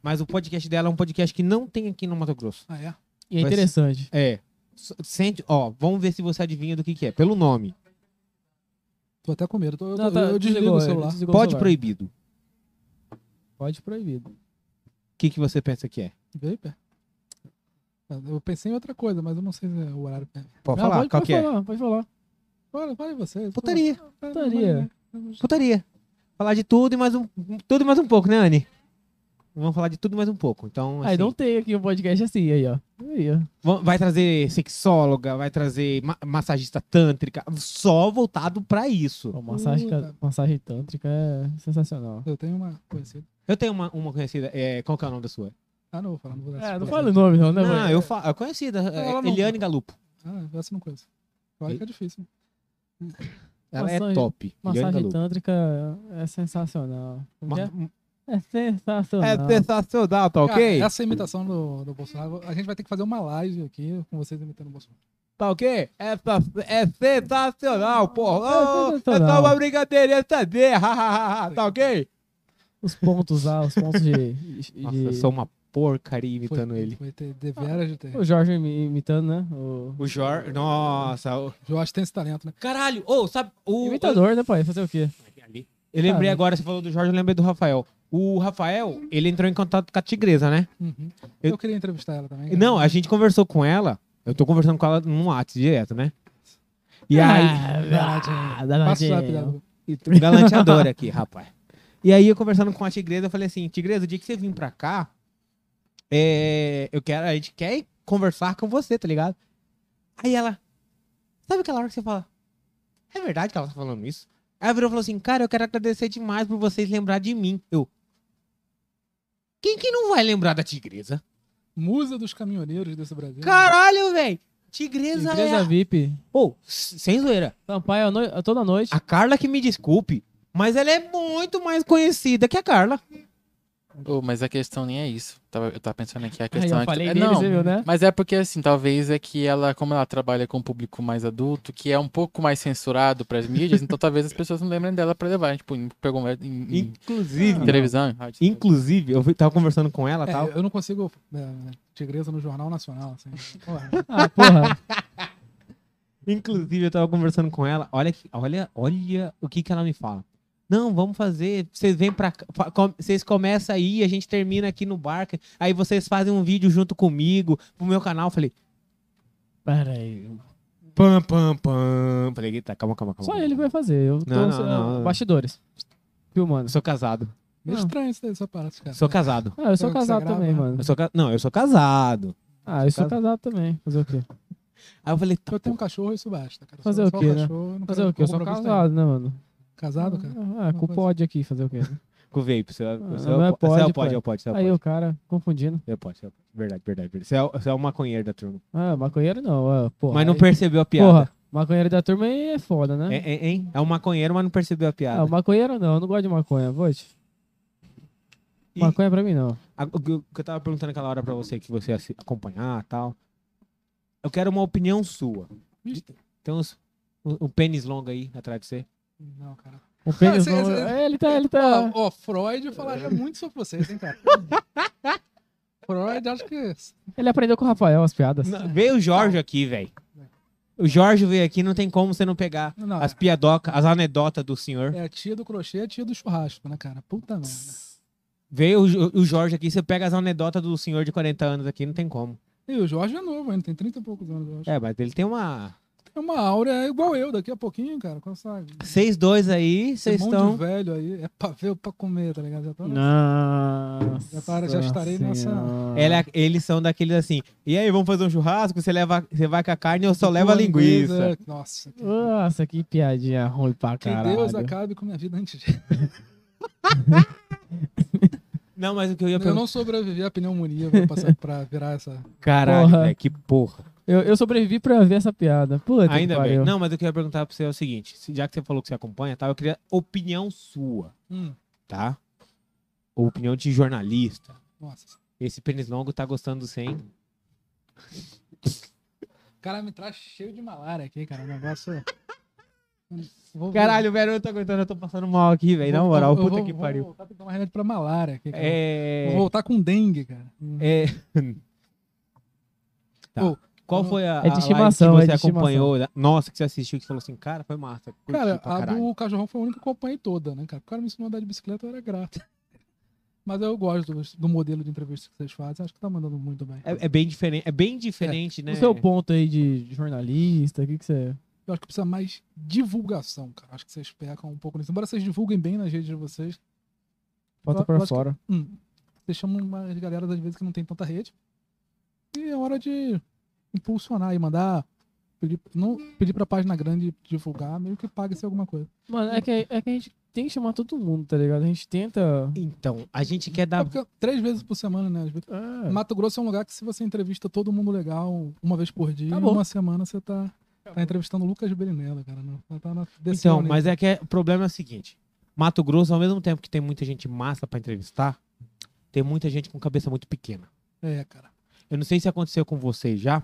A: mas o podcast dela é um podcast que não tem aqui no Mato Grosso.
B: Ah, é?
C: E é
A: Vai ser-
C: interessante.
A: É. S- Sente, ó, vamos ver se você adivinha do que, que é. Pelo nome.
B: Tô até com medo. Eu, tô- eu,
C: Não,
B: tô-
C: tá,
B: eu desligo
C: desligou,
B: o celular.
C: desligou o
A: Pode
C: celular.
A: proibido. O
C: Pode proibido.
A: que, que você pensa que é?
B: Vapor? Eu pensei em outra coisa, mas eu não sei se é o horário.
A: Pode
C: Não,
A: falar,
C: pode,
A: qual
C: pode
A: que é?
C: falar, pode falar.
B: Olha, fala vocês.
A: Putaria.
C: Putaria.
A: Putaria. Falar de tudo e mais um, tudo e mais um pouco, né, Anne? Vamos falar de tudo e mais um pouco. Então,
C: Aí
A: assim,
C: não tem aqui um podcast assim, aí, ó. Aí, ó.
A: va- vai trazer sexóloga, vai trazer ma- massagista tântrica, só voltado pra isso.
C: Pô, massagem,
B: Puta.
C: massagem tântrica é sensacional.
B: Eu tenho uma conhecida.
A: Eu tenho uma, uma conhecida. É, qual que é o nome da sua?
B: Ah, não vou falar, não vou dar
C: É,
B: esse
C: não
B: presente.
C: fala o nome, não, né,
A: não,
C: mãe?
A: eu falo. Conhecida. é,
B: Ela não-
A: Eliane Galupo.
B: Ah, essa eu não conheço. Olha que é difícil. né?
A: Ela é
C: Massagem-
A: top. Eliane
C: Massagem
A: Galupo.
C: tântrica é sensacional. Como que é?
A: Ma-
C: É sensacional.
A: É sensacional, tá ok?
B: Cara, essa imitação do, do Bolsonaro, a gente vai ter que fazer uma live aqui com vocês imitando o Bolsonaro.
A: Tá ok? É, sa- é sensacional, porra.
C: É
A: Oh, É
C: sensacional.
A: só uma brincadeirinha saber. ha, ha, ha, ha, tá ok?
C: Os pontos lá, os pontos de. de-
A: Nossa, eu sou uma porcaria imitando
B: foi,
A: ele.
B: Foi ter deveras de ter.
C: O Jorge imi- imitando, né? O...
A: O Jorge. Nossa. o-
B: Eu acho que tem esse talento, né?
A: Caralho, ô, sabe. O...
C: Imitador, né, pai? Fazer o quê?
A: Eu lembrei
C: Cara.
A: agora, você falou do Jorge, eu lembrei do Rafael. O Rafael, ele entrou em contato com a tigresa, né?
B: Uhum.
A: Eu-
B: Eu... queria entrevistar ela também. cara.
A: Não, a gente conversou com ela. Eu tô conversando com ela no WhatsApp direto, né? E
C: é.
A: aí.
C: Ah,
B: Passa o
C: danadinho.
B: zap dela.
A: E tô Galanteadora aqui, rapaz. E aí, eu conversando com a Tigresa, eu falei assim: Tigresa, o dia que você vir pra cá, é, eu quero, a gente quer ir conversar com você, tá ligado? Aí ela. Sabe aquela hora que você fala? É verdade que ela tá falando isso? Aí ela virou e falou assim: Cara, eu quero agradecer demais por vocês lembrar de mim. Eu. Quem que não vai lembrar da Tigresa?
B: Musa dos caminhoneiros desse Brasil.
A: Caralho, velho! Tigresa, é.
C: Empresa
A: a-
C: VIP.
A: Ô, s- sem zoeira.
C: Sampaio, a noi- a toda noite.
A: A Carla que me desculpe, mas ela é muito mais conhecida que a Carla.
D: Ô, mas a questão nem é isso. Tava- eu tava pensando aqui, a
C: Aí
D: questão
C: eu
D: é que-
C: falei
D: é,
C: dele,
D: não,
C: você viu, né?
D: Mas é porque, assim, talvez é que ela, como ela trabalha com um público mais adulto, que é um pouco mais censurado pras mídias, então talvez as pessoas não lembrem dela pra levar, tipo, em, pergunta-
C: Hum.
D: em- em
C: Ah,
A: Inclusive,
D: televisão. em rádio.
A: inclusive, eu vi- tava conversando com ela,
B: É,
A: tal.
B: eu não consigo é, tigresa no Jornal Nacional. Assim. Porra,
C: Ah, porra.
A: Inclusive, eu tava conversando com ela. Olha, que- olha, olha o que que ela me fala. Não, vamos fazer. Vocês vêm pra cá. fa- com- Vocês começam aí, a gente termina aqui no barco. Aí vocês fazem um vídeo junto comigo, pro meu canal. Eu Falei,
C: Pera aí.
A: pam, pam, pam. Falei, eita, calma, calma, calma.
C: Só ele que vai fazer. Eu tô
A: Não, não,
C: sei lá,
A: não, não.
C: bastidores.
A: Eu
C: Filmando.
A: sou casado.
B: meio
C: Não.
B: estranho isso daí, essa parada, cara.
A: Sou casado.
C: Ah, eu sou
B: Pelo que
C: casado
B: você é grava,
C: também,
B: né?
C: mano.
A: Eu sou ca- Não, eu sou casado.
C: Ah, eu sou casado também. Fazer o quê?
A: Aí eu falei, "Tá,
B: Eu tenho um cachorro, isso basta. Cara.
C: Fazer
B: Só-
C: o
B: só
C: quê, né?
B: cachorro, eu não
C: Fazer
B: quero
C: o quê? Eu sou
B: compromisso
C: casado, né, mano?
B: nenhum. Casado, cara?
C: Ah, com o
B: coisa.
C: pod aqui, fazer o quê?
A: com o vape. Você, é- você,
C: não
A: é,
C: é
A: o po- você é o
C: pod,
A: pod,
C: pô.
A: é o pod, você é o pod.
C: Aí o cara confundindo.
A: Você é o pod, você é o pod. Verdade, verdade, verdade. Você é, o- você é o maconheiro da turma.
C: Ah, maconheiro não, ah, porra.
A: mas não
C: Aí-
A: percebeu a piada.
C: Porra, maconheiro da turma aí é foda, né?
A: É, é, hein? É um maconheiro, mas não percebeu a piada.
C: Ah, maconheiro não, eu não gosto de maconha, vou te.
A: E-
C: Maconha pra mim não.
A: A- O que eu que eu tava perguntando aquela hora pra você, que você ia se acompanhar e tal. Eu quero uma opinião sua. Tem uns, um, um pênis longo aí atrás de você.
B: Não, cara.
C: O pênis
B: esse-
C: não-
B: esse-
C: é, ele tá, ele
B: Ó,
C: tá.
B: ó, Freud falaria muito sobre vocês, hein, cara? Freud, acho que.
C: Ele aprendeu com o Rafael as piadas.
A: Não, veio o Jorge aqui, velho. O Jorge veio aqui, não tem como você não pegar
B: Não,
A: as piadocas, as anedotas do senhor.
B: é a tia do crochê, a tia do churrasco, né, cara? Puta merda.
A: Veio o, Jo- o Jorge aqui, você pega as anedotas do senhor de 40 anos aqui, não tem como.
B: E o Jorge é novo ainda, tem 30 e poucos anos, eu acho.
A: É, mas ele tem uma.
B: É uma áurea igual eu, daqui a pouquinho, cara, consegue.
A: Vocês dois aí, vocês
B: Esse um monte
A: estão.
B: de velho aí, é pra ver ou pra comer, tá ligado? Já tô-
C: Nossa.
B: Já tá- já estarei nessa-
C: Senhora.
A: Ela- é eles são daqueles assim. E aí, vamos fazer um churrasco? Você, leva, você vai com a carne ou só leva a
B: Uma
A: linguiça?
B: é- Nossa, que,
C: Nossa, que piadinha ruim pra
B: que
C: Ah, caralho.
B: Deus acabe com minha vida antes de...
A: Não, mas o que eu ia
B: Eu
A: perguntar.
B: não sobrevivi à pneumonia vou passar pra virar essa...
A: Caralho,
C: Porra.
A: velho, que porra.
C: Eu, eu sobrevivi pra ver essa piada. Puta que
A: Ainda bem.
C: pariu.
A: Não, mas o que eu ia perguntar pra você é o seguinte: se- já que você falou que você acompanha e tal, eu queria opinião sua,
B: Hum,
A: tá? Ou opinião de jornalista.
B: nossa.
A: Esse pênis longo tá gostando do 100.
B: O cara me traz cheio de malária aqui, cara. O negócio... Vou-
A: Caralho, velho, eu não tô aguentando, eu tô passando mal aqui, velho. Na moral,
B: então, eu
A: puta
B: vou-
A: que
B: vou
A: pariu.
B: voltar pra dar uma remédio pra malária aqui, cara.
A: É.
B: Vou voltar com dengue, cara.
A: é... Tá.
B: Ô,
A: Qual
B: não-
A: foi a,
C: de
A: a live
C: estimação,
A: que
C: é
A: você
C: de
A: acompanhou? da- Nossa, que você assistiu, que você falou assim, cara, foi massa. curti
B: Cara,
A: pra
B: a
A: caralho.
B: do Cajorrão foi a única que eu acompanhei toda, né, cara? O cara me ensinou a andar de bicicleta, eu era grato. Mas eu gosto do, do modelo de entrevista que vocês fazem, acho que tá mandando muito bem.
A: É, é bem diferente, é bem diferente, né?
C: O seu ponto aí de de jornalista, o que que você...
B: Eu acho que precisa mais divulgação, cara. Acho que vocês pecam um pouco nisso. Embora vocês divulguem bem nas redes de vocês,
C: Bota
B: Eu-
C: pra
B: eu acho que-
C: fora.
B: hum, vocês chamam umas galeras às vezes que não tem tanta rede. E é hora de impulsionar e mandar. Pedir, não pedir pra página grande divulgar, meio que pague-se alguma coisa.
C: Mano, é que, é que a gente tem que chamar todo mundo, tá ligado? A gente tenta...
A: Então, a gente quer
B: É
A: dar
B: porque três vezes por semana, né? Às vezes.
C: Ah,
B: Mato Grosso é um lugar que se você entrevista todo mundo legal uma vez por dia,
C: Acabou.
B: uma semana você tá, tá entrevistando o Lucas Belinella, cara. Não, não tá na
A: Então,
B: descendo
C: né?
B: ali.
A: mas é que é- o problema é o seguinte: Mato Grosso, ao mesmo tempo que tem muita gente massa pra entrevistar, tem muita gente com cabeça muito pequena.
B: É, cara.
A: Eu não sei se aconteceu com vocês já.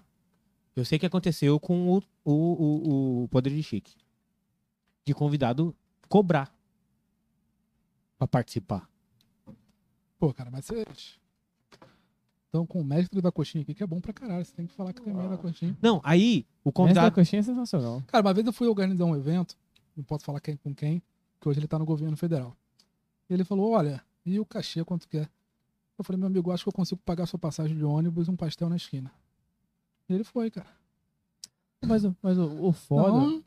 A: Eu sei que aconteceu com o, o, o, o Poder de Chique. De convidado cobrar pra participar.
B: Pô, cara, mas vocês. Então, com o mestre da coxinha aqui, que é bom pra caralho. Você tem que falar que tem medo da coxinha.
A: Não, aí o
C: essa
A: convidado.
C: coxinha é sensacional.
B: Cara, uma vez eu fui organizar um evento, não posso falar quem com quem, que hoje ele tá no governo federal. E ele falou: olha, e o cachê quanto que é? Eu falei, meu amigo, acho que eu consigo pagar a sua passagem de ônibus e um pastel na esquina. E ele foi, cara.
C: Mas, o- mas o, o foda...
B: Então,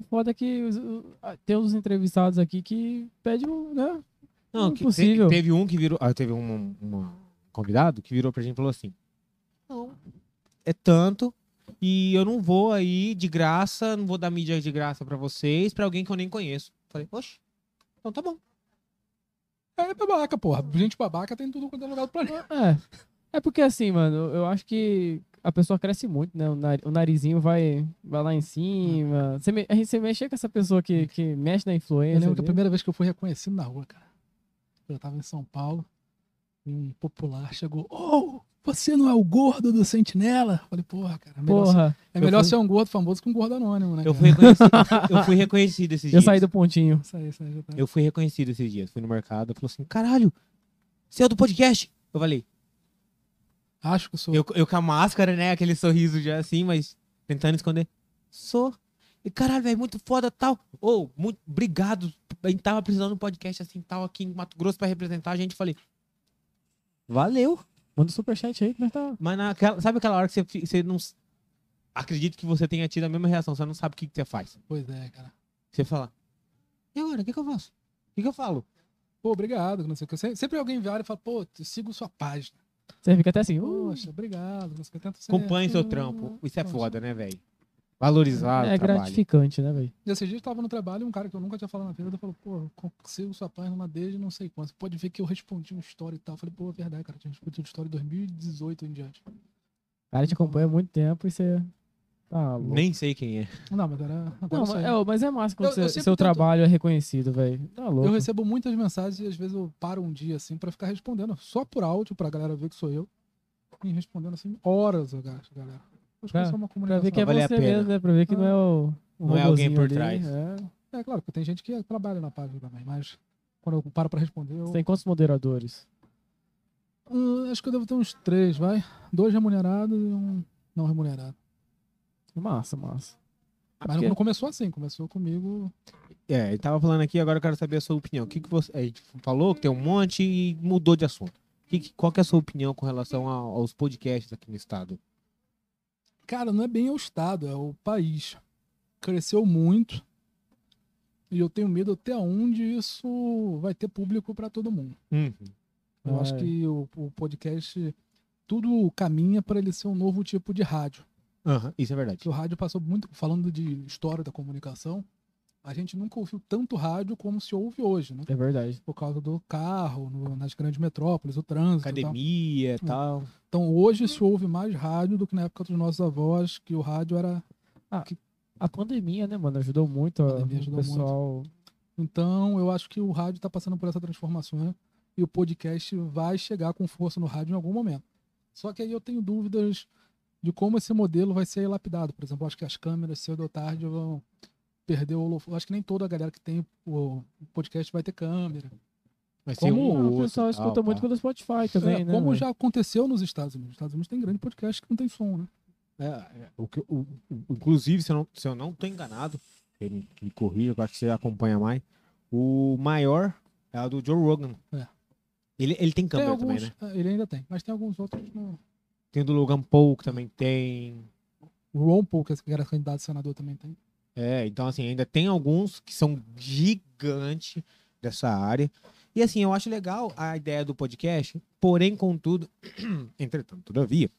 C: O foda é que os- o- a- tem uns entrevistados aqui que pedem, um, né?
A: Não, que te-
C: impossível.
A: teve um que virou. ah, teve um, um- um convidado que virou pra gente e falou assim: Não, é tanto. E eu não vou aí de graça, não vou dar mídia de graça pra vocês, pra alguém que eu nem conheço. Falei, oxe, então tá bom.
B: É babaca, porra. Gente babaca tem tudo quanto é lugar pra gente.
C: É. É porque assim, mano, eu acho que a pessoa cresce muito, né? O, nari- o narizinho vai, vai lá em cima. Você, me- a gente, você mexer com essa pessoa que, que mexe na
B: É, Eu
C: influência.
B: lembro que a
C: ali.
B: primeira vez que eu fui reconhecido na rua, cara. Eu tava em São Paulo e um popular chegou. Oh, você não é o gordo do Sentinela? Eu falei, porra, cara. É melhor,
C: Porra,
B: é melhor
A: eu fui-
B: ser um gordo famoso que um gordo anônimo, né?
A: Eu
B: cara?
A: fui reconhecido, eu fui reconhecido esses
C: eu
A: dias.
C: saí do pontinho.
B: Isso aí, isso aí já tá.
A: Eu fui reconhecido esses dias. Fui no mercado, falou assim: caralho, você é do podcast? Eu falei,
B: Acho que sou.
A: Eu, eu com a máscara, né? Aquele sorriso já assim, mas tentando esconder. Sou. E caralho, velho, muito foda tal. Ô, muito obrigado. A gente tava precisando de um podcast assim, tal, aqui em Mato Grosso pra representar a gente. Falei, valeu.
C: Manda um superchat aí que nós tá.
A: Mas naquela, sabe aquela hora que você, fi- você não. s- Acredito que você tenha tido a mesma reação, você não sabe o que, que você faz.
B: Pois é, cara.
A: Você fala, e agora? O que, que eu faço? O que, que eu falo?
B: Pô, obrigado, não sei o que. Se- Sempre alguém vira e fala, pô, eu sigo sua página.
C: Você fica até assim, uh,
B: Poxa, obrigado, não sei o que. Eu tento ser- Ah,
A: Acompanhe seu trampo. Isso é foda, né, velho? Valorizar
C: é
A: o trabalho.
C: gratificante, né, velho?
B: E esses dias eu tava no trabalho e um cara que eu nunca tinha falado na vida falou, pô, eu consigo sua página na desde não sei quanto. Você pode ver que eu respondi uma história e tal. Eu falei, pô, é verdade, cara, eu tinha respondido história em 2018 em diante.
C: O cara te acompanha há muito tempo e você. Tá louco.
A: Nem sei quem é.
B: Não, mas era. Agora
C: Não,
B: eu
C: mas,
B: saí.
C: é, mas é massa quando
B: Eu- eu
C: seu-
B: sempre
C: seu
B: tento-
C: trabalho é reconhecido, velho. Tá louco.
B: Eu recebo muitas mensagens e às vezes eu paro um dia assim pra ficar respondendo, só por áudio, pra galera ver que sou eu. E respondendo assim, horas, eu gasto, galera. Acho que
C: Pra-
B: isso é uma
C: Pra
B: comunicação.
C: ver que é
A: Vale a
C: você
A: pena.
C: mesmo, né? Pra ver que não é o. o
A: Não é alguém
C: robozinho
A: por
C: ali,
A: trás.
C: é.
B: É claro, porque tem gente que trabalha na página também, mas quando eu paro pra responder, eu.
C: Você tem quantos moderadores?
B: Hum, acho que eu devo ter uns três, vai. Dois remunerados e um não remunerado.
C: Massa, massa.
B: Mas
C: Ah, porque-
B: não começou assim, começou comigo.
A: É, ele tava falando aqui, agora eu quero saber a sua opinião. O que, que você. A gente falou que tem um monte e mudou de assunto. O que que- qual que é a sua opinião com relação a- aos podcasts aqui no estado?
B: Cara, não é bem o Estado, é o país. Cresceu muito. E eu tenho medo até onde isso vai ter público pra todo mundo.
A: Uhum.
B: Eu acho
C: É.
B: que o, o podcast, tudo caminha para ele ser um novo tipo de rádio.
A: Aham, isso é verdade.
B: Que o rádio passou muito, falando de história da comunicação, a gente nunca ouviu tanto rádio como se ouve hoje, né?
C: É verdade.
B: Por causa do carro, no- nas grandes metrópoles, o trânsito. e tal.
A: Academia e tal.
B: Então hoje se ouve mais rádio do que na época dos nossos avós, que o rádio era.
C: A pandemia, né, mano, ajudou muito a-
B: pandemia ajudou
C: o pessoal.
B: Então eu acho que o rádio está passando por essa transformação né? e o podcast vai chegar com força no rádio em algum momento. Só que aí eu tenho dúvidas de como esse modelo vai ser lapidado. Por exemplo, eu acho que as câmeras cedo ou tarde vão perder o holof- eu Acho que nem toda a galera que tem o podcast vai ter câmera.
A: Mas
C: Como
A: tem um ou
C: o
A: outro
C: pessoal
A: e
C: escuta
A: tal,
C: muito
A: pá.
C: pelo Spotify também,
B: É,
C: né?
B: como
C: velho?
B: já aconteceu nos Estados Unidos. Nos Estados Unidos tem grande podcast que não tem som, né?
A: É, é, o que- o- o- inclusive, se eu não, se eu não tô enganado, ele me corrija, eu acho que você acompanha mais. O maior é a do Joe Rogan.
B: É.
A: Ele, ele tem
B: Tem
A: câmera também,
B: alguns,
A: né?
B: é, ele ainda tem, mas tem alguns outros que não.
A: Tem o do Logan Paul que também tem.
B: O Ron Paul, que era candidato a senador, também tem.
A: É, então assim, ainda tem alguns que são gigante dessa área. E assim, eu acho legal a ideia do podcast, porém, contudo, entretanto, todavia,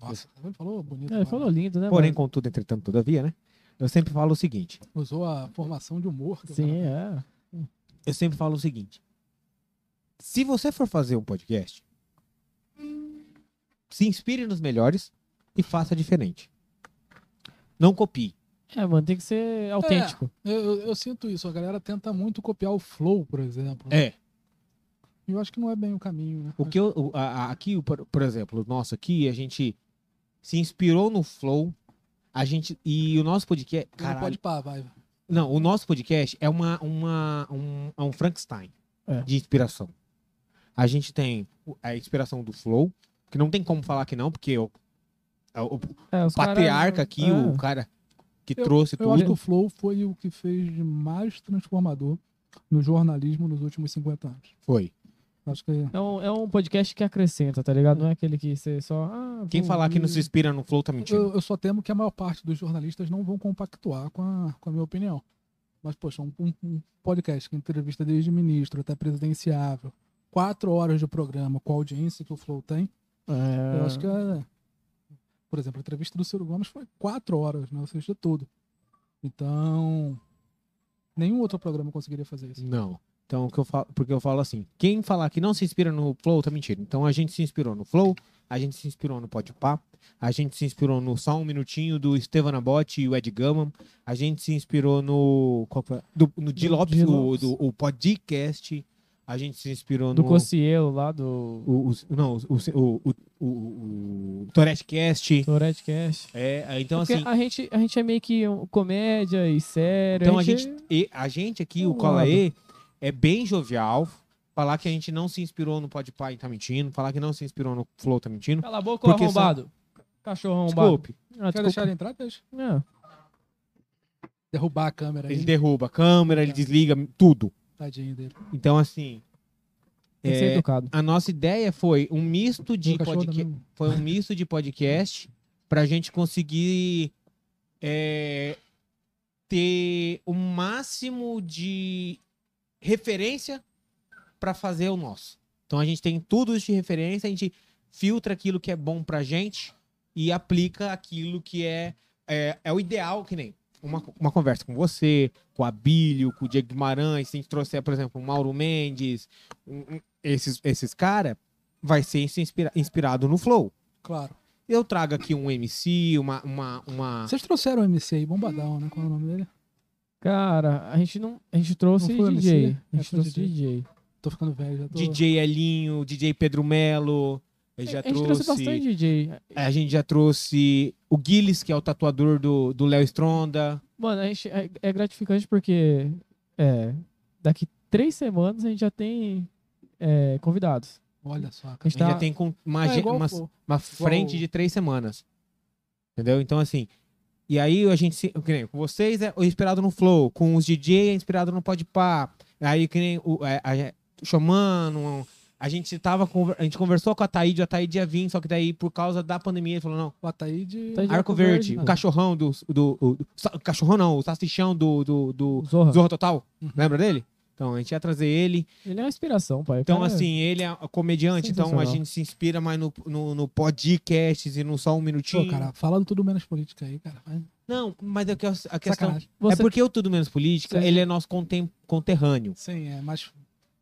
B: Nossa, ele falou bonito.
C: É,
B: cara.
C: falou lindo, né?
A: porém,
C: mano?
A: contudo, entretanto, todavia, né? Eu sempre falo o seguinte,
B: Usou a formação de humor. que o
C: Sim,
B: cara-
C: é.
A: eu sempre falo o seguinte. Se você for fazer um podcast, se inspire nos melhores e faça diferente. Não copie.
C: É, mano, tem que ser autêntico.
B: Eu, eu- eu sinto isso. A galera tenta muito copiar o Flow, por exemplo. né?
A: É.
B: E eu acho que não é bem o caminho, né?
A: O que eu, o- a- a- aqui, por, por exemplo, o nosso aqui, a gente se inspirou no Flow. A gente. E o nosso podcast.
B: Ele não
A: Caralho,
B: pode pá, vai.
A: Não, o nosso podcast é uma, uma, um, é um Frankenstein
C: É.
A: de inspiração. A gente tem o- a inspiração do Flow, que não tem como falar que não, porque o, é o
C: É, os caras-
A: patriarca aqui,
C: é.
A: o cara que trouxe
B: Eu acho que
A: tudo.
B: o Flow foi o que fez de mais transformador no jornalismo nos últimos 50 anos.
A: Foi.
B: Acho que
C: É um, é um podcast que acrescenta, tá ligado? Não é aquele que você só. ah,
A: Quem
C: vou
A: falar que não
C: ouvir.
A: se inspira no Flow tá mentindo.
B: eu, eu só temo que a maior parte dos jornalistas não vão compactuar com a, com a minha opinião. Mas, poxa, um, um- um podcast que entrevista desde ministro até presidenciável, quatro horas de programa com a audiência que o Flow tem,
C: É,
B: Eu acho que é. Por exemplo, a entrevista do Ciro Gomes foi quatro horas, né? Ou seja, tudo. Então. Nenhum outro programa conseguiria fazer isso.
A: Não. Então, o que eu falo, porque eu falo assim, quem falar que não se inspira no Flow tá mentindo. Então, a gente se inspirou no Flow, a gente se inspirou no Podpah, a gente se inspirou no Só Um Minutinho do Estevan Abbott e o Ed Gama, a gente se inspirou no qual que é? do, no D.
C: Do
A: Lopes,
C: D.
A: o,
C: Lopes.
A: do, o podcast, a gente se inspirou
C: Do
A: É, no...
C: Cossielo lá, do
A: O, o- não, o, o, o, o, o Toretcast.
C: Tourette Cash.
A: É, então,
C: Porque
A: assim...
C: a gente, a gente é meio que um- comédia e sério.
A: Então a gente, e- a gente aqui, o
C: Vamos
A: Calaê, é bem jovial. Falar que a gente não se inspirou no Podpah tá mentindo. Falar que não se inspirou no Flow tá mentindo.
C: Cala a boca, ó,
A: Porque são-
C: arrombado. Cachorro arrombado.
A: Desculpe,
C: Ah,
B: Quer
C: desculpa.
B: deixar ele entrar? Deixa.
C: É.
B: Derrubar a câmera aí.
A: ele derruba a câmera, ele desliga tudo.
B: Tadinho dele.
A: Então, assim,
C: Tem que
A: É,
C: ser educado.
A: a nossa ideia foi um misto de
B: O cachorro
A: podcast.
B: também.
A: Foi um misto de podcast pra gente conseguir é, ter o máximo de referência pra fazer o nosso. Então a gente tem tudo isso de referência, a gente filtra aquilo que é bom pra gente e aplica aquilo que é é, é o ideal que nem uma, uma conversa com você, com a Bílio, com o Diego Guimarães, se a gente trouxer, por exemplo, o Mauro Mendes, um- um- esses, esses caras, vai ser isso inspira- inspirado no flow.
B: Claro.
A: Eu trago aqui um MC, uma... uma, uma...
B: Vocês trouxeram o MC aí, Bombadão, né? Qual é o nome dele?
C: Cara, a gente não. A gente trouxe
B: Não foi o
C: DJ.
B: MC?
C: A
B: É,
C: gente
B: foi
C: trouxe
B: DJ.
C: DJ.
B: Tô ficando velho, já tô...
A: DJ Elinho, DJ Pedro Melo, eu já
C: É,
A: é,
C: a gente trouxe bastante DJ.
A: A gente já trouxe o Gilles, que é o tatuador do do Léo Stronda.
C: Mano, a gente, é, é gratificante porque é, daqui três semanas a gente já tem é, convidados.
B: Olha só, cara.
C: A gente
A: A gente
C: tá.
A: já tem com- uma,
C: É
A: agen-
C: igual,
A: uma-
C: pô.
A: uma frente de três semanas. Entendeu? Então, assim. E aí a gente se. Que nem, com vocês é o inspirado no Flow, com os DJ é inspirado no Podpah. Aí que nem o, é, a, é, o Xamano, A gente tava. conver- A gente conversou com a Taíde, a Taíde ia vir, só que daí, por causa da pandemia, ele falou, não.
B: O Ataíde...
C: Ataíde- Ele Então, já
A: Arco
C: conversa,
A: Verde, o
C: mano.
A: cachorrão do. do, o- o cachorrão não, o salsichão do- do, do,
C: o Zorra.
A: Zorro Total?
B: Uhum.
A: Lembra dele? Então, a gente ia trazer ele.
C: Ele é uma inspiração, pai. O
A: Então,
C: cara é-
A: assim, ele é comediante, então a
C: Sensacional.
A: gente se inspira mais no, no, no podcasts e não só um minutinho.
B: Pô, cara, falando tudo menos política aí, cara. Mas...
A: Não, mas é que a a questão.
B: Sacanagem.
A: É
C: Você,
A: porque o Tudo Menos Política,
C: Sim.
A: ele é nosso contem- conterrâneo,
B: Sim, é, mas...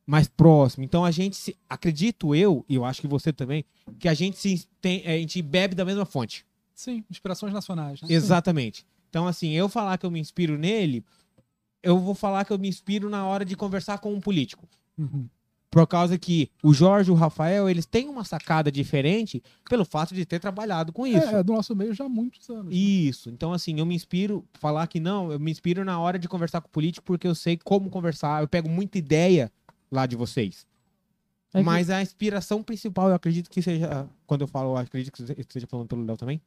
A: mais próximo. Então, a gente se. Acredito eu, e eu acho que você também, que a gente se tem, a gente bebe da mesma fonte.
B: Sim, inspirações nacionais, né?
A: Exatamente. Então, assim, eu falar que eu me inspiro nele, eu vou falar que eu me inspiro na hora de conversar com um político.
B: Uhum.
A: Por causa que o Jorge e o Rafael, eles têm uma sacada diferente pelo fato de ter trabalhado com isso.
B: É, é do nosso meio já há muitos anos. né?
A: Isso. Então, assim, eu me inspiro, falar que não, eu me inspiro na hora de conversar com o político, porque eu sei como conversar, eu pego muita ideia lá de vocês.
C: é que-
A: Mas a inspiração principal, eu acredito que seja, quando eu falo, eu acredito que você esteja falando pelo Léo também,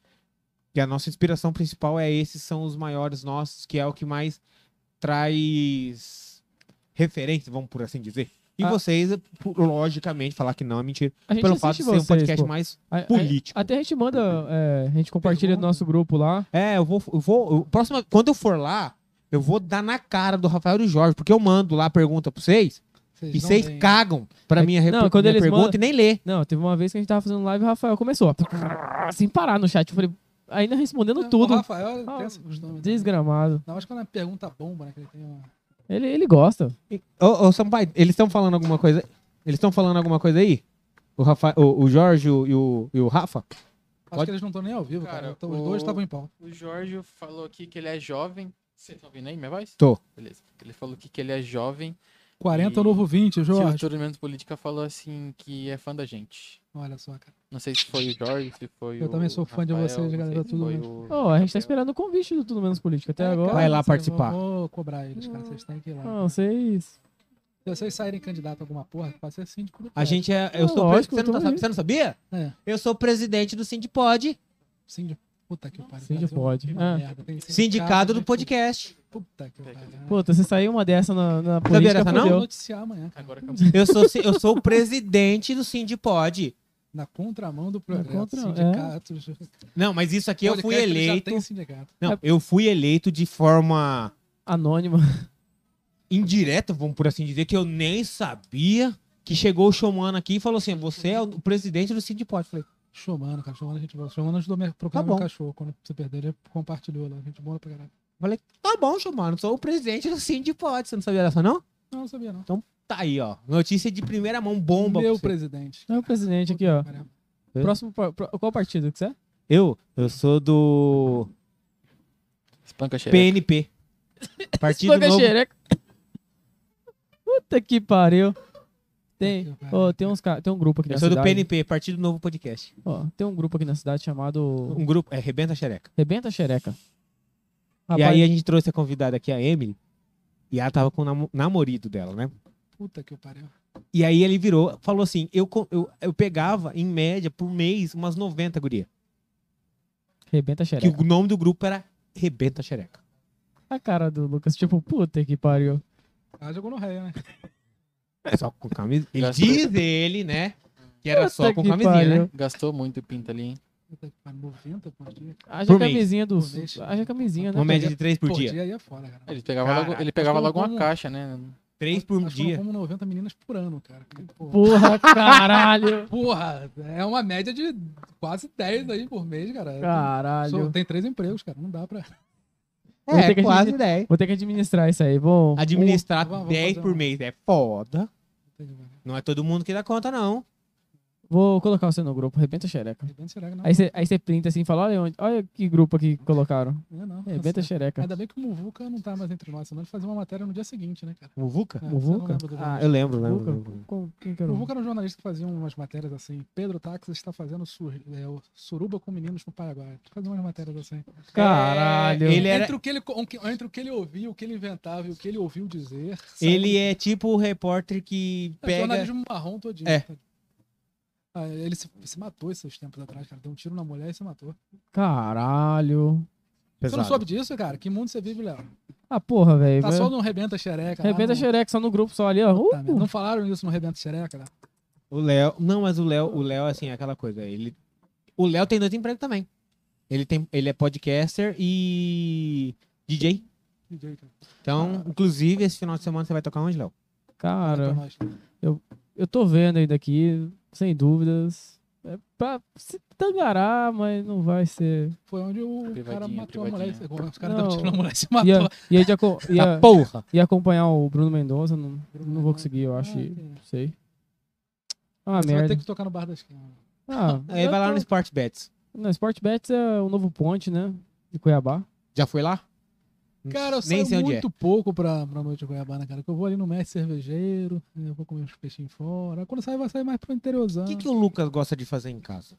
A: que a nossa inspiração principal é esses são os maiores nossos, que é o que mais traz referência, vamos por assim dizer. E
C: Ah.
A: vocês, logicamente, falar que não é mentira
C: a gente
A: pelo fato
C: assiste
A: de ser um
C: vocês,
A: podcast
C: pô.
A: mais
C: A- a-
A: político.
C: até a gente manda, é, a gente compartilha
B: Pergunta.
C: no nosso grupo lá.
A: É, eu vou, eu vou, eu- próxima, quando eu for lá, eu vou dar na cara do Rafael e do Jorge, porque eu mando lá a pergunta pra vocês e
B: não
A: vocês
B: veem.
A: cagam pra
C: É-
A: minha, rep-
C: não, quando
A: minha
C: eles
A: pergunta
C: mandam-
A: e nem lê.
C: Não, teve uma vez que a gente tava fazendo live e o Rafael começou a... sem parar no chat. Eu falei, ainda respondendo
B: É,
C: tudo.
B: O Rafael
C: Ah,
B: tem esse costume.
C: Desgramado.
B: Não, acho que é uma pergunta bomba, né? Que ele tem uma...
C: Ele, ele gosta.
A: Ô, ô Sampaio, eles estão falando alguma coisa? Eles estão falando alguma coisa aí? O, Rafa, o, o Jorge o- e o, e o Rafa?
B: Acho
A: Pode-
B: que eles não estão nem ao vivo, cara.
D: Cara,
B: Então, Os
D: o-
B: dois estavam em pau.
D: O Jorge falou aqui que ele é jovem. Você tá ouvindo aí minha voz?
A: Tô.
D: Beleza. Ele falou aqui que ele é jovem.
B: 40
D: E-
B: é o novo 20,
D: Que o
B: Jorge.
D: Tudo Menos Política falou assim que é fã da gente.
B: Olha só, cara.
D: Não sei se foi o Jorge, se foi
B: Eu
D: o
B: também sou fã de
D: Rafael,
B: vocês,
D: não sei
B: galera,
D: se
B: tudo
D: foi
B: bem.
D: o
C: Ó, a gente tá
D: Gabriel.
C: esperando o convite do Tudo Menos Político até
B: É,
C: agora.
B: cara,
A: Vai lá
B: vocês-
A: participar.
B: Vou, vou cobrar eles, cara. Vocês têm que ir lá.
C: Não, vocês...
B: Se vocês saírem candidato a alguma porra, pode ser síndico do
A: A
B: prédio.
A: gente é.
C: Ah,
A: Eu sou
C: lógico,
A: pre- você, não tá
C: tamo
A: sab-
C: aí.
A: você não sabia?
B: É,
A: Eu sou presidente do Sindipod,
B: síndico. Puta que pariu.
C: Síndio
B: Brasil,
C: pode.
B: que
C: Ah.
B: merda, tem
A: sindicato do
B: de-
A: podcast.
B: Puta que pariu.
C: Ah,
B: né?
C: Puta, você saiu uma dessa na, na política,
A: dessa, não?
B: Vou
C: fodeu.
B: noticiar amanhã, cara.
D: Agora acabou.
A: Eu sou, ci- eu sou o presidente do Sindipod.
B: Na contramão do programa.
C: contra- é.
B: Sindicatos.
A: Não, mas isso aqui eu
B: Podcast,
A: fui
B: ele Já
A: eleito.
B: tem sindicato.
A: Não, eu fui eleito de forma
C: Anônima.
A: indireta, vamos por assim dizer, que eu nem sabia que chegou o Showman aqui e falou assim: você é o presidente do Sindipod. Falei,
B: Chomano, cara. Chomano, a gente boa. Chomano ajudou a procurar
A: Tá
B: meu
A: bom.
B: cachorro. Quando você perdeu, ele compartilhou lá. Gente boa pra caralho.
A: falei tá bom, Showman, sou o presidente do Sindipod. Você não sabia dessa, não?
B: Não, não sabia, não.
A: Tá aí, ó. Notícia de primeira mão, bomba. pra
B: Meu
A: você.
B: presidente.
C: É o presidente aqui, ó.
B: Caramba.
C: Próximo, pa- pro- qual partido que você é?
A: Eu? Eu sou do
D: Espanca
C: É.
D: cheia.
A: PNP. Partido
C: Espanca
A: Novo.
C: xereca. é. Puta que pariu. Tem,
B: Puta que pariu.
C: ó, tem, uns, ca- tem um grupo aqui
A: Eu
C: na
A: sou do
C: cidade.
A: PNP, Partido Novo Podcast.
C: Ó, tem um grupo aqui na cidade chamado
A: Um grupo, é Rebenta a Xereca.
C: Rebenta a Xereca.
A: e
C: Rapaz,
A: aí a gente trouxe a convidada aqui, a Emily, e ela tava com o namo- namorido dela, né?
B: Puta que pariu.
A: E aí ele virou, falou assim: eu, co- eu, eu pegava, em média, por mês, umas 90 guria.
C: Rebenta a
A: Que
C: Xereca.
A: o nome do grupo era Rebenta Xereca.
C: A cara do Lucas, tipo, puta que pariu.
B: Ah, jogou no ré, né?
A: É Só com camisa. Ele
D: Gastou.
A: diz ele, né? Que era só
C: Puta
A: com
C: que
A: camisinha,
C: pariu.
A: né?
D: Gastou muito o pinta ali, hein?
B: Puta que pariu. 90 por dia.
C: Haja
A: Por mês.
C: camisinha do
B: Por mês.
C: Haja camisinha, né?
A: Uma média de três por
B: Por
A: dia.
B: dia aí é fora, cara.
D: Ele pegava logo,
A: Caraca,
D: ele pegava
B: acho que eu
D: logo uma
B: como-
D: caixa, né?
A: Três por
B: Acho que
A: um dia.
B: Como 90 meninas por ano, cara. Pô,
C: Porra, caralho.
B: Porra, é uma média de quase 10 aí por mês, cara. Só-
C: Caralho.
B: tem três empregos, cara. Não dá pra.
C: Vou ter
A: É,
C: que
A: quase
C: admi-
A: 10.
C: Vou ter que administrar isso aí. Bom,
A: Administrar
B: Vamos- vamos
A: 10
B: fazer
A: por
B: um-
A: mês é foda. Não é todo mundo que dá conta, não.
C: vou colocar você no grupo, arrebenta a xereca.
B: Arrebenta será que não?
C: Aí você aí você printa assim e fala, olha, onde, olha que grupo aqui que colocaram.
B: É, não.
C: Arrebenta a xereca.
B: Ainda bem que o Muvuca não tá mais entre nós, senão ele fazia uma matéria no dia seguinte, né, cara?
A: Muvuca?
B: É,
C: Muvuca?
B: você não lembra do
A: Ah,
B: jornalista.
A: eu lembro, lembro.
C: Muvuca?
A: lembro.
C: Com- Quem que era
B: O
C: o-
B: Muvuca era um jornalista que fazia umas matérias assim. Pedro Táxi está fazendo sur... é, o suruba com meninos no Paraguai. Fazia umas matérias assim.
C: Caralho.
A: É, ele era-
B: Entre, o que ele, co- entre o que ele ouvia, o que ele inventava e o que ele ouviu dizer. saiu-
A: Ele é tipo o repórter que
B: É
A: pega.
B: jornalismo marrom todinho.
A: É.
B: Ah, ele se, se matou esses tempos atrás, cara. Deu um tiro na mulher e se matou.
C: Caralho.
B: Você não soube disso, cara? Que mundo você vive, Léo?
C: Ah, porra, velho.
B: Tá só no Rebenta Xereca. lá
C: Arrebenta a
B: no-
C: xereca só no grupo, só ali, ó. Uh,
B: Tá, Não falaram isso no Rebenta Xereca, né?
A: O Léo. Não, mas o Léo, o Léo, assim, é aquela coisa. Ele... O Léo tem dois empregos também. Ele, tem... ele é podcaster e DJ.
B: DJ, cara.
A: Então,
B: Ah.
A: inclusive, esse final de semana você vai tocar onde, Léo?
B: Fala pra
C: Cara,
B: nós.
C: eu tô vendo ainda aqui, sem dúvidas. É pra se tangará, mas não vai ser.
B: Foi onde o cara
D: Privadinha,
B: matou a mulher.
D: privadinha.
B: Os caras
C: Não.
B: deram tiro na mulher e se matou.
C: E, a, e, aí de aco-
A: Tá
C: e, a-
A: porra!
C: e acompanhar o Bruno Mendonça, não,
B: Bruno
C: não vou conseguir, eu acho.
B: Ah,
C: e-
B: ok.
C: Não sei. Ah,
B: Você vai
C: merda.
B: ter que tocar no bar da esquina.
C: Ah,
A: Aí
C: eu
A: É, vai lá
C: tô-
A: no Sport Bets.
C: Não, Sportbets é o novo ponte, né? De Cuiabá.
A: Já foi lá?
B: Cara, eu
A: Nem
B: saio
A: sei onde é.
B: muito pouco pra, pra noite de Goiabana, cara. Que eu vou ali no mestre cervejeiro, né, eu vou comer uns peixinhos fora. Quando sair, vai sair mais pro interiorzão.
A: O que, que o Lucas gosta de fazer em casa?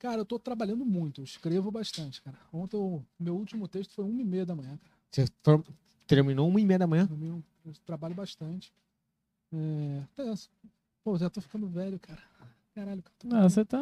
B: Cara, eu tô trabalhando muito, eu escrevo bastante, cara. Ontem, o meu último texto foi 1 e meia da manhã, cara.
A: Você for- terminou uma e meia da manhã?
B: Eu, me- eu trabalho bastante. É, até isso. Pô, já tô ficando velho, cara. Caralho, cara. tô-
C: Ah, você tá.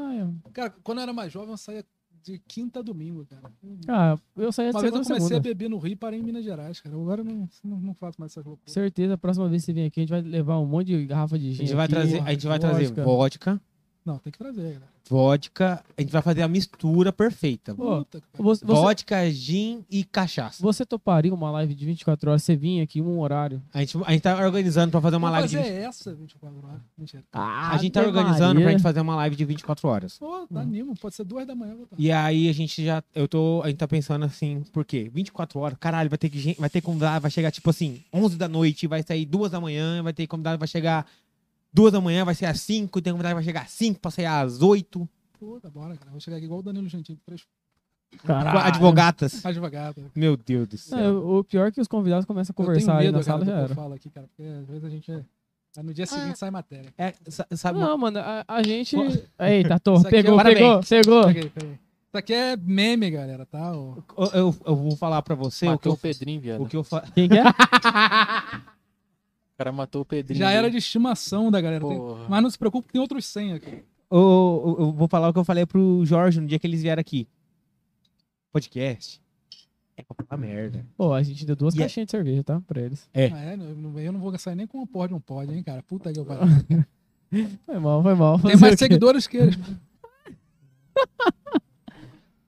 B: Cara, quando eu era mais jovem, eu saía de quinta a domingo, cara.
C: Ah, eu saí de
B: Uma vez eu
C: segunda a
B: comecei
C: segunda.
B: a beber no Rio e parei em Minas Gerais, cara. Agora eu não, não, não faço mais essas loucuras.
C: Certeza, a próxima vez que você vir aqui, a gente vai levar um monte de garrafa de
A: A
C: gin.
A: gente vai
C: aqui,
A: trazer, a gente vai trazer
C: vodka.
A: vodka,
B: Não, tem que trazer, cara.
A: vodka, a gente vai fazer a mistura perfeita.
C: Ô,
B: Puta que pariu.
C: Você, você,
A: Vodka, gin e cachaça.
C: você toparia uma live de 24 horas? Você vinha aqui um horário.
A: A gente, a gente tá organizando pra fazer uma
B: Vou
A: live de
B: fazer
A: 20
B: essa 24 horas. Mentira.
A: A gente tá organizando pra gente fazer uma live de 24 horas.
B: Pô, dá animo, pode ser duas da manhã. eu vou tá.
A: E aí a gente já. Eu tô. A gente tá pensando assim, por quê? 24 horas, caralho, vai ter que gente. Vai ter convidado, vai chegar tipo assim, 11 da noite, vai sair 2 da manhã, vai ter convidado, vai chegar 2 da manhã, vai ser às 5, tem convidado, vai chegar às 5, pra sair às 8.
B: Puta, bora, cara. Vou chegar aqui igual o Danilo Gentil, três
C: Caralho.
A: Advogatas.
B: mais devagar. tá? cara.
A: Meu Deus do
C: Não,
A: céu.
C: o- o pior é que os convidados começam a conversar
B: eu
C: ali
B: tenho medo,
C: na
B: cara,
C: sala já
B: do que eu
C: era.
B: falo aqui, cara, porque às vezes a gente é... Aí no dia seguinte sai matéria.
A: É, sa- sabe,
C: Não, mano, a, a gente.
B: Pô.
C: Eita, tô.
B: Isso aqui é-
C: Pegou, pegou,
A: Parabéns.
C: pegou.
B: Peguei, peguei. Isso aqui é meme, galera, tá? Ô,
A: eu, eu- eu vou falar pra você o que
D: Matou
A: eu,
D: o Pedrinho, viado.
A: o
D: O
A: que eu fa-
C: Quem que é?
D: cara matou o Pedrinho.
B: Já era de estimação da galera. tem-
D: Porra.
B: Mas não se preocupe, tem outros 100 aqui.
A: eu, eu vou falar o que eu falei pro Jorge no dia que eles vieram aqui. Podcast. É pra falar merda.
C: Pô, a gente deu duas
A: E é-
C: caixinhas de cerveja, tá? Pra eles.
A: É.
B: Ah, é? Eu não- eu não vou sair nem com um pode um pode, hein, cara. Puta que eu pariu.
C: Foi mal, foi mal.
B: Tem mais seguidores que eles.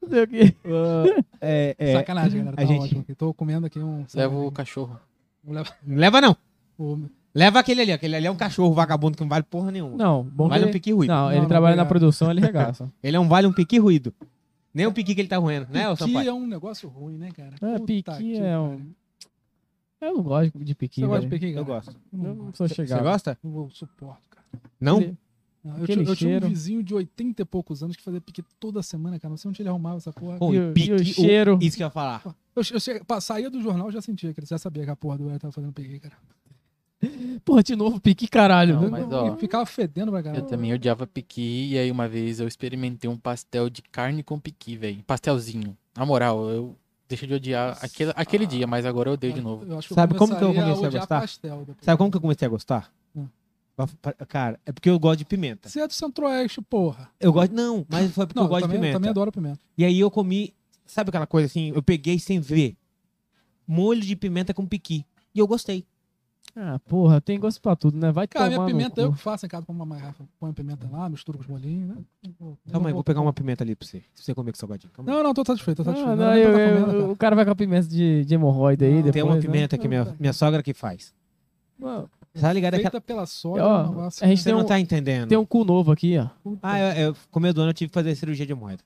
C: seguidores.
A: É, é,
B: Sacanagem, galera. Tá
A: a gente-
B: ótimo aqui. Tô comendo aqui um...
D: Leva o cachorro.
B: Leva-
A: Leva não.
B: o-
A: Leva aquele ali. Aquele ali é um cachorro vagabundo que não vale porra nenhuma.
C: Não, bom
A: vale
C: que
A: um
C: ele...
A: pique ruído.
C: Não, ele
B: Não, não,
C: trabalha na
B: obrigado.
C: produção, ele regaça.
A: Ele é um vale um pique ruído. Nem o pique que ele tá roendo, né, ô
B: Piqui
A: Sampaio?
B: é um negócio ruim, né, cara?
C: É,
B: Puta
C: piqui
B: que
C: é um. Eu não gosto de piqui.
B: Você gosta de
C: velho.
B: piqui, cara?
A: Eu gosto.
C: Eu não
B: Não,
C: sou
A: Você
C: chegado.
A: gosta?
B: não vou- suporto, cara.
A: Não?
C: Ele-
B: Não, eu,
C: Aquele
B: tinha, eu tinha
C: cheiro.
B: um vizinho de 80 e poucos anos que fazia piqui toda semana, cara. Não sei onde ele arrumava essa porra.
A: Pô,
C: E o- e o cheiro?
A: Isso que eu ia falar.
B: Eu, eu che- pa- saía do jornal já sentia que ele já sabia que a porra do Ué tava fazendo piqui, cara.
C: Porra, de novo, piqui, caralho.
D: Não,
C: velho.
D: mas,
B: Eu-
D: ó,
B: eu ficava fedendo pra
D: Eu
B: caralho.
D: também odiava piqui, e aí uma vez eu experimentei um pastel de carne com piqui, velho. Pastelzinho. Na moral, eu deixei de odiar aquele, aquele dia, mas agora eu odeio
B: É.
D: de novo.
B: Eu acho
A: Sabe como que eu
B: começaria
A: comecei a
B: odiar
A: gostar?
B: pastel depois.
A: Sabe como que eu comecei a gostar?
B: Hum.
A: Pra- pra- Cara, é porque eu gosto de pimenta.
B: Você é do centro-oeste, porra.
A: Eu gosto, não, mas foi porque
B: Não,
A: eu gosto
B: também,
A: de pimenta.
B: também adoro pimenta.
A: E aí eu comi, sabe aquela coisa assim? Eu peguei sem ver. Molho de pimenta com piqui. E eu gostei.
C: Ah, porra, tem gosto pra tudo, né? Vai
B: Cara,
C: tomar
B: minha
C: no
B: pimenta eu
C: cu.
B: que faço em casa, como uma garrafa, põe pimenta lá, misturo com os molinhos, né?
A: Calma aí, vou pegar uma pimenta ali pra você. Pra você comer com salgadinho. Calma aí.
B: Não, não, tô satisfeito, tô satisfeito.
C: Ah,
B: Não,
C: não,
B: nem
C: eu-
B: tava
C: eu-
B: comendo, tá cara.
C: o cara vai com a pimenta de, de hemorroida aí
B: Não,
C: depois.
A: Tem uma
C: né?
A: pimenta que minha, minha sogra que faz.
C: Mano,
A: Tá ligado? É que
B: Feita pela sogra,
C: Ó,
B: um negócio
C: a gente
A: Você
C: tem
A: não
C: um-
A: tá entendendo.
C: Tem um cu novo aqui, ó.
A: Ah, eu, eu, começo do ano eu tive que fazer cirurgia de moeda.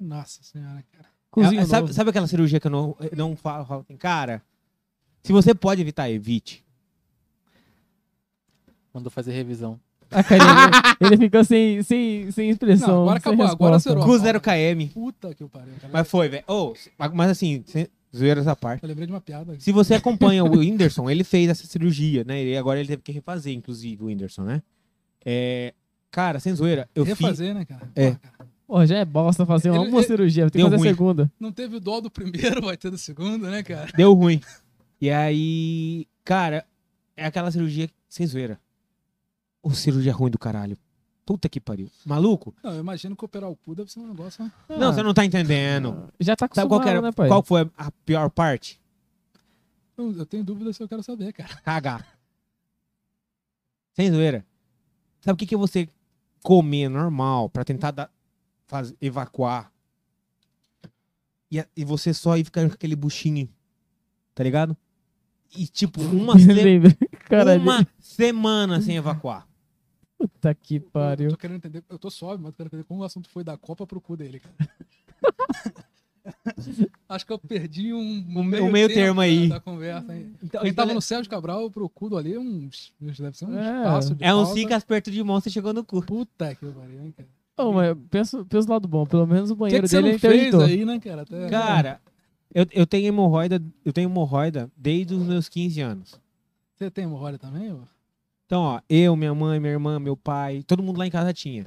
B: Nossa senhora, cara.
C: Cozinho
A: É, é, sabe,
C: novo.
A: sabe aquela cirurgia que eu não, eu não falo, falo assim, cara? Se você pode evitar, evite.
D: Mandou fazer revisão.
C: A carinha, ele ficou sem, sem, sem expressão.
B: Não, agora
C: sem
B: acabou, agora
C: resposta.
A: Cu
B: zerou.
A: 0KM.
B: Puta que eu pariu, cara.
A: Mas foi, velho. Ô, mas assim, sem- zoeira essa parte.
B: Eu lembrei de uma piada.
A: Se você acompanha o Whindersson, ele fez essa cirurgia, né? E agora ele teve que refazer, inclusive, o Whindersson, né? É, cara, sem zoeira, eu fiz.
B: Refazer, né, cara?
A: É.
B: Pô, cara?
C: Pô, já é bosta fazer uma,
B: Ele-
C: uma
B: ele-
C: cirurgia, tem
A: Deu
C: que fazer a
A: ruim.
C: segunda.
B: Não teve o dó do primeiro, vai ter do segundo, né, cara?
A: Deu ruim. E aí, cara, é aquela cirurgia sem zoeira. Ô, cirurgia é ruim do caralho. Puta que pariu. Maluco?
B: Não, eu imagino que operar o cu deve ser um negócio, né?
A: Não, você não tá entendendo.
C: Já tá
A: Sabe
C: acostumado,
A: qual, que era-
C: Ah. né, pai?
A: qual foi a pior parte?
B: Eu, Então, eu tenho dúvida se eu quero saber, cara.
A: Cagar. Sem zoeira. Sabe o que, que é você comer normal pra tentar dar- faz- evacuar? E, a- e você só ir ficar com aquele buchinho. Tá ligado? E tipo, uma, se-
C: Caralho,
A: uma semana sem evacuar.
C: puta que
B: Eu
C: pariu.
B: tô querendo entender, eu tô sóbrio, mas eu quero entender como o assunto foi da Copa pro cu dele, cara. Acho que eu perdi um, um
A: me- um meio termo aí. Então, é
B: Da conversa, hein? Quem tava no Sérgio Cabral pro cu do ali, é um, deve ser um
C: É.
B: espaço de
A: é um
B: pausa.
A: cicas perto de mão, você chegou no cu.
B: Puta que pariu, hein, cara.
C: Ô, mas pensa, pensa do lado bom, pelo menos o
B: O que,
C: banheiro
B: que você
C: dele
B: não
C: é
B: fez
C: interditou.
B: aí, né, cara? Até-
A: Cara, eu, eu tenho hemorroida, eu tenho hemorroida desde os meus 15 anos.
B: Você tem hemorroida também? ô?
A: Então, ó, eu, minha mãe, minha irmã, meu pai, todo mundo lá em casa tinha.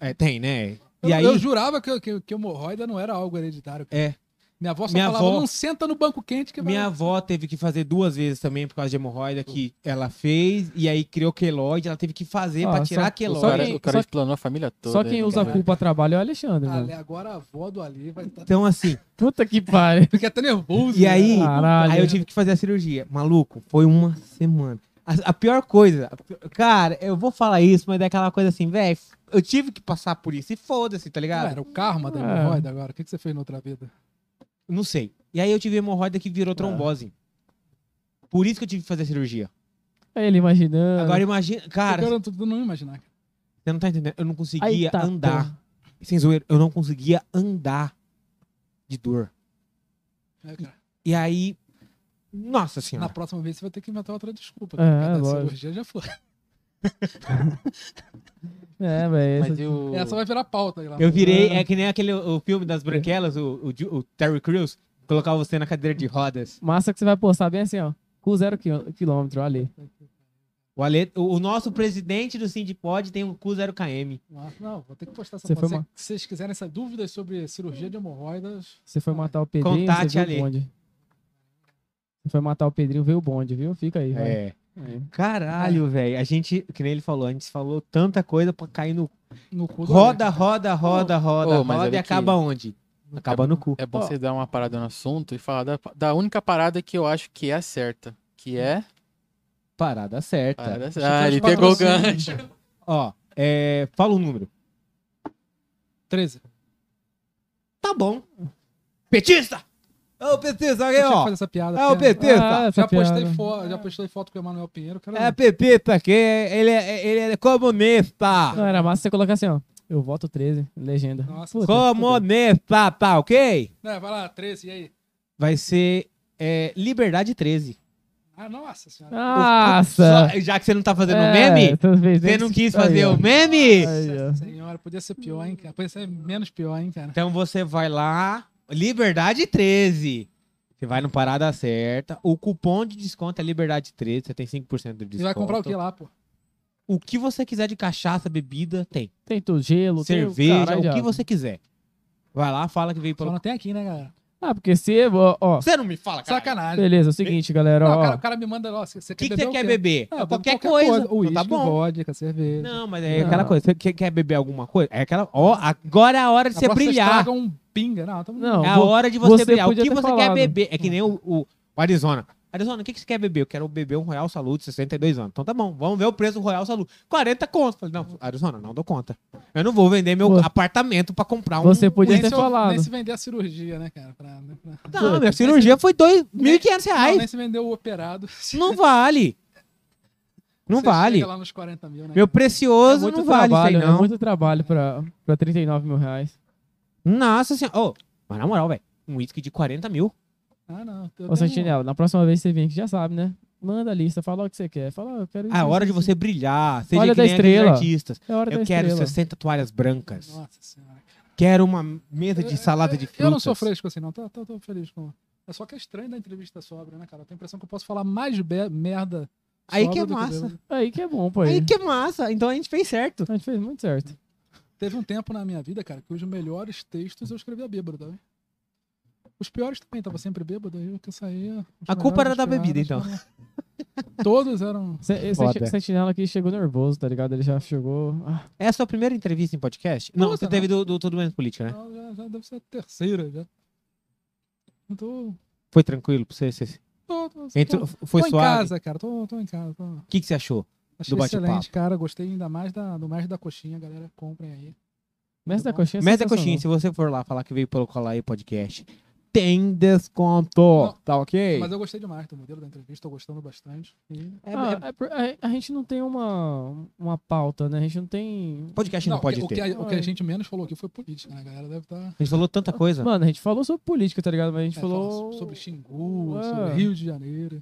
A: É, tem, né?
B: Eu,
A: E aí,
B: eu jurava que, que, que hemorroida não era algo hereditário.
A: É.
B: Minha avó só
A: Minha
B: falava,
A: avó-
B: não senta no banco quente que vai...
A: minha avó teve que fazer duas vezes também por causa de hemorroida que ela fez, e aí criou queloide, ela teve que fazer
C: Ah,
A: pra
C: só-
A: tirar a
D: O
A: queloide.
C: Só
D: cara,
C: quem-
D: o cara
C: só-
D: explanou a família toda.
C: Só quem
D: né,
C: usa a
D: cara?
C: culpa a trabalho é o Alexandre,
B: Ale,
C: mano.
B: Ah, né, agora a avó do Ali vai estar...
A: Então, assim,
C: Puta que pariu.
B: Fica até nervoso. né?
A: e aí,
C: Caralho.
A: aí eu tive que fazer a cirurgia. Maluco, foi uma semana. A, a pior coisa, a pi- cara, eu vou falar isso, mas é aquela coisa assim, velho, eu tive que passar por isso, e foda-se, tá ligado?
B: Cara, era o karma da
C: É.
B: hemorroida agora. O que, que você fez na outra vida?
A: Não sei. E aí eu tive hemorroida que virou trombose. Por isso que eu tive que fazer a cirurgia.
C: Aí ele imaginando.
A: Agora imagina. Cara,
B: eu quero tudo não imaginar. cara.
A: você não tá entendendo. Eu não
C: Aí
A: conseguia
C: tá,
A: andar.
C: pô.
A: Sem zoeira, eu não conseguia andar de dor.
B: É, cara.
A: E aí. Nossa
B: Na
A: senhora.
B: próxima vez você vai ter que inventar outra desculpa.
A: Ah,
C: É,
B: cara.
C: é,
B: Cada
C: lógico.
B: cirurgia já foi.
C: É, velho.
D: Mas
C: essa-
D: e o...
B: Essa vai virar pauta aí lá.
A: Eu virei. É que nem aquele o filme das branquelas, o, o Ju- o Terry Crews, colocava você na cadeira de rodas.
C: Massa que você vai postar bem assim, ó. Com zero quil- quilômetro, ali.
A: O, Ale- o- o nosso presidente do Sindipod tem um cu 0KM.
B: Nossa, Não, vou ter que postar essa
C: Você
B: foto.
C: foi uma-
B: Se vocês quiserem essas dúvidas sobre cirurgia de hemorroidas,
C: Você foi matar o Pedrinho,
A: Contate
C: você viu
A: ali.
C: o bonde. Você foi matar o Pedrinho, veio o bonde, viu? Fica aí, vai.
A: É. Caralho, velho. A gente, que nem ele falou, a gente falou tanta coisa pra cair no
B: no cu do
A: Roda,
B: Alex.
A: roda, roda, roda,
D: Ô, mas
A: roda
D: olha
A: e
D: aqui.
A: acaba onde? Acaba no cu.
D: É bom
C: Ó.
D: você dar uma parada no assunto e falar da, da única parada que eu acho que é a certa. Que é.
A: Parada certa.
D: Parada
B: Acho que
D: certa. Ah, ele
B: faz
D: pegou o
B: patrocínio.
D: gancho.
A: Ó, é, fala o número.
B: 13.
A: Tá bom. Petista! Ô, petista,
B: Eu
A: aí,
B: tinha que
A: ó.
B: fazer essa piada.
A: É o
B: porque-
A: PT, tá?
C: Ah, essa
B: Já postei,
C: piada.
B: fo... já postei foto com o Emanuel Pinheiro. Cara,
A: É petista que ele é, ele é
C: Não,
A: comunista.
C: era massa você colocar assim, ó. Eu voto 13, legenda.
B: Nossa,
C: Puta,
A: Comunista, tá ok?
B: É, vai lá, 13, e aí?
A: Vai ser é, Liberdade 13.
B: Ah, nossa senhora.
C: Nossa!
A: Só- já que você não tá fazendo
C: É,
A: meme,
C: essas vezes-
A: você não quis
C: Aí,
A: fazer
C: ó.
A: o meme?
C: Aí, ó.
B: Nossa senhora, podia ser pior, hein, cara? Podia ser menos pior, hein, cara?
A: Então você vai lá, Liberdade 13. Você vai no Parada Certa. O cupom de desconto é Liberdade 13. Você tem 5% de desconto.
B: Você vai comprar o que lá, pô?
A: O que você quiser de cachaça, bebida, tem.
C: Tem tudo, gelo, tem o
A: Cerveja,
C: caralho
A: o que
C: de água.
A: você quiser. Vai lá, fala que veio
B: Só
A: pelo.
B: não tem aqui, né, galera?
C: Ah, porque se... Ó, ó,
A: Você não me fala, cara.
B: Sacanagem.
C: beleza, é o seguinte, galera,
B: Não,
C: ó.
B: cara, o cara me manda, ó, você, você
A: O que,
B: quer
A: que você
B: o
A: quer
B: quê?
A: beber?
B: Ah, eu
A: É
B: bebo
A: qualquer coisa. Então
B: Uísque,
A: tá bom.
B: vodka, cerveja.
A: Não, mas é
C: Não.
A: aquela coisa. Você quer, quer beber alguma coisa? É aquela. Ó, agora é a hora de
B: Na
A: você
B: próxima
A: brilhar.
B: estraga um pinga. Não, tá bom.
C: Não,
A: É a
C: vou-
A: hora de você,
C: você
A: beber. O
C: podia
A: que
C: ter
A: você quer
C: falado.
A: beber? É que nem o, o- o Arizona. Arizona, o que, que você quer beber? Eu quero beber um Royal Salute 62 anos. Então tá bom, vamos ver o preço do Royal Salute. 40 conto. Falei, não, Arizona, não dou conta. Eu não vou vender meu
C: Você-
A: apartamento pra comprar um.
C: Você podia
B: Nem
C: ter
B: se eu-
C: falado.
B: Nem se vender a cirurgia, né, cara? Pra, né, pra-
A: Não, minha cirurgia foi dois-
B: Nem-
A: 1.500
B: Não,
A: reais.
B: nem se vender o operado.
A: Não vale. Não
B: Você
A: vale.
B: Chega lá nos 40 mil, né?
A: Meu
C: É
A: precioso
C: muito
A: não vale isso aí,
C: trabalho,
A: não.
C: é muito trabalho pra, pra 39 mil reais.
A: Nossa senhora. Ô, mas na moral, velho, um uísque de 40 mil.
B: Ah, não. eu
C: Ô,
B: tenho-
C: Santinela, na próxima vez que você vem aqui, já sabe, né? Manda a lista, fala o que você quer. Fala, "Ah, eu quero isso,
A: A
C: isso,
A: hora de
C: isso".
A: você brilhar, seja
C: Olha
A: que
C: da
A: nem aqueles
C: estrela.
A: artistas.
C: É a hora
A: Eu
C: da
A: quero
C: estrela.
A: 60 toalhas brancas.
B: Nossa senhora.
A: Quero uma mesa de salada de frutas.
B: Eu não sou fresco assim, não. Tô, tô, tô feliz com. É só que é estranho da entrevista sobra, né, cara? Eu tenho a impressão que eu posso falar mais be- merda.
A: Aí
B: sobra
A: que é
B: do
A: massa.
B: bêbado.
C: Aí que é bom, pô.
A: Aí que massa. Então a gente fez certo.
C: A gente fez muito certo.
B: Teve um tempo na minha vida, cara, que os melhores textos eu escrevia bêbado, tá? vendo? Os piores também, tava sempre bêbado, aí o que saía. os
A: A culpa
B: melhores,
A: era da
B: os piores,
A: bebida, então.
B: eram- Todos eram.
C: Se- esse
A: Foda.
C: Sentinela aqui chegou nervoso, tá ligado? Ele já chegou. Ah,
A: É a sua primeira entrevista em podcast? não,
B: Puta,
A: você teve do, do Tudo Menos Política, né?
B: Não, Já, já deve ser a terceira, já. Eu Tô,
A: Foi tranquilo pra você? você-
B: tô, tô,
A: Entrou-
B: tô,
A: foi
B: tô em
A: suave?
B: casa, cara. Tô, tô em casa. Tô.
A: O que, que você achou?
B: Achei
A: Do bate-papo.
B: excelente, cara. Gostei ainda mais da, do mais da coxinha, galera. Comprem aí.
C: mestre
B: Tá
C: da
B: bom.
C: coxinha. é
A: Mesa
C: sensacional.
A: Coxinha, se você for lá falar que veio pelo Colar aí Podcast, tem desconto, tá ok?
B: Mas eu gostei demais do modelo da entrevista, tô gostando bastante. E-
A: É, é-
C: Ah, é por- a- a gente não tem uma, uma pauta, né? A gente não tem.
A: podcast não,
B: o
A: pode
B: que- o,
A: ter.
B: que a, o que a
C: Ai.
B: gente menos falou aqui foi política, né? A galera deve estar.
A: A gente falou tanta coisa.
C: Mano, a gente falou sobre política, tá ligado? Mas a gente falou.
B: É, sobre Xingu,
C: É.
B: sobre Rio de Janeiro.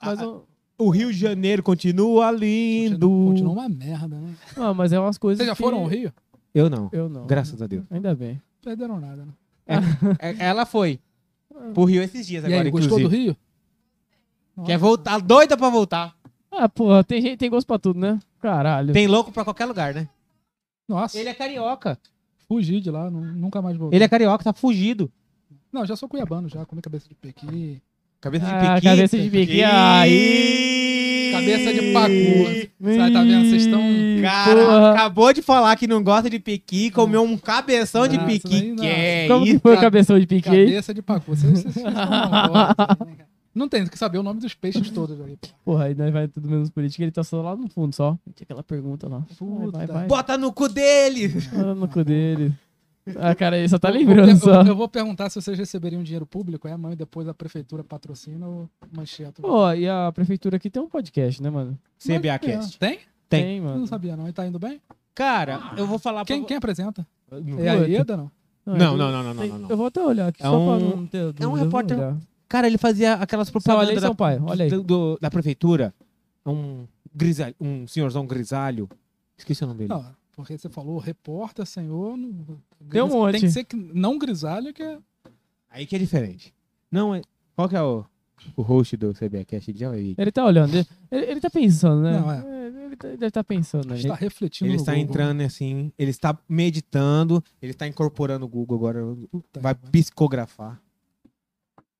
C: Mas,
A: Ah,
C: eu-
A: O Rio de Janeiro continua lindo.
B: Continua, continua uma merda, né?
C: Ah, mas é umas coisas.
B: Vocês já
C: que-
B: foram ao Rio?
A: Eu não.
C: Eu não.
A: Graças a Deus.
C: Ainda bem.
B: Perderam nada, né?
A: É, Ela foi pro Rio esses dias
B: e
A: agora,
B: aí, gostou
A: inclusive.
B: do Rio?
A: Quer voltar, doida pra voltar.
C: Ah, porra, tem gente tem gosto pra tudo, né? Caralho.
A: Tem louco pra qualquer lugar, né?
B: Nossa,
A: Ele é carioca.
B: fugi de lá, nu- nunca mais voltei.
A: Ele é carioca, tá fugido.
B: Não, já sou cuiabano, já comi cabeça de pequi.
A: Cabeça de
C: Ah,
A: piqui.
C: cabeça de piqui. Aí.
B: Cabeça de pacu. Sabe, tá vendo? Vocês estão-
C: Ih,
A: Cara,
C: porra.
A: acabou de falar que não gosta de piqui, comeu um cabeção de
B: Não, isso
A: piqui.
B: daí não.
A: Que é
C: Como que
A: isso?
C: foi o
B: Ca-
C: cabeção de pique aí?
B: Cabeça de pacu. Vocês, vocês estão maldosos, né, cara? Não tem que saber o nome dos peixes todos aí. pô.
C: Porra, aí nós vai tudo menos política, ele tá só lá no fundo, só. Tinha aquela pergunta lá.
B: Puta.
C: Vai, vai, vai.
A: Bota no cu dele!
C: Ah, no cu dele. Ah, cara, ele só tá
B: Eu- eu-
C: lembrando
A: é-
C: só.
B: Eu, eu vou perguntar se vocês receberiam dinheiro público, é a mãe, depois a prefeitura patrocina o manchete.
C: Pô, e a prefeitura aqui tem um podcast, né, mano?
A: CBAcast.
B: Tem?
A: Tem.
B: Eu
C: mano.
B: não sabia, não. E tá indo bem?
A: Cara, eu vou
C: Ah,
A: falar
C: tá
B: Quem,
A: pra
B: quem apresenta?
A: vo-
B: É a
C: Puta.
B: Ieda, não?
A: Não,
C: eu-
A: não, não, não, não,
C: tem-
A: não, não.
C: Eu vou até olhar aqui,
A: É
C: só pra
A: um-
C: não ter dúvida, né?
A: um
C: eu vou
A: repórter
C: olhar.
A: Cara, ele fazia aquelas
C: Só olhei
A: propagandas da,
C: São Paulo, é olha aí.
A: do- do- da prefeitura. Um grisalho, um senhorzão grisalho. Esqueci o nome dele.
B: Não, porque você falou repórter, senhor. não-
C: Tem um monte.
B: Tem que ser que- não grisalho, que é.
A: Aí que é diferente. Não, é... qual que é o, o host do CBAcast? Ele já vai vir.
C: Ele tá olhando, ele, ele, ele tá pensando, né?
B: Não, é.
C: É, Ele, tá- ele deve estar pensando, né?
B: Está refletindo.
A: Ele
B: no
A: está
B: Google.
A: entrando assim, ele está meditando, ele está incorporando o Google agora,
B: Puta
A: vai
B: que pariu.
A: psicografar.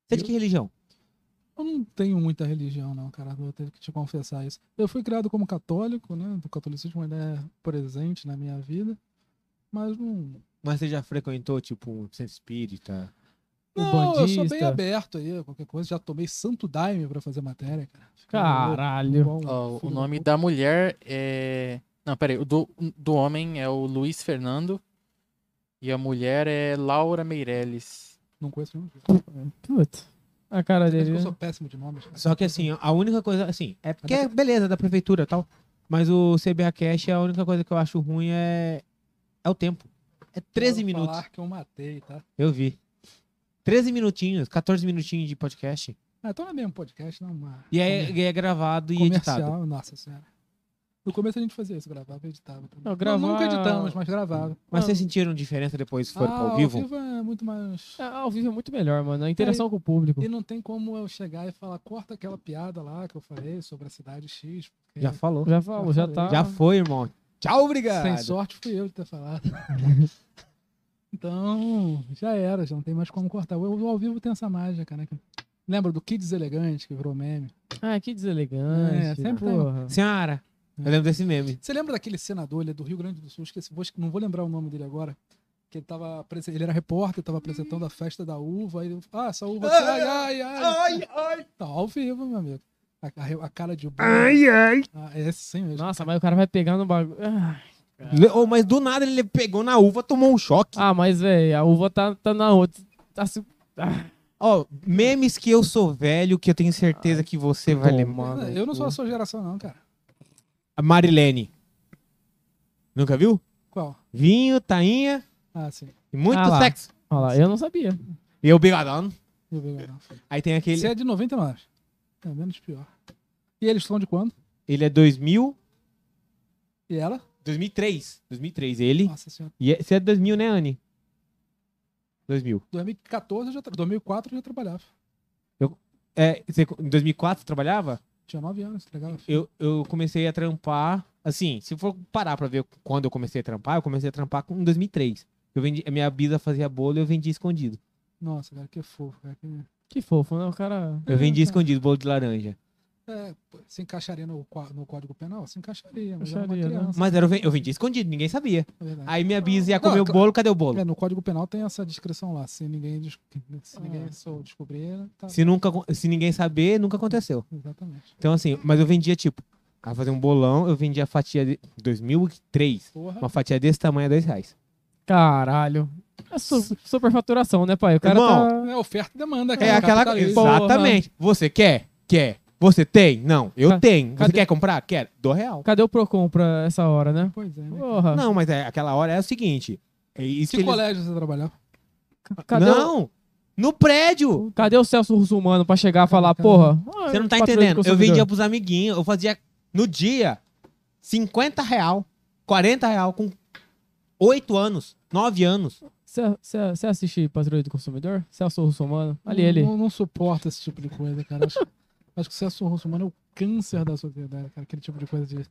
A: Você é de que religião?
B: Eu não tenho muita religião, não, cara. Eu tenho que te confessar isso. Eu fui criado como católico, né? O catolicismo ainda é presente na minha vida. Mas não,
A: Mas você já frequentou, tipo, um centro espírita?
C: O
B: Não, eu sou bem
C: bandista.
B: aberto aí, qualquer coisa. Já tomei santo daime pra fazer matéria, cara. Fiquei
C: Caralho.
B: louco, igual um
D: Ó,
B: filho
D: o
B: da
D: nome
B: puta.
D: da mulher é. Não, peraí. O do, do homem é o Luiz Fernando. E a mulher é Laura Meirelles.
B: Não conheço nenhum. Acho
C: Putz. A cara
B: que
C: dele.
B: eu
C: né?
B: sou péssimo de nomes. cara.
A: Só que assim, a única coisa, assim, é porque é beleza, da prefeitura e tal. Mas o CBA Cash, a única coisa que eu acho ruim é, é o tempo. É 13
B: Quero
A: minutos,
B: falar que eu matei, tá?
A: eu vi. 13 minutinhos, 14 minutinhos de podcast.
B: Ah, então não é mesmo podcast, não. Uma...
A: E é, e é gravado e
B: comercial,
A: editado.
B: nossa senhora. No começo a gente fazia isso, gravava e editava. também.
C: Não, gravar-
B: Nunca editamos, mas gravava.
A: Mas vocês sentiram diferença depois que foram
B: Ah,
A: ao vivo?
B: é muito mais...
C: É, ao vivo é muito melhor, mano. A interação
A: É.
C: com o público.
B: E não tem como eu chegar e falar, corta aquela piada lá que eu falei sobre a cidade X. porque-
A: Já falou.
C: Já falou, já tá.
A: Já foi, irmão. Tchau, obrigado.
B: Sem sorte fui eu de ter falado. então, já era, já não tem mais como cortar. O o ao vivo tem essa mágica, né? cara? Lembra do Kids Elegante, que virou meme?
C: Ah, que deselegante.
B: É, sempre tem.
C: porra.
A: Senhora, eu lembro desse meme.
B: Você lembra daquele senador, ele é do Rio Grande do Sul, esqueci, vou- não vou lembrar o nome dele agora, que ele, tava, apresen- ele era repórter, estava apresentando a festa da uva, aí ele, ah, essa uva, aqui, ai, ai, ai.
A: ai.
B: Tá ao vivo, meu amigo. A, a- a cara de bunda.
A: ai.
B: Ah, é sim mesmo.
C: Nossa, mas o cara vai pegar no bagulho. Ah,
A: Le- oh, mas do nada ele pegou na uva, tomou um choque.
C: Ah, mas, velho, a uva tá, tá na outra. Tá se- Ah,
A: Ó, memes que eu sou assim. velho, que eu tenho certeza que você vai
C: bom.
A: lembrar.
B: eu não sou da sua geração, não, cara.
A: A Marilene. Nunca viu?
B: Qual?
A: Vinho, tainha
B: Ah, sim.
A: e muito
C: Ah lá.
A: sexo.
C: Olha lá, eu não sabia.
A: E o bigodão.
B: Eu vi, não.
A: Aí tem aquele.
B: Esse é de 99. É menos pior. E eles são de quando?
A: Ele é 2000.
B: E ela?
A: 2003. 2003 ele.
B: Nossa senhora.
A: E é- você é de 2000, né, Anne? 2000.
B: 2014 eu já tra... 2004 eu já trabalhava.
A: É, você, em 2004 você trabalhava?
B: Tinha 9 anos, tá entregava filho.
A: Eu, eu comecei a trampar. Assim, se for parar pra ver quando eu comecei a trampar, eu comecei a trampar com- em 2003. Eu vendi, a minha bisa fazia bolo e eu vendia escondido.
B: Nossa, cara, que fofo, cara. que-
C: Que fofo, né? O cara.
A: Eu vendia escondido bolo de laranja.
B: É, pô, se encaixaria no, qua- no Código Penal? Se encaixaria, mas era uma
C: Encaixaria, né?
B: criança,
A: Mas era, eu ven- eu vendia escondido, ninguém sabia.
B: na verdade.
A: Aí minha bisa ia
B: Não,
A: comer o
B: cla-
A: bolo, cadê o bolo?
B: É, no Código Penal tem essa descrição lá. Se ninguém, des- se
A: Ah.
B: ninguém sou descobrir, tá.
A: Se, nunca, acon- se ninguém saber, nunca aconteceu.
B: Exatamente.
A: Então, assim, mas eu vendia, tipo, a fazer um bolão, eu vendia a fatia de 2003.
B: Porra.
A: Uma fatia desse tamanho é 2 reais.
C: Caralho. É su- superfaturação, né, pai? O cara
A: Irmão,
C: tá.
B: É oferta e demanda, cara.
A: É aquela
B: Capitalismo.
C: Porra.
A: Exatamente. Você quer? Quer. Você tem? Não, eu
C: Ca-
A: tenho. Você
C: cadê-
A: quer comprar? Quero. Do real.
C: Cadê o Procon pra essa hora, né?
B: Pois é, né?
C: Porra.
A: Não, mas é, aquela hora é o seguinte. É isso
B: Que
A: que eles-
B: colégio você trabalhava?
C: Tipo, Cadê o...
A: Não! No prédio!
C: Cadê o Celso Russumano pra chegar e falar, porra? ah,
A: Você não tá
C: patrulha do
A: entendendo. Eu
C: consumidor.
A: vendia pros amiguinhos, eu fazia no dia 50 real, 40 real, com 8 anos, 9 anos.
C: Você- Você você assiste Patrulha do Consumidor? Celso Russumano? Ali,
B: Não-
C: ele.
B: Não, não suporta esse tipo de coisa, cara. Acho, acho que o Celso Russo, mano, é o câncer da sociedade, cara. Aquele tipo de coisa de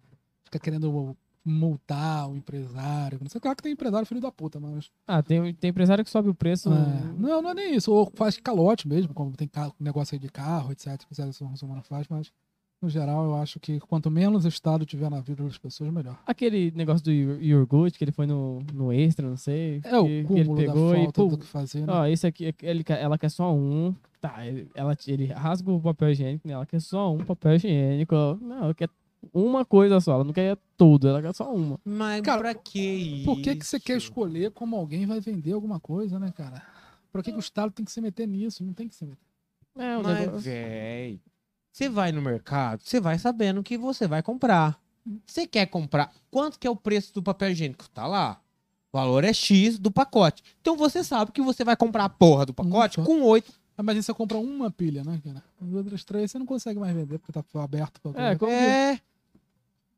B: ficar querendo multar o empresário. Não sei, claro que tem empresário filho da puta, mas.
C: Ah, tem, tem empresário que sobe o preço.
B: É, Não, não é nem isso. Ou faz calote mesmo, como tem ca- negócio aí de carro, etc. que o Celso Russo, mano, faz, mas. No geral, eu acho que quanto menos Estado tiver na vida das pessoas, melhor.
C: Aquele negócio do Ior- iogurte que ele foi no, no extra, não sei.
B: É o
C: que, que ele
B: cúmulo da
C: pegou e. Ah,
B: falta
C: Pô,
B: do que fazer, né?
C: ó, esse aqui, ele, quer- ela quer só um. Tá, ele- ela, ele rasga o papel higiênico, né? Ela quer só um papel higiênico. Não, ela quer uma coisa só, ela não quer tudo, ela quer só uma.
A: Mas
B: Cara,
A: pra que isso?
B: Por que, que você quer escolher como alguém vai vender alguma coisa, né, cara? Por que, que o Estado tem que se meter nisso? Não tem que se meter.
C: É, o
A: Mas,
C: negócio.
A: véi, você vai no mercado, você vai sabendo o que você vai comprar. Você quer comprar. Quanto que é o preço do papel higiênico? Tá lá. O valor é X do pacote. Então você sabe que você vai comprar a porra do pacote
C: Uhum.
B: Hum,
A: com 8.
B: Ah, mas aí você compra uma pilha, né, cara? As outras três você não consegue mais vender porque tá aberto pra
C: É,
B: é,
C: como que-
A: É.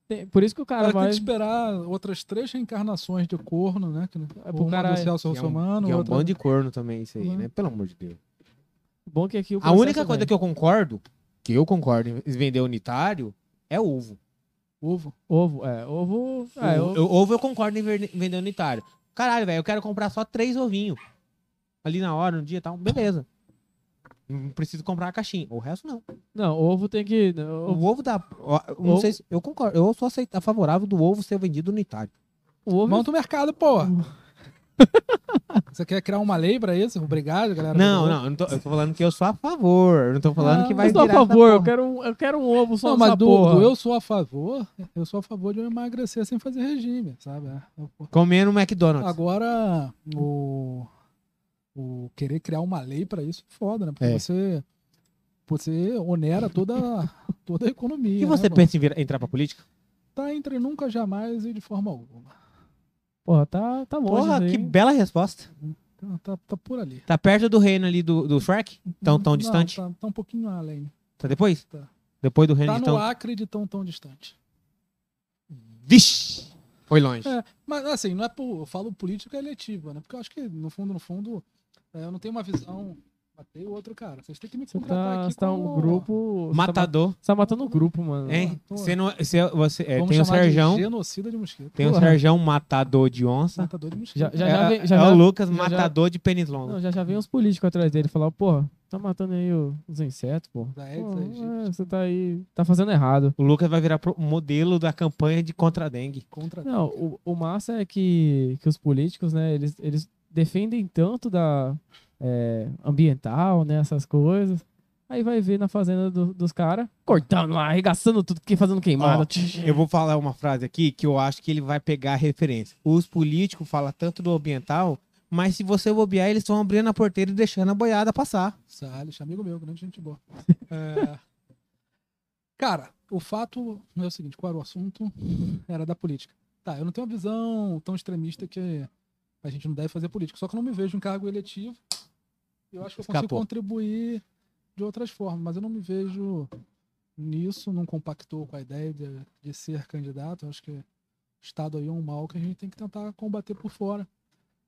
C: tem- por isso que o cara
B: Cara, tem
C: vai.
B: que esperar outras três reencarnações de corno, né? Que,
C: É pro
B: uma
C: cara-
B: do
A: E
B: Celso
A: é um-
C: tá
B: Russomano,
A: e é um
B: outra...
A: bando de corno também, isso aí,
B: Uhum.
A: né? Pelo amor de Deus.
C: Bom que aqui o
A: A única
C: processo
A: coisa
C: vai.
A: que eu concordo, que eu concordo em vender unitário, é ovo.
B: Ovo.
C: Ovo, é, ovo. É,
A: O-
C: ovo.
A: eu- ovo eu concordo em ver- vender unitário. Caralho, velho, eu quero comprar só três ovinhos. Ali na hora, no dia e tal, beleza. Não preciso comprar a caixinha. O resto não.
C: Não, ovo tem que. né, O
A: O ovo dá. ó, eu Não
C: Ovo-
A: sei se, eu concordo. Eu sou aceita, favorável do ovo ser vendido unitário.
C: o ovo
B: Mão do mercado, porra! você quer criar uma lei pra isso? Obrigado, galera.
A: Não,
B: Obrigado.
A: não, eu, não tô, eu tô falando que eu sou a favor. Eu não tô falando
B: Ah,
A: que
C: Eu
A: vai
C: estou a
A: virar essa
C: favor, eu
A: porra.
C: quero, um, eu quero um ovo só
B: Não,
C: nessa
B: mas do,
C: porra.
B: do eu sou a favor, eu sou a favor de eu emagrecer sem fazer regime, sabe? É, eu-
A: Comendo McDonald's.
B: Agora, o, o querer criar uma lei para isso é foda, né? Porque
A: É.
B: você, você onera toda, toda a
A: O
B: economia.
A: que você
B: né, mano?
A: pensa em vir- entrar pra política?
B: Tá entre nunca, jamais e de forma alguma.
C: Porra, tá, tá longe.
A: Porra,
C: isso
A: que
C: aí.
A: bela resposta.
B: Tá, tá, tá por ali.
A: Tá perto do reino ali do, do Shrek? Então, Tão, tão
B: Não,
A: distante?
B: Tá, tá um pouquinho além.
A: Tá depois?
B: Tá.
A: Depois do reino então.
B: Tá
A: de
B: no
A: tão...
B: Acre de tão tão distante.
A: Vixe! Foi longe.
B: É, mas assim, não é por. Eu falo política eletiva, né? Porque eu acho que, no fundo, no fundo, é, eu não tenho uma visão. Matei o outro, cara. Vocês têm que me
C: Você
B: contratar
C: tá,
B: aqui
C: você tá
B: como-
C: um grupo. você tá ma-
A: Matador,
C: Você tá matando o grupo, mano.
A: hein?
B: tô-
A: Você não, você, você, é,
B: Vamos
A: tem o
B: chamar de
A: Serjão,
B: Genocida de mosquito.
A: tem o
C: Porra.
A: Serjão matador de onça.
B: Matador de mosquito.
C: Já, já,
A: é,
C: já,
A: é
C: vem, já,
A: o
C: já,
A: Lucas,
C: já-
A: matador de pênis longo.
C: não, já, já vem uns políticos atrás dele falar, porra, tá matando aí o- os insetos, porra.
B: Da Aedes
C: Pô,
B: aegypti.
C: é, você tá aí. Tá fazendo errado.
A: O Lucas vai virar pro- modelo da campanha de contra a dengue.
B: Contra
C: Não, o, o massa é que, que os políticos, né, eles, eles defendem tanto da é, ambiental, né, essas coisas. Aí vai ver na fazenda do- dos caras, cortando lá, arregaçando tudo, que- fazendo queimada.
A: Ó, Eu vou falar uma frase aqui que eu acho que ele vai pegar a referência. Os políticos falam tanto do ambiental, mas se você bobear, eles estão abrindo a porteira e deixando a boiada passar.
B: Salles, amigo meu, grande gente boa. É, Cara, O fato é o seguinte, qual era o assunto? Era da política. Tá, eu não tenho uma visão tão extremista que a gente não deve fazer política. Só que eu não me vejo em cargo eletivo. Eu acho que eu consigo
A: Escapou.
B: contribuir de outras formas, mas eu não me vejo nisso, não compactou com a ideia de, de ser candidato. Eu acho que o Estado aí é um mal que a gente tem que tentar combater por fora.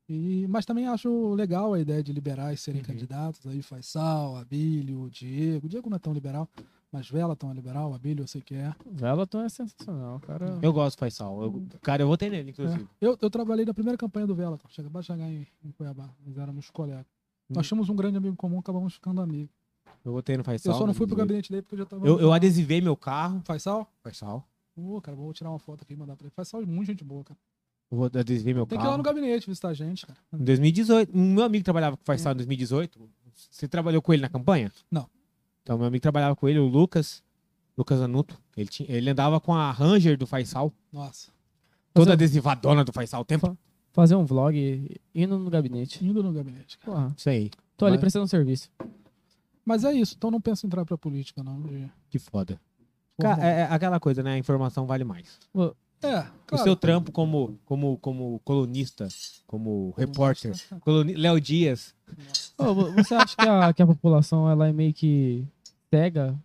B: E, mas também acho legal a ideia de liberais serem
A: Uhum.
B: candidatos. Aí Faisal, Abílio, Diego. Diego não é tão liberal, mas Vela tão é liberal, Abílio eu sei que é.
C: Velaton é sensacional, cara.
A: Eu gosto do Faisal. Eu, cara, eu votei nele, inclusive.
B: Eu, eu trabalhei na primeira campanha do Vela, chega a chegar em, em Cuiabá, nós éramos colegas.
A: Uhum.
B: Nós tínhamos um grande amigo comum, acabamos ficando amigos.
A: Eu votei no Faisal.
B: Eu só não fui pro
A: inclusive.
B: gabinete dele porque eu já tava.
A: Eu, eu adesivei meu carro.
B: Faz sal?
A: Faisal.
B: Ô, cara, vou tirar uma foto aqui e mandar pra ele. Faz sal, é muito gente boa, cara.
A: Eu vou- adesivei meu
B: Tem que ir lá
A: carro.
B: no gabinete visitar a gente, cara.
A: Em 2018. Um Meu amigo trabalhava com o Faisal em 2018. Você trabalhou com ele na campanha?
B: É. Não.
A: Então, meu amigo trabalhava com ele, o Lucas. Lucas Anuto. Ele, tinha, ele andava com a Ranger do Faisal.
B: Nossa.
A: Toda adesivadona do Faisal o tempo.
C: Fazer um vlog indo no gabinete.
B: Indo no gabinete, cara.
C: Porra,
A: Isso aí.
C: tô ali
A: Mas-
C: prestando serviço.
B: Mas é isso, então não penso em entrar pra política, não. de
A: Que foda.
B: forma-
A: Cara, é, é aquela coisa, né? A informação vale mais.
B: É,
A: O
B: claro.
A: seu trampo como, como, como colunista, como repórter,
B: É,
A: coluni- Léo Dias,
C: Ô, vo- você acha que a, que a população ela é meio que cega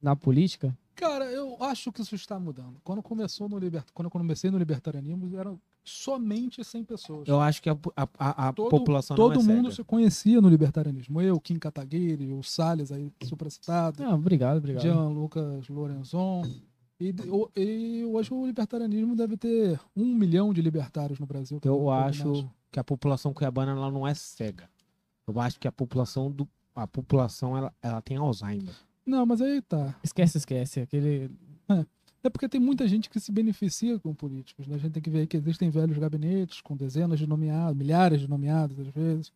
C: na política?
B: Cara, eu acho que isso está mudando. Quando começou no liber... quando eu comecei no libertarianismo, eram somente 100 pessoas.
A: eu acho que a, a- a- a
B: Todo-
A: população
B: Todo
A: não é
B: mundo
A: cega.
B: se conhecia no libertarianismo. Eu, Kim Kataguiri, o Salles aí, supracitado,
C: Ah, obrigado, obrigado.
B: Jean Lucas Lorenzon. E, de- o- e hoje o libertarianismo deve ter um milhão de libertários no Brasil.
A: Eu
B: um pouco
A: acho
B: mais.
A: que a população cuiabana ela não é cega. Eu acho que a população do a população ela, ela tem Alzheimer.
B: Não, mas aí tá.
C: Esquece, esquece. Aquele.
B: É porque tem muita gente que se beneficia com políticos. Né? A gente tem que ver que existem velhos gabinetes com dezenas de nomeados, milhares de nomeados às vezes.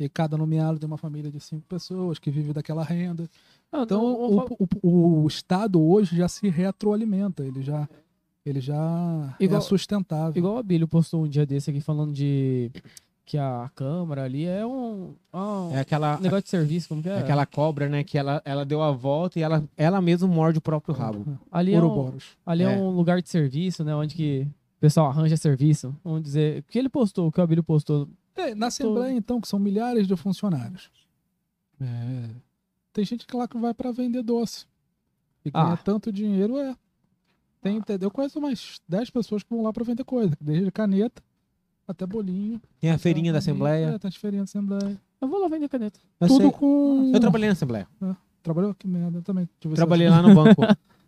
B: E cada nomeado tem uma família de cinco pessoas que vive daquela renda.
C: Ah,
B: Então
C: não,
B: o, o- o Estado hoje já se retroalimenta, ele já, ele já
C: Igual-
B: é sustentável.
C: Igual o Abílio postou um dia desse aqui falando de que a Câmara ali é um, ah, um
A: É aquela
C: negócio de serviço, como que é?
A: é aquela cobra, né, que ela, ela deu a volta e ela ela mesma morde o próprio rabo.
C: ali, é um,
B: Ouroboros.
C: ali é.
A: É.
C: um lugar de serviço, né? Onde que o pessoal arranja serviço. Vamos dizer. O que ele postou, o que o Abílio postou.
B: É, na Assembleia, então, que são milhares de funcionários. É, Tem gente que lá que vai para vender doce. E ganha
C: Ah.
B: tanto dinheiro, é. Tem,
A: Ah.
B: Eu conheço umas 10 pessoas que vão lá para vender coisa, desde caneta até bolinho.
A: Tem a feirinha da Assembleia.
B: É, tem as feirinhas da Assembleia.
C: Eu vou lá vender caneta.
A: Eu,
B: É Tudo
A: sei.
B: com.
A: Eu trabalhei na Assembleia.
B: Trabalhou? Que merda, eu também. tive essa-
A: Trabalhei lá no banco.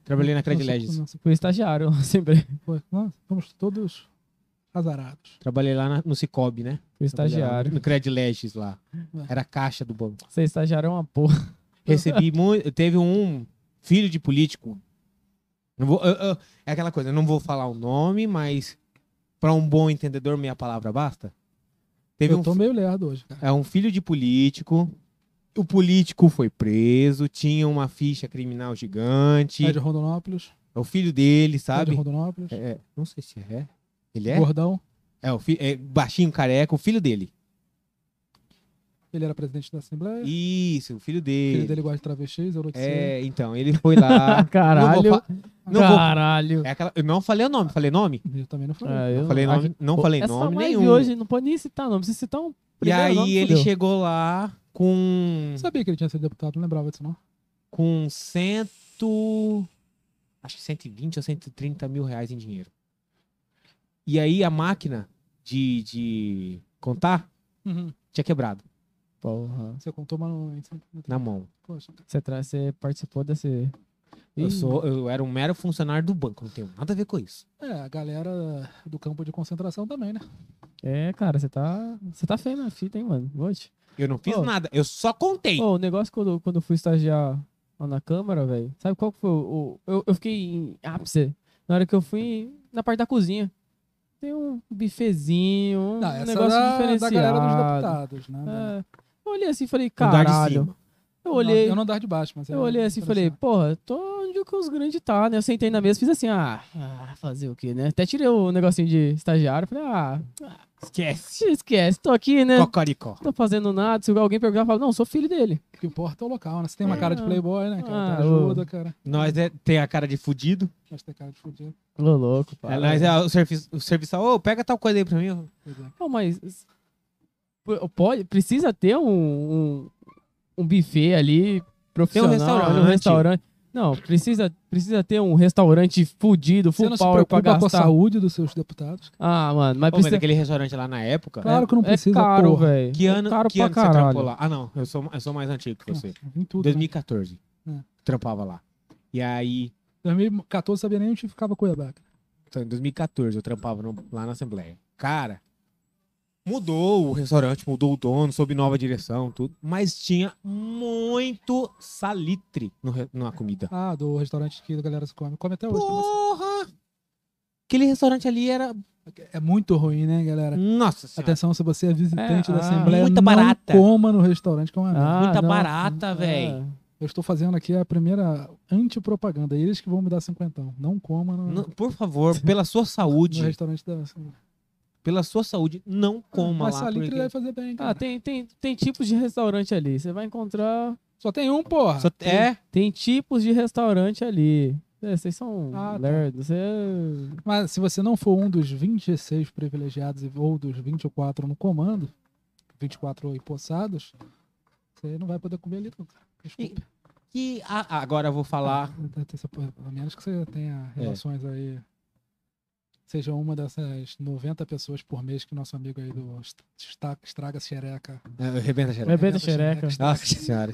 A: Trabalhei na Credilegis.
B: Nossa,
C: Fui estagiário lá sempre.
B: foi. Nossa, Estamos todos azarados.
A: Trabalhei lá na- no Cicobi, né?
C: Fui estagiário.
A: No Credilegis lá.
B: É.
A: Era a caixa do banco.
C: Ser estagiário é uma porra.
A: Recebi muito. Teve um filho de político. Não vou- eu- eu- é aquela coisa, eu não vou falar o nome, mas para um bom entendedor, meia palavra basta. Teve
B: Eu
A: um,
B: tô meio lerdo hoje, cara.
A: é um filho de político. O político foi preso, tinha uma ficha criminal gigante.
B: É de Rondonópolis.
A: É o filho dele,
B: É de
A: sabe?
B: Rondonópolis.
A: É, é, não sei se é. Ele é?
B: Gordão.
A: É, o fi- é baixinho, careca, o filho dele.
B: Ele era presidente da Assembleia.
A: Isso, o filho
B: O
A: dele.
B: É. filho dele gosta de travestis, eu não sei.
A: É, então, ele foi lá. Não vou
C: Caralho.
A: fa- não vou-
C: Caralho.
A: é aquela- eu não falei o nome, falei nome?
B: Eu também não falei.
C: Ah, eu
A: Não falei
C: acho-
A: nome, não
C: Pô,
A: falei
C: essa
A: nome
C: live
A: nenhum.
C: hoje não pode nem citar nome. Se citar um
A: e
C: primeiro
A: aí
C: nome,
A: ele
C: fudeu.
A: chegou lá com
B: Não sabia que ele tinha sido deputado, não lembrava disso, não.
A: com cento, acho que 120 ou 130 mil reais em dinheiro. E aí a máquina de, de contar
C: Uhum.
A: tinha quebrado
C: Porra.
B: Você contou, mas não. não-
A: na mão.
B: Poxa.
C: Você, tra- você participou desse...
A: Eu
C: Ih,
A: sou, eu era um mero funcionário do banco, não tenho nada a ver com isso.
B: É, a galera do campo de concentração também, né?
C: É, cara, você tá... Você tá feio na fita, hein, mano. Vou te...
A: Eu não fiz
C: Ô.
A: nada, eu só contei.
C: Ô, o negócio quando, quando eu fui estagiar lá na Câmara, velho, sabe qual que foi o... o- eu, eu fiquei em ápice na hora que eu fui na parte da cozinha. Tem um bifezinho, um
B: Não, essa
C: negócio
B: da, da
C: diferenciado.
B: galera dos deputados, né?
C: É. Eu olhei assim e falei,
A: Andar de
C: caralho.
A: cima.
C: Eu olhei,
B: Eu não andar de baixo, mas
C: eu
B: era
C: olhei assim e falei,
B: interessante.
C: porra, tô onde que os grandes tá, né? Eu sentei na mesa e fiz assim, ah, ah, fazer o quê, né? Até tirei o negocinho de estagiário, falei, ah,
A: Esquece.
C: esquece, tô aqui, né?
A: Cocoricó.
C: Tô fazendo nada. Se alguém perguntar, eu falo, não, sou filho dele.
B: O que importa é o local, né? Você tem uma cara de
C: Ah.
B: playboy, né, cara?
C: Ah,
B: Então ajuda, cara.
A: Nós é, tem a cara de fudido.
B: Mas tem cara de fudido.
C: Ô, louco, pá.
A: É, nós é o, servi o serviçal, ô, pega tal coisa aí pra mim.
B: Pois é.
C: Não, mas p- pode, precisa ter um, um, um buffet ali profissional,
A: restaurante.
C: ali um restaurante. Não, precisa, precisa ter um restaurante fudido,
B: Você
C: full
B: não se
C: power pra
B: preocupa com a
C: gastar.
B: saúde dos seus deputados?
C: ah, mano, mas
A: Ô, mas
C: precisa...
A: aquele restaurante lá na época.
B: Claro. que não precisa,
C: É caro,
B: porra.
C: velho.
A: Que ano,
C: é caro
A: que
C: pra
A: ano você
C: caralho.
A: trampou lá? Ah, não, eu sou, eu sou mais antigo que
C: Assim,
A: você.
B: Em tudo. né?
A: 2014.
B: É.
A: Trampava lá. E aí,
B: né? 2014 sabia nem onde ficava Cuiabá.
A: então, em 2014, eu trampava no- lá na Assembleia. Cara, mudou o restaurante, mudou o dono, sob nova direção, tudo. Mas tinha muito salitre no, re- na comida.
B: Ah, do restaurante que a galera se come. Come até hoje. tem bastante.
A: Porra! Aquele restaurante ali era.
B: É muito ruim, né, galera?
A: Nossa senhora.
B: Atenção, se você é visitante
C: É,
B: da
C: ah,
B: Assembleia,
A: muita
B: não
A: barata.
B: coma no restaurante que é uma merda.
C: Ah,
A: Muita
C: não.
A: tá barata,
C: Ah,
A: véi.
B: Eu estou fazendo aqui a primeira antipropaganda. Eles que vão me dar cinquentão. Não coma no,
A: Não, por favor, pela sua
B: no
A: saúde,
B: restaurante da Assembleia.
A: pela sua saúde, não coma
B: Mas
A: lá.
B: salitre
A: porque-
B: deve fazer bem, cara.
C: Ah, tem, tem, tem tipos de restaurante ali. Você vai encontrar.
B: Só tem um, porra.
A: Só- é,
C: Tem tipos de restaurante ali. É, Vocês são
B: Ah, tá.
C: lerdos. Você... é
B: Mas se você não for um dos 26 privilegiados e- ou dos 24 no comando, 24 empossados, você não vai poder comer ali, não, cara. Desculpe.
A: que a- agora eu vou falar
B: A menos que você tenha relações aí. Seja uma dessas 90 pessoas por mês que nosso amigo aí do Estra- Estraga Xereca.
A: É, Rebenta geral.
C: Rebenta Xereca.
B: Estraga.
A: Nossa senhora.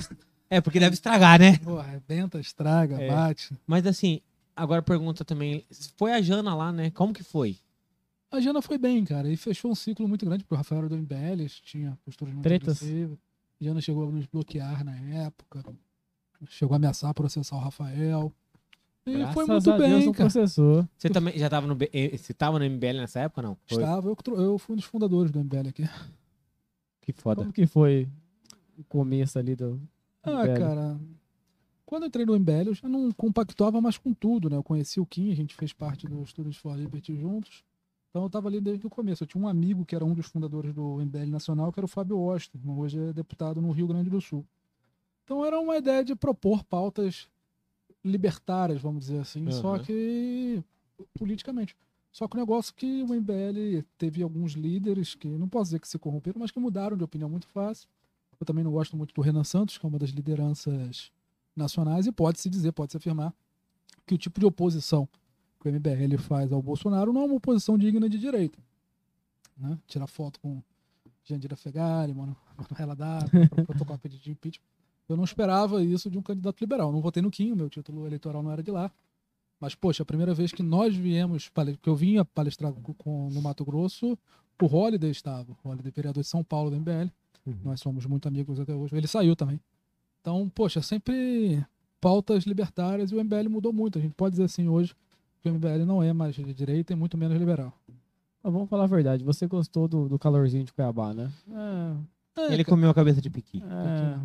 A: É, porque deve estragar, né?
B: Porra, arrebenta, estraga,
A: É.
B: bate.
A: Mas assim, agora pergunta também. Foi a Jana lá, né? Como que foi?
B: A Jana foi bem, cara, e fechou um ciclo muito grande, porque o Rafael era do MBL, tinha posturas muito
C: Tretas.
B: agressivas. Jana chegou a nos bloquear na época, chegou a ameaçar processar o Rafael. E
A: Graças
B: foi
C: Graças
B: muito
C: a
B: bem,
C: Deus, não
B: cara.
C: processou.
A: Você também já tava no B- eh, você tava no MBL nessa época não? Foi.
B: Estava, eu, que tro- eu fui um dos fundadores do MBL aqui.
A: Que foda.
C: Como que foi o começo ali do.
B: Ah,
C: MBL?
B: cara. Quando eu entrei no MBL, eu já não compactuava mais com tudo, né? Eu conheci o Kim, a gente fez parte do Estúdio de For Liberty juntos. Então eu tava ali desde o começo. Eu tinha um amigo que era um dos fundadores do MBL Nacional, que era o Fábio Osto, hoje é deputado no Rio Grande do Sul. Então era uma ideia de propor pautas libertárias, vamos dizer assim, só
A: Aham.
B: que politicamente. Só que o negócio é que o MBL teve alguns líderes que, não posso dizer que se corromperam, mas que mudaram de opinião muito fácil. Eu também não gosto muito do Renan Santos, que é uma das lideranças nacionais, e pode-se dizer, pode-se afirmar, que o tipo de oposição que o MBL faz ao Bolsonaro não é uma oposição digna de direita. Né? Tirar foto com Jandira Fegali, Mano- Manuela Dávila, para protocolar pedido de impeachment. Eu não esperava isso de um candidato liberal. Eu não votei no Kim, o meu título eleitoral não era de lá. Mas, poxa, a primeira vez que nós viemos, pale- que eu vinha palestrar com- com- no Mato Grosso, o Holliday estava, o Holliday, vereador de São Paulo do MBL. Nós somos muito amigos até hoje. Ele saiu também. Então, poxa, sempre pautas libertárias e o MBL mudou muito. A gente pode dizer assim hoje que o MBL não é mais de direita e muito menos liberal.
C: Mas Ah, vamos falar a verdade. Você gostou do, do calorzinho de Cuiabá, né? É.
B: É,
A: Ele
B: cara,
A: comeu a cabeça de piqui.
C: é.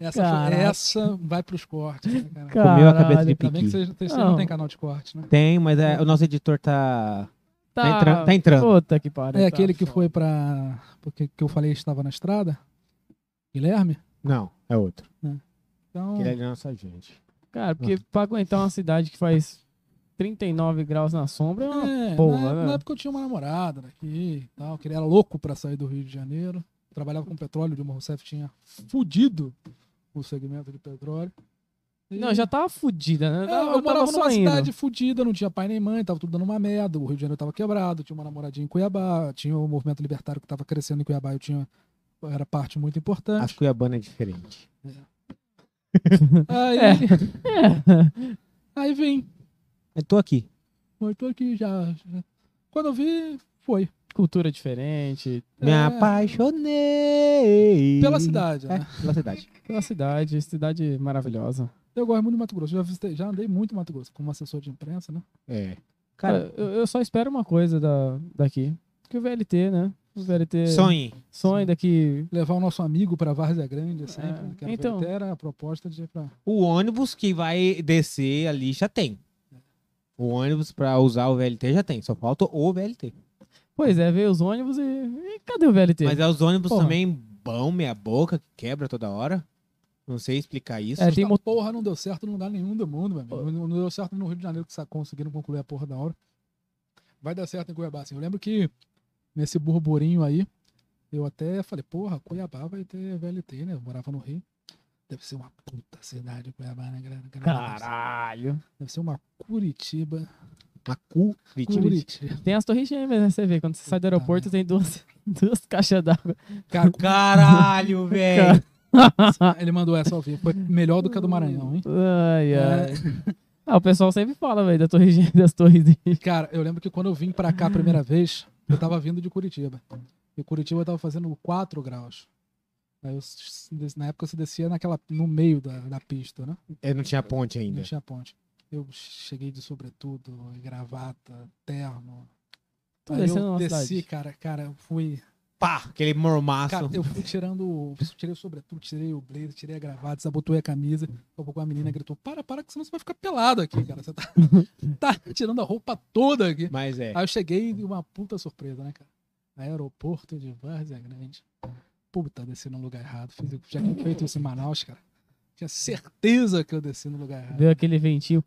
B: essa,
C: Caraca.
B: essa vai pros cortes, né, cara?
A: Comeu a cabeça de
C: Caralho,
B: Ainda tá bem que
A: piqui.
B: vocês vocês não.
C: Não.
B: tem canal de corte, né?
A: Tem, mas é, o nosso editor tá tá,
C: Tá,
A: entrando, tá entrando.
C: Puta que pariu.
B: É
C: tá
B: aquele que
C: foda.
B: foi pra. Porque que eu falei estava na estrada? Guilherme?
A: Não, é outro.
B: Então,
A: Ele é de nossa gente.
C: Cara, porque pra aguentar uma cidade que faz 39 graus na sombra, é uma
B: É,
C: porra,
B: na,
C: né?
B: na época eu tinha uma namorada daqui e tal, que ele era louco pra sair do Rio de Janeiro. Trabalhava com petróleo, o Dilma Rousseff tinha fudido o segmento de petróleo. E-
C: Não, já tava fudida, né?
B: É,
C: Tava-
B: eu,
C: tava
B: morava
C: só
B: numa
C: indo.
B: cidade fudida, não tinha pai nem mãe, tava tudo dando uma merda, o Rio de Janeiro tava quebrado, tinha uma namoradinha em Cuiabá, tinha o movimento libertário que tava crescendo em Cuiabá, eu tinha era parte muito
A: As
B: importante.
A: Cuiabana é diferente.
B: Aí,
C: É.
B: aí vim,
A: Eu tô aqui.
B: eu tô aqui já. já. Quando eu vi, foi.
C: Cultura diferente.
A: Me
B: É,
A: apaixonei.
B: Pela cidade, né?
A: É, pela cidade.
C: Pela cidade, cidade maravilhosa.
B: Eu gosto muito do Mato Grosso. Já, visitei, já andei muito em Mato Grosso, como assessor de imprensa, né?
A: É.
C: Cara, eu, eu só espero uma coisa da, daqui. Que o VLT, né? Gostaria de ter
A: Sonhe.
C: sonho daqui.
B: Levar o nosso amigo pra Várzea Grande assim, sempre.
C: É,
B: Quero ver.
C: então.
B: Até Era a proposta de ir pra.
A: O ônibus que vai descer ali já tem. O ônibus pra usar o VLT já tem, só falta o VLT.
C: Pois é, veio os ônibus e. e cadê o VLT?
A: Mas é os ônibus
C: Porra.
A: também bom, meia boca, que quebra toda hora. Não sei explicar isso.
C: É, tem
B: Essa
C: mo-
B: porra não deu certo em lugar nenhum do mundo, meu amigo. Não, não deu certo no Rio de Janeiro que sa- conseguiram concluir a porra da hora. Vai dar certo em Cuiabá, assim. Eu lembro que nesse burburinho aí, eu até falei, porra, Cuiabá vai ter VLT, né? Eu morava no Rio. Deve ser uma puta cidade, Cuiabá, né, galera?
C: Caralho.
B: Deve ser uma Curitiba.
A: Uma cu, Curitiba.
B: Curitiba.
C: Tem as torres gêmeas, né? Você vê, quando você sai do
B: Puta
C: aeroporto, tem duas, duas caixas d'água.
B: Cara,
A: Caralho, velho.
B: ele mandou essa ao vivo. Foi melhor do que a do Maranhão, hein?
C: Ai,
B: É.
C: ai. Ah, o pessoal sempre fala, velho, da torre gêmea, das torres gêmeas.
B: Cara, eu lembro que quando eu vim pra cá a
C: Hum.
B: primeira vez, eu tava vindo de Curitiba. E Curitiba tava fazendo 4 graus. Aí eu s- des- na época você descia naquela, no meio da, da pista, né?
A: É, não tinha ponte ainda.
B: Não tinha ponte. Eu cheguei de sobretudo, gravata, terno.
C: Tô
B: Aí
C: descendo
B: eu
C: na
B: desci,
C: é cidade.
B: cara, cara, eu fui.
A: Pá, aquele mormaço.
B: Cara, eu fui tirando. o- Tirei o sobretudo, tirei o blazer, tirei a gravata, sabotuei a camisa. Daqui a pouco a menina gritou: Para, para, que senão você vai ficar pelado aqui, cara. Você tá, tá tirando a roupa toda aqui.
A: Mas é.
B: Aí eu cheguei e uma puta surpresa, né, cara? Aeroporto de Várzea Grande. Puta, desci no lugar errado. Fiz, já tinha feito isso em Manaus, cara. Tinha certeza que eu desci no lugar errado.
C: Deu aquele ventinho.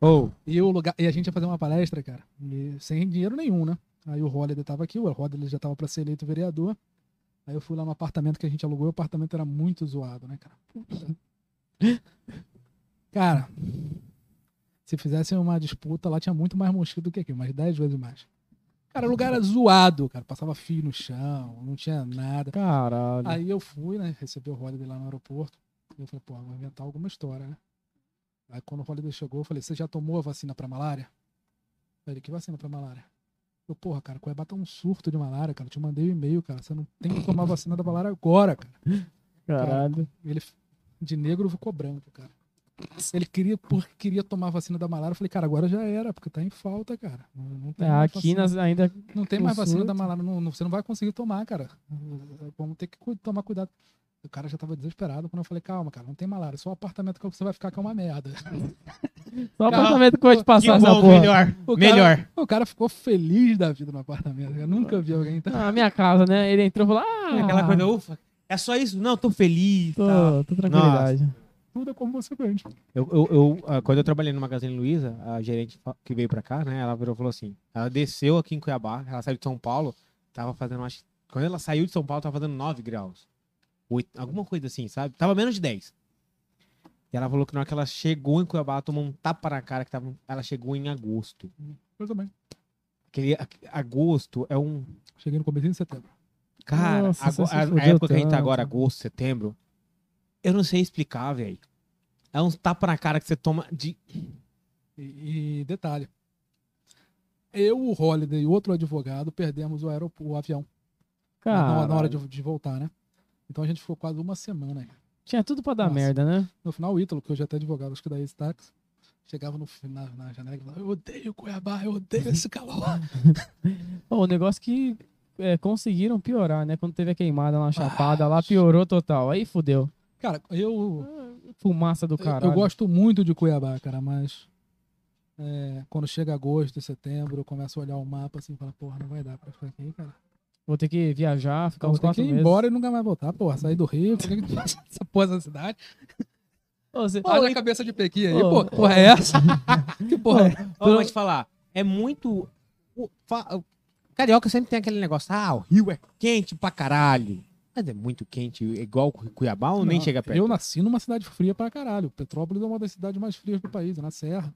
A: Ou,
B: E, o lugar, e a gente ia fazer uma palestra, cara. e sem dinheiro nenhum, né? Aí o Holliday tava aqui, o Holliday já tava pra ser eleito vereador. Aí eu fui lá no apartamento que a gente alugou e o apartamento era muito zoado, né, cara? Puta. Cara, se fizessem uma disputa lá, tinha muito mais mosquito do que aqui, umas 10 vezes mais. Cara, o lugar era zoado, cara. Passava fio no chão, não tinha nada.
C: Caralho.
B: Aí eu fui, né? Recebi o Holiday lá no aeroporto. Eu falei, pô, vou inventar alguma história, né? Aí quando o Holiday chegou, eu falei, você já tomou a vacina pra malária? Ele, que vacina pra malária? Eu, porra, cara, Cuiabá tá um surto de malária, cara. Eu te mandei o e-mail, cara. Você não tem que tomar a vacina da malária agora, cara.
C: Caralho.
B: Ele, de negro, ficou branco, cara. Ele queria, porque queria tomar a vacina da malária. Eu falei, cara, agora já era, porque tá em falta, cara. Não, não tem
C: É,
B: mais
C: aqui
B: vacina.
C: nas, ainda.
B: Não tem mais
C: Com
B: vacina da
C: surto.
B: malária. não- não- você não vai conseguir tomar, cara. Vamos ter que cu- tomar cuidado. O cara já tava desesperado quando eu falei, calma, cara, não tem malária. Só o apartamento que você vai ficar que é uma merda.
C: Só o
A: Cara,
C: apartamento que pode
A: que
C: passar essa
A: bom,
C: porra.
A: melhor.
B: O cara-
A: Melhor.
B: O cara ficou feliz da vida no apartamento. Eu nunca vi alguém tão...
C: Ah, minha casa, né? Ele entrou e
B: É
C: falou: Ah,
A: Aquela coisa, ufa. É só isso? Não, tô feliz.
C: Tô,
A: tá.
C: tô tranquilidade.
B: Tudo é como você vende.
A: Eu, eu, eu, ah, quando eu trabalhei no Magazine Luiza, a gerente fa- que veio pra cá, né? Ela virou e falou assim: ela desceu aqui em Cuiabá, ela saiu de São Paulo, tava fazendo, acho que- Quando ela saiu de São Paulo, tava fazendo 9 graus. Oito, alguma coisa assim, sabe? Tava menos de 10. E ela falou que na hora que ela chegou em Cuiabá, ela tomou um tapa na cara que tava. Ela chegou em agosto.
B: Eu também.
A: Aquele, a- agosto é um.
B: Cheguei no começo de setembro.
A: Cara,
C: Nossa,
A: ago-
C: você
A: a-
C: se
A: a,
C: fudeu
A: época que a gente tá
C: tanto.
A: agora, agosto, setembro, eu não sei explicar, velho. É uns tapa na cara que você toma de.
B: E, e detalhe. Eu, o Holiday e outro advogado perdemos o, aerop- o avião na-
C: Cara,
B: na hora de, de voltar, né? Então a gente ficou quase uma semana.
C: tinha tudo pra dar
B: Nossa.
C: merda, né?
B: No final, o Ítalo, que hoje é até advogado, acho que da Ace Tax, chegava no, fi- na, na janela e falava: Eu odeio Cuiabá, eu odeio esse calor.
C: Pô, o negócio que é, conseguiram piorar, né? Quando teve a queimada lá, a chapada lá, piorou total. Aí fudeu.
B: cara, eu,
C: Fumaça do
B: eu- eu,
C: caralho.
B: gosto muito de Cuiabá, cara, mas é, quando chega agosto, setembro, eu começo a olhar o mapa assim e falar: Porra, não vai dar pra ficar aqui, cara.
C: Vou ter que viajar, ficar
B: Então
C: uns
B: tem que
C: quatro
B: ir
C: meses.
B: embora e nunca mais voltar, porra, sair do Rio, por que que tu faz essa porra da cidade?
C: Ô, você-
B: Olha a cabeça de Pequi aí,
C: Ô,
B: pô, porra, é essa? que porra é essa?
A: Ó, eu vou te falar, é muito. o- fa- o- Carioca sempre tem aquele negócio, ah, o Rio é quente pra caralho. Mas é muito quente, é igual Cu- Cuiabá ou nem
B: Não,
A: chega perto?
B: Eu nasci numa cidade fria pra caralho. Petrópolis é uma das cidades mais frias do país, é na serra.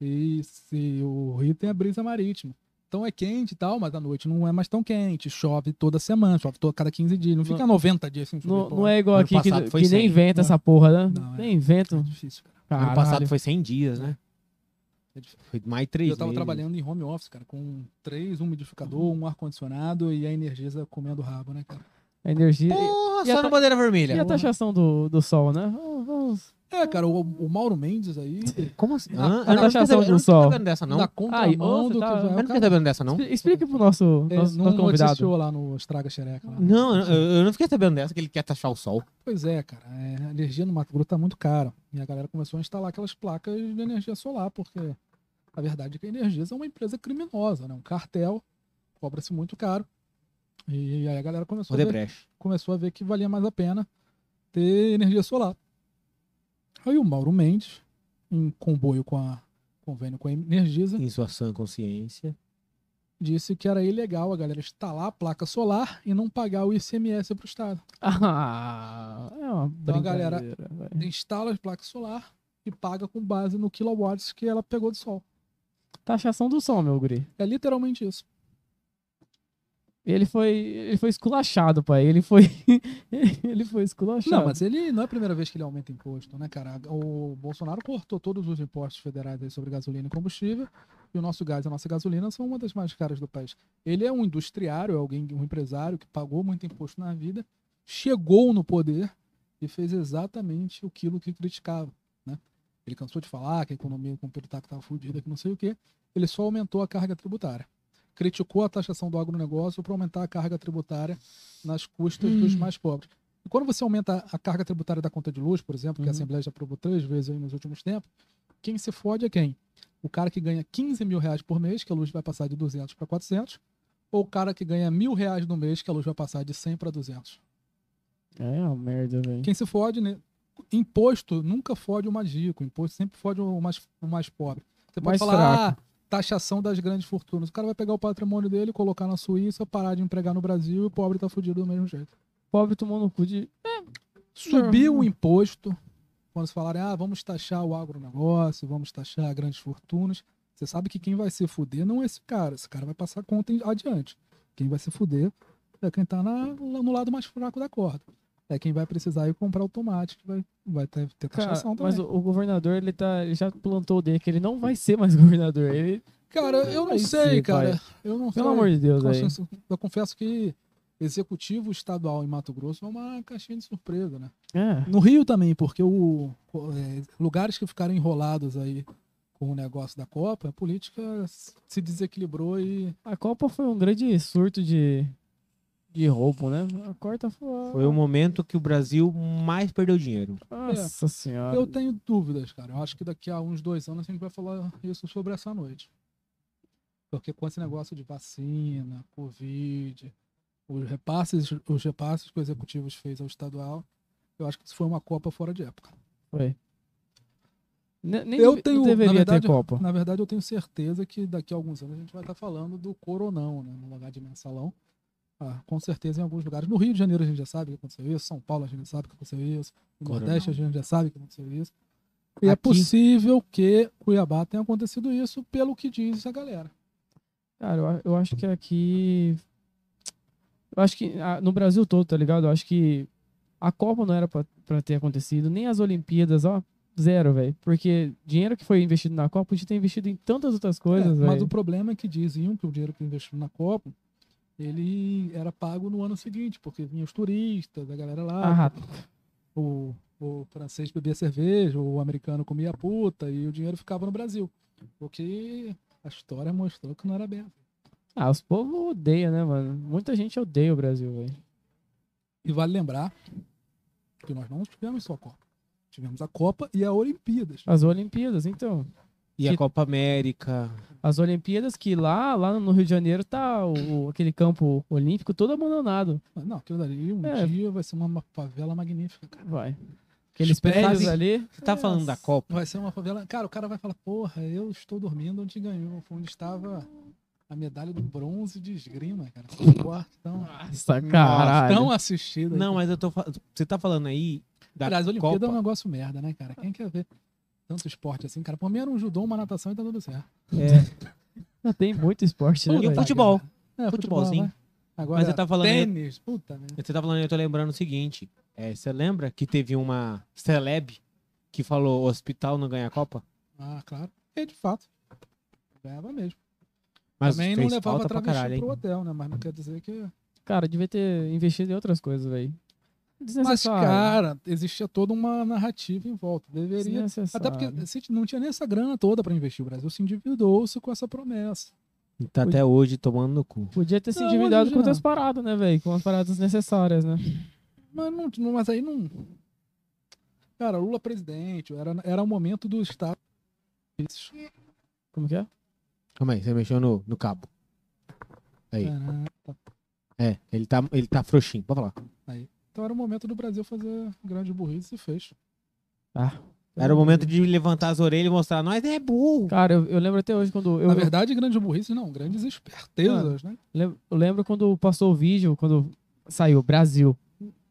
B: E se o Rio tem a brisa marítima. Então é quente e tal, mas à noite não é mais tão quente. Chove toda semana, chove toda, cada 15 dias. Não fica 90 dias sem chover.
C: Não,
B: porra.
C: não é igual
A: Ano
C: aqui que,
A: passado foi
C: que nem
A: 100.
C: inventa
B: Não.
C: essa porra, né?
B: Não, é.
C: Nem invento.
B: É difícil, cara.
A: Ano
C: Caralho.
A: passado foi 100 dias, né?
B: É difícil.
A: Foi mais
B: E
A: 3
B: Eu tava trabalhando em home office, cara, com três, um umidificador, um ar-condicionado e a Energisa comendo rabo, né, cara?
C: A energia. e-
A: Porra,
C: e a
A: só
C: ta-
A: na bandeira
C: E a
A: vermelha.
C: taxação do, do sol, né? Vamos- Vamos.
B: É, cara, o, o Mauro Mendes aí,
A: Como assim? Hã?
B: A-
C: a
A: eu não fiquei
C: taxação
A: sabendo, eu
C: do
A: não
C: sol.
A: fiquei sabendo dessa, não.
B: na contramão
C: ô,
B: do
C: você
B: que
C: tá-
B: vai...
A: Eu não
B: o
A: fiquei
B: cara-
A: sabendo dessa, não.
C: Expli- Explica pro nosso,
B: É,
C: nosso,
B: não
C: nosso tá convidado.
B: noticiou lá no Estraga Xereca. lá. né?
A: Não, eu, eu não fiquei sabendo dessa, que ele quer taxar o sol.
B: Pois é, cara. é, a energia no Mato Grosso tá muito cara. E a galera começou a instalar aquelas placas de energia solar, porque a verdade é que a Energisa é uma empresa criminosa, né? Um cartel, cobra-se muito caro. E aí a galera começou a, ver,
A: Odebrecht.
B: começou a ver que valia mais a pena ter energia solar. Aí o Mauro Mendes, em comboio com a convênio com a Energisa,
A: Em sua sã consciência.
B: disse que era ilegal a galera instalar a placa solar e não pagar o ICMS pro Estado.
C: Ah, é uma
B: Então a galera-
C: brincadeira, vai.
B: instala as placas solar e paga com base no kilowatts que ela pegou do sol.
C: Taxação do som, meu guri.
B: É literalmente isso.
C: Ele foi, ele foi esculachado, pai. Ele foi, ele foi esculachado.
B: Não, mas ele não é a primeira vez que ele aumenta imposto, né, cara? O Bolsonaro cortou todos os impostos federais aí sobre gasolina e combustível, e o nosso gás e a nossa gasolina são uma das mais caras do país. Ele é um industriário, é alguém, um empresário que pagou muito imposto na vida, chegou no poder e fez exatamente aquilo que criticava, né? Ele cansou de falar que a economia com o Pedro Taco estava fudida, que não sei o quê. Ele só aumentou a carga tributária. Criticou a taxação do agronegócio para aumentar a carga tributária nas custas dos mais pobres. E quando você aumenta a carga tributária da conta de luz, por exemplo, que a
C: Uhum.
B: Assembleia já aprovou três vezes aí nos últimos tempos, quem se fode é quem? O cara que ganha 15 mil reais por mês, que a luz vai passar de 200 para 400, ou o cara que ganha mil reais no mês, que a luz vai passar de 100 para 200.
C: É uma merda, velho.
B: Quem se fode, né? Imposto nunca fode o mais rico, imposto sempre fode o mais, o mais pobre. Você pode
C: Mais
B: falar, ah, taxação das grandes fortunas. O cara vai pegar o patrimônio dele, colocar na Suíça, parar de empregar no Brasil e o pobre tá fudido do mesmo jeito.
C: Pobre tomou no cu de...
B: Subir
C: Não.
B: o imposto, quando se falarem, ah, vamos taxar o agronegócio, vamos taxar grandes fortunas. Você sabe que quem vai se fuder não é esse cara. Esse cara vai passar conta em- adiante. Quem vai se fuder é quem tá na- no lado mais fraco da corda. É quem vai precisar ir comprar o tomate, que vai, vai ter, ter
C: Cara,
B: taxação também.
C: mas o, o governador, ele, tá, ele já plantou o dedo que ele não vai ser mais governador. Ele,
B: Cara, eu não
C: Vai
B: sei,
C: ser,
B: cara. Eu não
C: pelo
B: sei.
C: amor de Deus, velho.
B: Confesso- Eu confesso que executivo estadual em Mato Grosso é uma caixinha de surpresa, né?
C: É.
B: No Rio também, porque o, o- é, lugares que ficaram enrolados aí com o negócio da Copa, a política se desequilibrou e
C: A Copa foi um grande surto de, de roubo, né? A corta foi...
B: um-
A: Foi o momento que o Brasil mais perdeu dinheiro.
C: Nossa senhora.
B: eu tenho dúvidas, cara. Eu acho que daqui a uns dois anos a gente vai falar isso sobre essa noite. Porque com esse negócio de vacina, Covid, os repasses, os repasses que o executivo fez ao estadual, eu acho que isso foi uma Copa fora de época.
C: Foi. Ne- nem
B: Eu
C: deve-
B: tenho,
C: não
B: na
C: deveria
B: verdade,
C: ter Copa.
B: Na verdade, eu tenho certeza que daqui a alguns anos a gente vai estar falando do coronão, né? No lugar de mensalão. Ah, com certeza em alguns lugares. No Rio de Janeiro a gente já sabe que aconteceu isso. São Paulo a gente sabe que aconteceu isso. No
A: Coronão.
B: Nordeste a gente já sabe que aconteceu isso. E é
A: Aqui.
B: possível que Cuiabá tenha acontecido isso, pelo que diz a galera.
C: Cara, eu, a- eu acho que aqui. Eu acho que ah, no Brasil todo, tá ligado? Eu acho que a Copa não era pra, pra ter acontecido, nem as Olimpíadas, ó, zero, velho. Porque dinheiro que foi investido na Copa podia ter investido em tantas outras
B: É,
C: coisas,
B: mas
C: velho.
B: o problema é que diziam que o dinheiro que investiu na Copa ele era pago no ano seguinte, porque vinham os turistas, a galera lá.
C: Ah,
B: o, o francês bebia cerveja, o americano comia puta e o dinheiro ficava no Brasil. O que a história mostrou que não era bem. assim.
C: ah, os povos odeiam, né, mano? Muita gente odeia o Brasil, velho.
B: E vale lembrar que nós não tivemos só a Copa. Tivemos a Copa e a Olimpíadas.
C: As Olimpíadas, então.
A: E
C: Que-
A: a Copa América.
C: As Olimpíadas que lá, lá no Rio de Janeiro, tá o, o- aquele campo olímpico todo abandonado.
B: Mas Não, aquilo dali um
C: É.
B: dia vai ser uma favela magnífica, cara.
C: Vai. Aqueles
A: Pensava
C: prédios
A: em-
C: ali.
A: Você tá falando da Copa?
B: Vai ser uma favela. Cara, o cara vai falar, porra, eu estou dormindo onde ganhou. Foi onde estava a medalha do bronze de esgrima, cara. Esse esporte tão,
C: Nossa, caralho.
B: tão assistido. aí,
A: Não, mas eu tô falando. Você tá falando aí da
B: Aliás, a Olimpíada é um
A: Copa.
B: negócio merda, né, cara? Quem quer ver tanto esporte assim, cara? Por mim era um judô, uma natação e tá tudo certo.
A: É,
C: Já tem muito esporte, né?
A: E o
C: velho?
B: Puta
A: futebol.
B: que merda. É,
A: Futebolzinho.
B: né? Agora,
A: Mas você tá falando-
B: Tênis, puta, né?
A: você tá falando aí, eu tô lembrando o seguinte. É, você lembra que teve uma celeb que falou hospital não ganha Copa?
B: Ah, claro. E de fato. Ganhava mesmo.
A: Mas
B: Também não
A: fez
B: levava
A: falta pra
B: travesti
A: caralho, hein?
B: pro hotel, né? Mas não quer dizer que
C: Cara, devia ter investido em outras coisas, velho.
B: Mas,
C: Desnecessário.
B: cara, existia toda uma narrativa em volta. Deveria
A: é
C: desnecessário.
B: Até porque se não tinha nem essa grana toda para investir. O Brasil se endividou-se com essa promessa.
A: E Tá até hoje tomando no cu.
C: Podia ter se
B: Não,
C: endividado
B: hoje
C: com
B: não.
C: outras paradas, né, velho? Com as paradas desnecessárias, né?
B: Mas, não, não- mas aí não. Cara, Lula presidente, era, era o momento do Estado.
C: Como que é?
A: Calma aí, você mexeu no, no cabo. Aí.
B: Caraca.
A: É, ele tá, ele tá frouxinho. Pode falar.
B: Então era o momento do Brasil fazer grande burrice e fez.
C: Ah.
A: Era o momento de levantar as orelhas e mostrar, nós é burro.
C: Cara, eu, eu lembro até hoje quando. Eu,
B: Na verdade, grande burrice não, grandes espertezas,
C: É.
B: né?
C: lem- eu lembro quando passou o vídeo, quando saiu Brasil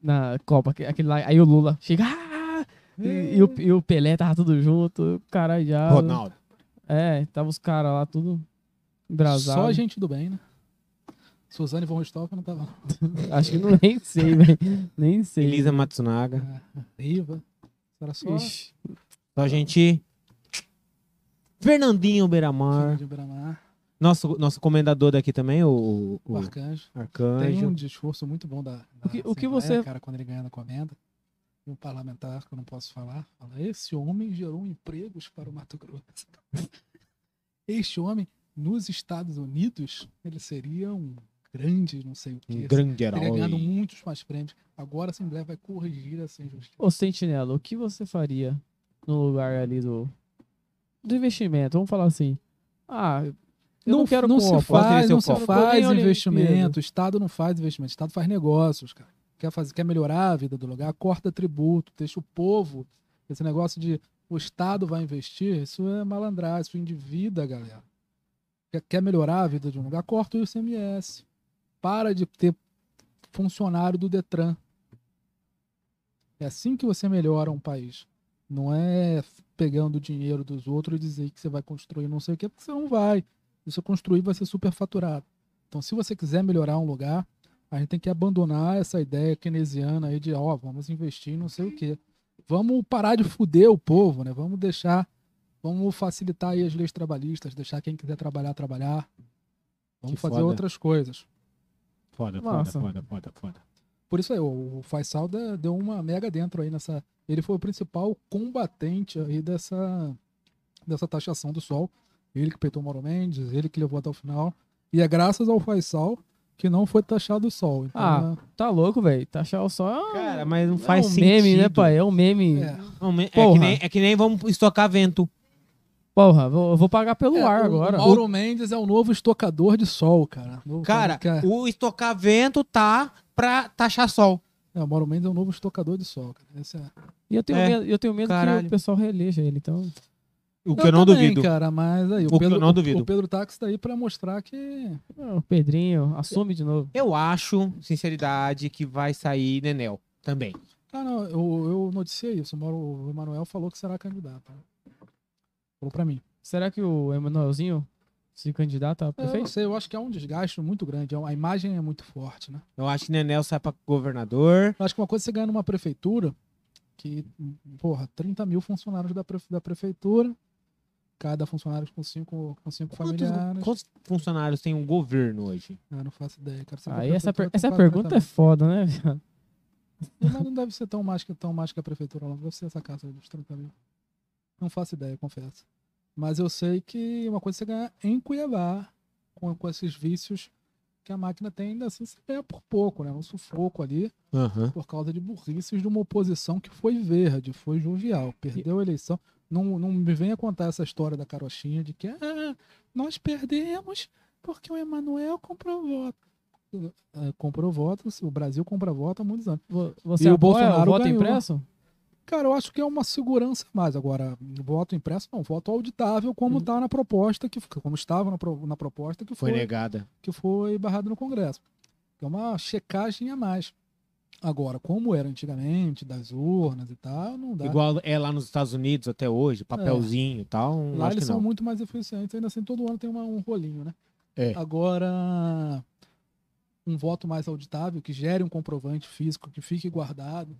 C: na Copa, aque- aquele lá. Aí o Lula chega. "Ah!" E, e o, e o Pelé tava tudo junto. O cara já.
A: Ronaldo.
C: É, tava os caras lá tudo embrasado.
B: Só gente do bem, né? Suzane von Richthofen não tava. lá.
C: Acho que não nem sei, velho. Nem sei.
A: Elisa Matsunaga.
B: Riva. Era só.
C: Ixi,
A: Só a gente. Fernandinho
B: filho
A: Beiramar.
B: de Bramar,
A: Nosso, nosso comendador daqui também, o, o
B: o Arcanjo. Tem
A: Arcanjo.
B: um discurso muito bom da. da
C: O que- o que
B: Assembleia,
C: você-
B: Cara, quando ele ganha na comenda. E um parlamentar, que eu não posso falar, fala: Esse homem gerou empregos para o Mato Grosso. este homem, nos Estados Unidos, ele seria um grande, não sei o
A: Um
B: que.
A: grande
B: teria ganhado
A: herói.
B: um muitos mais prêmios. Agora a Assembleia vai corrigir essa injustiça.
C: Ô, Sentinela, o que você faria no lugar ali do. Do investimento? Vamos falar assim. Ah, eu não, quero
B: não
C: Copa.
B: se
A: Qual
B: faz,
A: seria
B: não
A: seu
B: se
A: foco?
B: faz
C: Eu nem olhei
B: investimento.
C: Olimpíada.
B: O Estado não faz investimento. O Estado faz negócios, cara. Quer, fazer, quer melhorar a vida do lugar, corta tributo, deixa o povo. Esse negócio de o Estado vai investir, isso é malandragem, isso endivida, a galera. Quer, quer melhorar a vida de um lugar, corta o ICMS. Para de ter funcionário do Detran. É assim que você melhora um país. Não é pegando o dinheiro dos outros e dizer que você vai construir não sei o que, porque você não vai se você construir vai ser superfaturado. Então, se você quiser melhorar um lugar, a gente tem que abandonar essa ideia keynesiana aí de, ó, vamos investir em não sei o quê. Vamos parar de fuder o povo, né? Vamos deixar, vamos facilitar aí as leis trabalhistas, deixar quem quiser trabalhar, trabalhar. Vamos
A: Que
B: fazer
A: foda.
B: outras coisas.
A: Foda, foda,
C: Nossa.
A: foda, foda, foda.
B: Por isso aí, o o Faisal da- deu uma mega dentro aí nessa. Ele foi o principal combatente aí dessa, dessa taxação do sol. Ele que peitou o Mauro Mendes, ele que levou até o final. E é graças ao Faisal que não foi taxado o sol. Então,
C: Ah.
B: é-
C: Tá louco, velho. Taxar o sol é um-
A: Cara, mas não faz
C: é um
A: sentido.
C: meme, né, pai? É um meme.
B: é.
A: É um me- É, que
C: Porra.
A: nem, é que nem vamos estocar vento.
C: Porra, vou, eu vou pagar pelo
B: É,
C: ar
B: o
C: agora.
B: Mauro Mendes é o novo estocador de sol, cara. O novo
A: Cara,
B: que é-
A: o estocar vento tá pra taxar sol.
B: é, o Mauro Mendes é o novo estocador de sol, cara. Esse é-
C: E eu tenho
A: É.
C: medo, eu tenho medo que
A: Caralho.
C: o pessoal reeleja ele, então.
A: O que eu não
B: também,
A: duvido.
B: cara, mas aí,
A: O
B: o,
A: que eu
B: Pedro,
A: não duvido.
B: o Pedro Táxi tá aí pra mostrar que
C: ah, O Pedrinho assume de novo.
A: Eu acho, sinceridade, que vai sair Nenel também.
B: Ah, não, eu, eu noticiei isso. O Mauro- o Emanuel falou que será candidato. né? Falou pra mim.
C: Será que o Emanuelzinho se candidata a
B: É, Eu não
C: prefeito?
B: sei, eu acho que é um desgaste muito grande. é um- A imagem é muito forte, né?
A: Eu acho que Nenel sai pra governador.
B: Eu acho que uma coisa é você ganha numa prefeitura, que, porra, 30 mil funcionários da, prefe- da prefeitura, cada funcionário com cinco, com cinco
A: Quantos,
B: familiares.
A: quantos funcionários tem um governo hoje?
B: Ah, não faço ideia, cara. Você vê a
C: Aí essa,
B: prefeitura
C: per-
B: tá tem
C: essa
B: quase
C: pergunta é
B: 30
C: foda, né, viado?
B: mil. Mas não deve ser tão mais que, tão mais que a prefeitura, não deve ser essa casa aí dos 30 mil. Não faço ideia, confesso. Mas eu sei que uma coisa é você ganhar em Cuiabá, com, com esses vícios que a máquina tem, ainda assim você ganha por pouco, né? Um sufoco ali,
A: Aham.
B: por causa de burrices de uma oposição que foi verde, foi jovial, perdeu a eleição. Não, não me venha contar essa história da carochinha de que ah, nós perdemos porque o Emanuel comprou voto. Eh, Comprou voto, o Brasil compra voto há muitos anos.
C: Vo- Você
B: E o
C: apoia
B: Bolsonaro
C: voto
B: ganhou.
C: impresso?
B: Cara, eu acho que é uma segurança a mais. Agora, voto impresso não, voto auditável, como
C: Uhum.
B: tá na proposta, que como estava na, pro- na proposta que
A: Foi
B: foi,
A: negada.
B: que foi barrado no Congresso. É uma checagem a mais. Agora, como era antigamente, das urnas e tal, não dá.
A: Igual é lá nos Estados Unidos até hoje, papelzinho e tal. não
B: Lá
A: acho
B: eles
A: que
B: são
A: não.
B: muito mais eficientes, ainda assim todo ano tem uma- um rolinho, né?
A: É.
B: Agora, um voto mais auditável, que gere um comprovante físico, que fique guardado,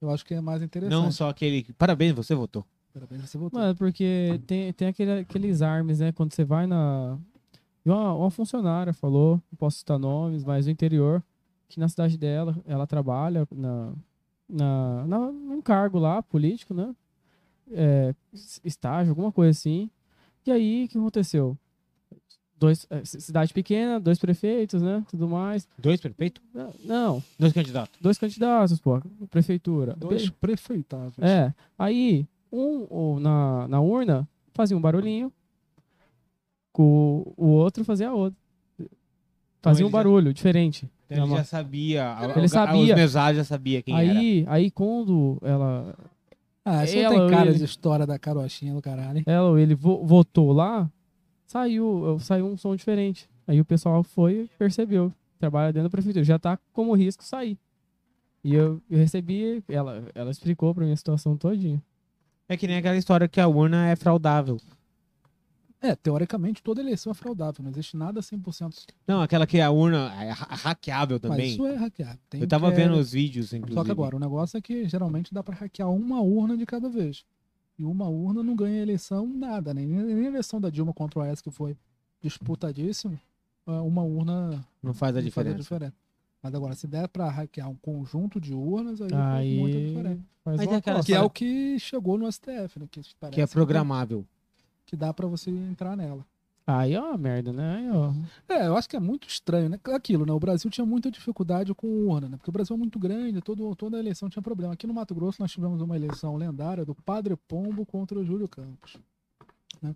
B: eu acho que é mais interessante.
A: Não só aquele. que- Parabéns, você votou.
B: Parabéns, você votou.
C: Mano, porque tem, tem aquele- aqueles armes, né? Quando você vai na. e Uma, uma funcionária falou, não posso citar nomes, mas no interior. que na cidade dela, ela trabalha na, na, na num cargo lá político, né? É, s- estágio, alguma coisa assim. E aí, o que aconteceu? Dois, é, c- cidade pequena, dois prefeitos, né? Tudo mais.
A: Dois prefeitos?
C: Não, Não,
A: Dois candidatos.
C: dois candidatos, pô, prefeitura.
B: Dois prefeitáveis.
C: É. Aí, um ou na, na urna fazia um barulhinho, o, o outro fazia outro. Fazia
A: Então ele
C: um
A: já-
C: barulho diferente.
A: Então ele
C: Não,
A: já sabia. a-
C: Ele
A: a-
C: sabia.
A: Os mesários já sabia quem era.
C: aí, aí quando ela,
B: Ah, isso não
C: Ela
B: tem
C: ou
B: cara
C: ele?
B: de história da carochinha do caralho, hein?
C: ela ou ele vo- votou lá, saiu, saiu um som diferente. Aí o pessoal foi e percebeu. Trabalha dentro da prefeitura, já tá como risco sair. E eu, eu recebi, ela, ela explicou pra mim a situação todinha.
A: É que nem aquela história que a urna é fraudável.
B: É, teoricamente toda eleição é fraudável, não existe nada 100%.
A: Não, aquela que a urna é ha- hackeável
B: Mas
A: também.
B: isso é hackeado. Tem
A: Eu tava
B: que- é
A: vendo os vídeos, inclusive.
B: Só que agora, o negócio é que geralmente dá pra hackear uma urna de cada vez. E uma urna não ganha eleição nada, né? Nem nem a eleição da Dilma contra o AES, que foi disputadíssima, é, uma urna
A: Não faz a
B: não fazia
A: diferença.
B: diferença. Mas agora, se der pra hackear um conjunto de urnas, aí, faz muita
C: Aí
B: diferença.
C: faz
A: Mas
C: uma
A: é aquela
B: Que é
A: Olha-
B: o que chegou no STF, né? Que, parece
A: Que é programável.
B: Que dá pra você entrar nela.
C: Aí ó, merda, né? Aí, ó.
B: É, eu acho que é muito estranho, né? Aquilo, né? O Brasil tinha muita dificuldade com urna, né? Porque o Brasil é muito grande, todo, toda eleição tinha problema. Aqui no Mato Grosso nós tivemos uma eleição lendária do Padre Pombo contra o Júlio Campos, né?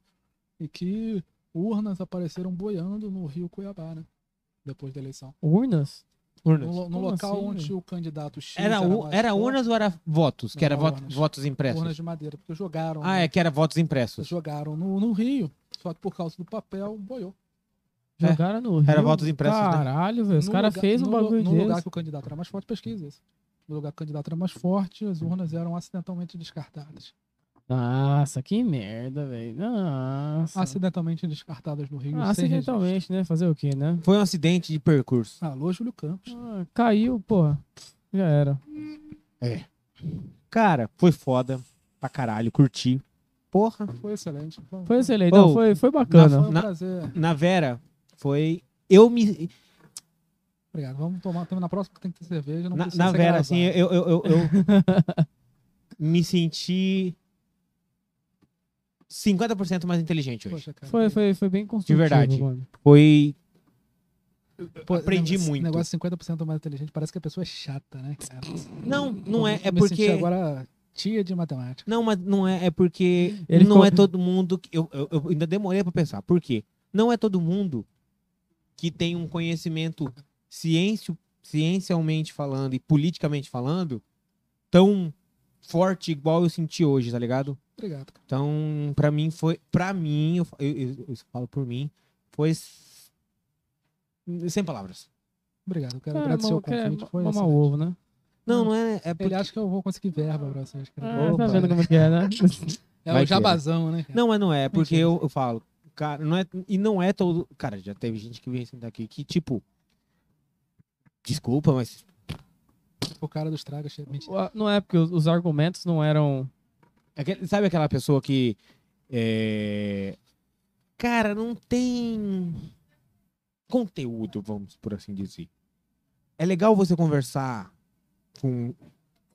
B: E que urnas apareceram boiando no Rio Cuiabá, né? Depois da eleição.
C: Urnas?
A: Urnas.
B: No, lo- no
C: Como
B: local
C: assim,
B: onde
C: velho?
B: o candidato X
A: Era, u-
B: mais
A: era
B: forte,
A: urnas ou era votos? Que
B: Não,
A: era
B: não,
A: vot-
B: urnas.
A: votos impressos.
B: urnas de madeira, porque jogaram.
A: Ah,
B: né?
A: é que era votos impressos.
B: Jogaram no, no Rio, só que por causa do papel, boiou.
A: É.
C: Jogaram no Rio.
A: Era votos impressos, né?
C: Caralho, velho. Os
B: No
C: caras
B: lugar-
C: fez um
B: no lu-
C: bagulho
B: No
C: desse.
B: lugar que o candidato era mais forte, pesquisa isso. No lugar que o candidato era mais forte, as urnas eram acidentalmente descartadas.
C: Nossa, que merda, velho. Nossa.
B: Acidentalmente descartadas no Rio.
C: Ah,
B: sem
C: acidentalmente, né? Fazer o quê, né?
A: Foi um acidente de percurso.
B: registro. Alô, Júlio Campos.
C: Ah, caiu, porra. Já era.
A: Cara, foi foda pra caralho, curti. Porra.
B: Foi excelente. Foi,
C: Foi excelente. Não,
A: Oh,
C: foi, foi
B: foi
C: bacana.
B: um
A: na-
B: prazer.
A: Na Vera, foi. Eu me.
B: Obrigado. Vamos tomar também na próxima que tem que ter cerveja. Não
A: Na,
B: precisa
A: na
B: ser
A: Vera,
B: gravado.
A: assim, eu, eu, eu, eu me senti 50% mais inteligente hoje.
B: Poxa, cara,
C: Foi, foi, foi bem construtivo.
A: verdade.
C: mano.
A: Foi.
B: Pô,
A: aprendi
B: negócio-
A: muito.
B: Negócio 50% mais inteligente. Parece que a pessoa é chata, né? cara?
A: Não, não é.
B: Eu
A: É
B: me senti
A: porque.
B: agora tia de matemática.
A: Não, mas não é. É porque
C: Ele
A: não
C: ficou-
A: é todo mundo. que- Eu, eu, eu ainda demorei pra pensar. Por quê? Não é todo mundo que tem um conhecimento ciêncio, ciencialmente falando e politicamente falando tão forte igual eu senti hoje, tá ligado?
B: Obrigado. cara.
A: Então, pra mim foi, Pra mim, eu, fa- eu, eu- eu falo por mim, foi s- sem palavras.
B: Obrigado. Eu quero
C: Cara,
B: agradecer
C: mano,
B: o convite.
C: quer
B: Foi
C: mamar
B: excelente.
C: ovo, né?
A: Não, não é, é
B: Ele
A: porque,
B: acha que eu vou conseguir verba pra vocês. cara.
C: Ah, tá
B: Opa.
C: vendo como é que é, né?
B: É
A: Vai
B: o
A: que
B: jabazão, né? cara?
A: Não, mas não é, porque
B: Mentira.
A: eu, eu falo, cara, não é e não é todo, cara, já teve gente que veio sentar aqui que tipo Desculpa, mas
B: Tipo, O cara dos tragas. che- Mentira.
C: Ah, não é porque os, os argumentos não eram...
A: aquele- É sabe aquela pessoa que é, cara, não tem conteúdo, vamos por assim dizer. É legal você conversar com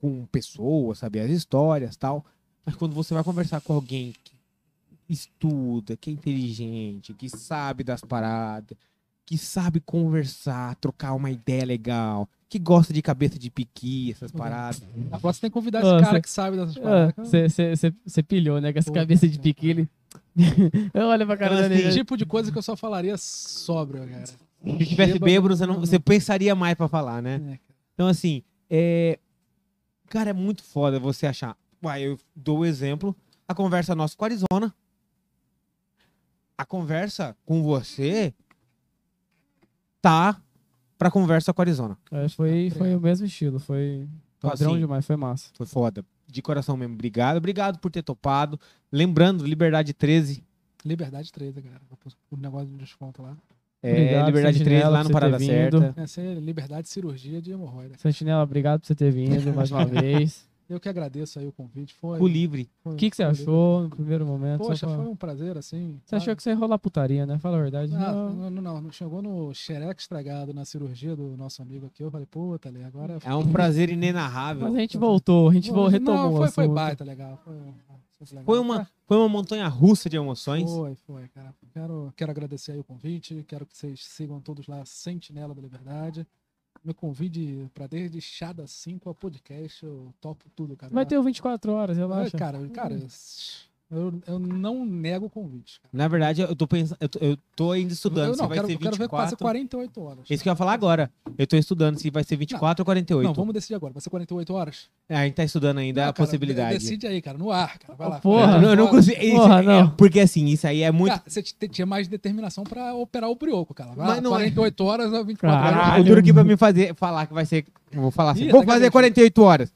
A: com pessoas, saber as histórias, tal, mas quando você vai conversar com alguém que estuda, que é inteligente, que sabe das paradas, que sabe conversar, trocar uma ideia legal, que gosta de cabeça de piqui, essas paradas.
B: Agora você tem que convidar esse
C: Ah,
B: cara
C: cê-
B: que sabe dessas paradas.
C: É,
B: cara.
C: Você pilhou, né? Com essa
B: Puta
C: cabeça de
B: que
C: piquile. Olha pra cara
A: Então,
C: dele.
A: assim,
B: tipo de coisa que eu só falaria sóbrio, cara.
A: Se tivesse bêbado, você, não, você pensaria mais pra falar, né?
B: É, cara.
A: Então, assim, é... cara, é muito foda você achar. Uai, eu dou o exemplo. A conversa nossa com a Arizona. A conversa com você tá pra conversa com a Arizona.
C: É, foi, foi o mesmo estilo. Foi
A: Então,
C: padrão
A: assim,
C: demais. Foi massa.
A: Foi foda. De coração mesmo. Obrigado. Obrigado por ter topado. Lembrando, Liberdade 13.
B: Liberdade 13, cara. O negócio de desconto lá.
A: É,
C: Obrigado,
A: Liberdade 13
C: Sentinela,
A: lá
C: por
A: no
C: você
A: Parada
C: ter vindo.
A: Certa.
B: Essa é liberdade de cirurgia de hemorroida.
C: Sentinela, obrigado por você ter vindo mais uma vez.
B: Eu que agradeço aí o convite. Foi,
A: O livre.
B: foi-
C: O que, que você
B: foi-
C: achou no primeiro momento? Só
B: Poxa,
C: pra-
B: foi um prazer, assim.
C: Você achou que você ia rolar putaria, né? Fala a verdade.
B: Ah,
C: não.
B: não, não, não, chegou no xereque estragado na cirurgia do nosso amigo aqui. Eu falei, puta, ali, agora.
A: É um prazer inenarrável.
C: Mas é a gente voltou, a gente
B: Não,
C: vo- retomou
B: não,
C: o
B: foi, foi
C: assunto.
B: baita, legal. Foi, um foi legal.
A: Foi uma, foi uma montanha russa de emoções.
B: Foi, foi, cara. Quero, quero agradecer aí o convite. Quero que vocês sigam todos lá, Sentinela da Liberdade. Me convide pra desde chá das 5 a podcast. Eu topo tudo, cara.
C: Vai ter o 24 horas,
B: É,
C: relaxa.
B: cara, cara, eu, eu não nego o convite. cara.
A: Na verdade, eu tô pensando, eu tô, eu tô ainda estudando
B: eu
A: se
B: não,
A: vai
B: quero,
A: ser
B: eu quero ver que
A: 24.
B: passa 48 horas.
A: Isso é que eu ia falar agora. Eu tô estudando se vai ser 24 ou 48.
B: Não, vamos decidir agora. Vai ser 48 horas?
A: É, A gente tá estudando ainda
B: Não,
A: a
B: cara,
A: possibilidade.
B: Decide aí, cara, no ar, cara. Vai lá.
C: Porra,
A: eu não, eu não
B: Cara,
A: consigo. isso
C: Porra,
A: é-
C: não.
A: porque assim, isso aí é muito.
B: Cara, você t- tinha mais determinação pra operar o brioco, cara. Vai
A: Mas
B: lá,
A: não é.
B: 48 horas a 24 horas.
C: Caralho.
A: o duro que pra mim fazer, falar que vai ser. eu Vou falar assim.
B: Ih,
A: vou
B: tá
A: fazer
B: garantido.
A: 48 horas.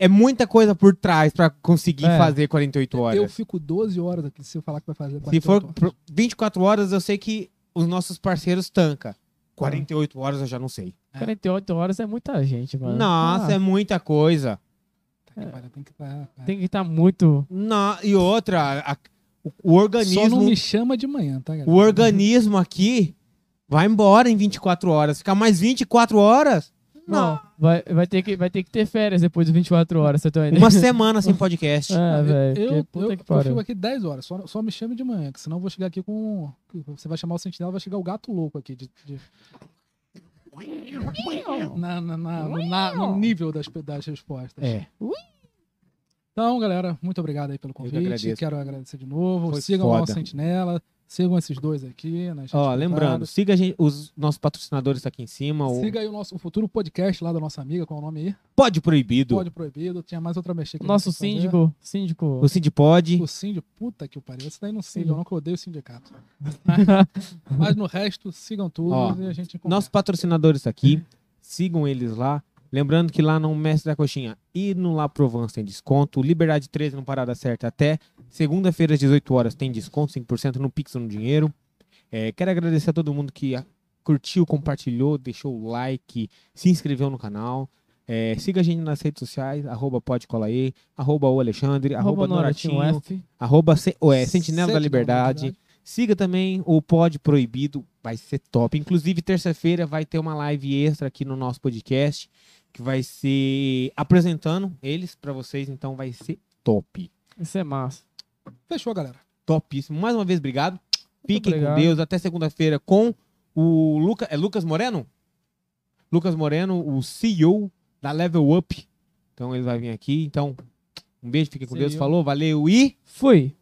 A: É muita coisa por trás pra conseguir
C: É.
A: fazer 48 horas.
B: Eu fico 12 horas aqui se eu falar que vai fazer 48
A: Se for
B: horas.
A: pro- 24 horas, eu sei que os nossos parceiros tanca.
B: Ah.
A: 48 horas eu já não sei.
C: 48 horas é muita gente, mano.
A: Nossa,
C: Ah,
A: é muita coisa.
B: Tem
C: É.
B: que parar, Tá tem que tá. parar, cara.
C: Tem que estar muito.
A: Na- e outra, a- o, o
B: Só não
A: organismo,
B: me chama de manhã, tá, galera?
A: o organismo aqui vai embora em 24 horas. Ficar mais 24 horas? Não.
C: Vai, vai, ter que, vai ter que ter férias depois de 24 horas, você tem
B: É.
C: uma ideia?
A: Uma semana sem podcast.
C: É, velho.
B: Eu,
C: porque
B: eu,
C: Puta que
B: eu fico
C: pariu.
B: aqui 10 horas, só, só me chame de manhã, que senão eu vou chegar aqui com. Você vai chamar o sentinela, vai chegar o gato louco aqui. De, de- na, na- na- no, na- no nível das, das respostas.
A: É.
B: Então, galera, muito obrigado aí pelo
A: que
B: convite.
A: agradeço.
B: Quero agradecer de novo.
A: Foi
B: sigam lá o
A: foda.
B: Sentinela, sigam esses dois aqui. nas
A: Ó,
B: redes
A: lembrando,
B: sociais.
A: siga a gente- os nossos patrocinadores aqui em cima. O
B: Siga aí o nosso o futuro podcast lá da nossa amiga, qual é o nome aí?
A: Pode Proibido.
B: Pode Proibido. Tinha mais outra mexida.
C: Nosso síndico, síndico.
A: O Cid Pode.
B: O síndio, puta que o pariu. Você tá aí no
C: Sim.
B: síndio, não que eu odeio sindicato. Mas no resto, sigam tudo
A: Ó,
B: e a gente conversa.
A: Nossos patrocinadores aqui, sigam eles lá. Lembrando que lá no Mestre da Coxinha e no La Provence tem desconto. Liberdade 13 no Parada Certa até segunda-feira às 18 horas tem desconto, 5% no Pix ou no dinheiro. É, quero agradecer a todo mundo que a- curtiu, compartilhou, deixou o like, se inscreveu no canal. É, siga a gente nas redes sociais, arroba podcolaê, arroba o Alexandre, arroba,
C: Noratinho
A: Noratinho,
C: F.
A: arroba C- ou é,
B: Sentinela
A: Sentinela da
B: da
A: Liberdade.
B: Liberdade.
A: Siga também o Pod Proibido, vai ser top. Inclusive, terça-feira vai ter uma live extra aqui no nosso podcast, que vai ser apresentando eles pra vocês, então vai ser top.
C: Isso é massa.
B: Fechou, galera.
A: Topíssimo. Mais uma vez, obrigado. Fiquem
C: obrigado.
A: com Deus. Até segunda-feira com o Luca, é Lucas Moreno? Lucas Moreno, o CEO da Level Up. Então ele vai vir aqui. Então, um beijo, fiquem com Deus.
B: CEO.
A: Falou, valeu e.
C: Fui.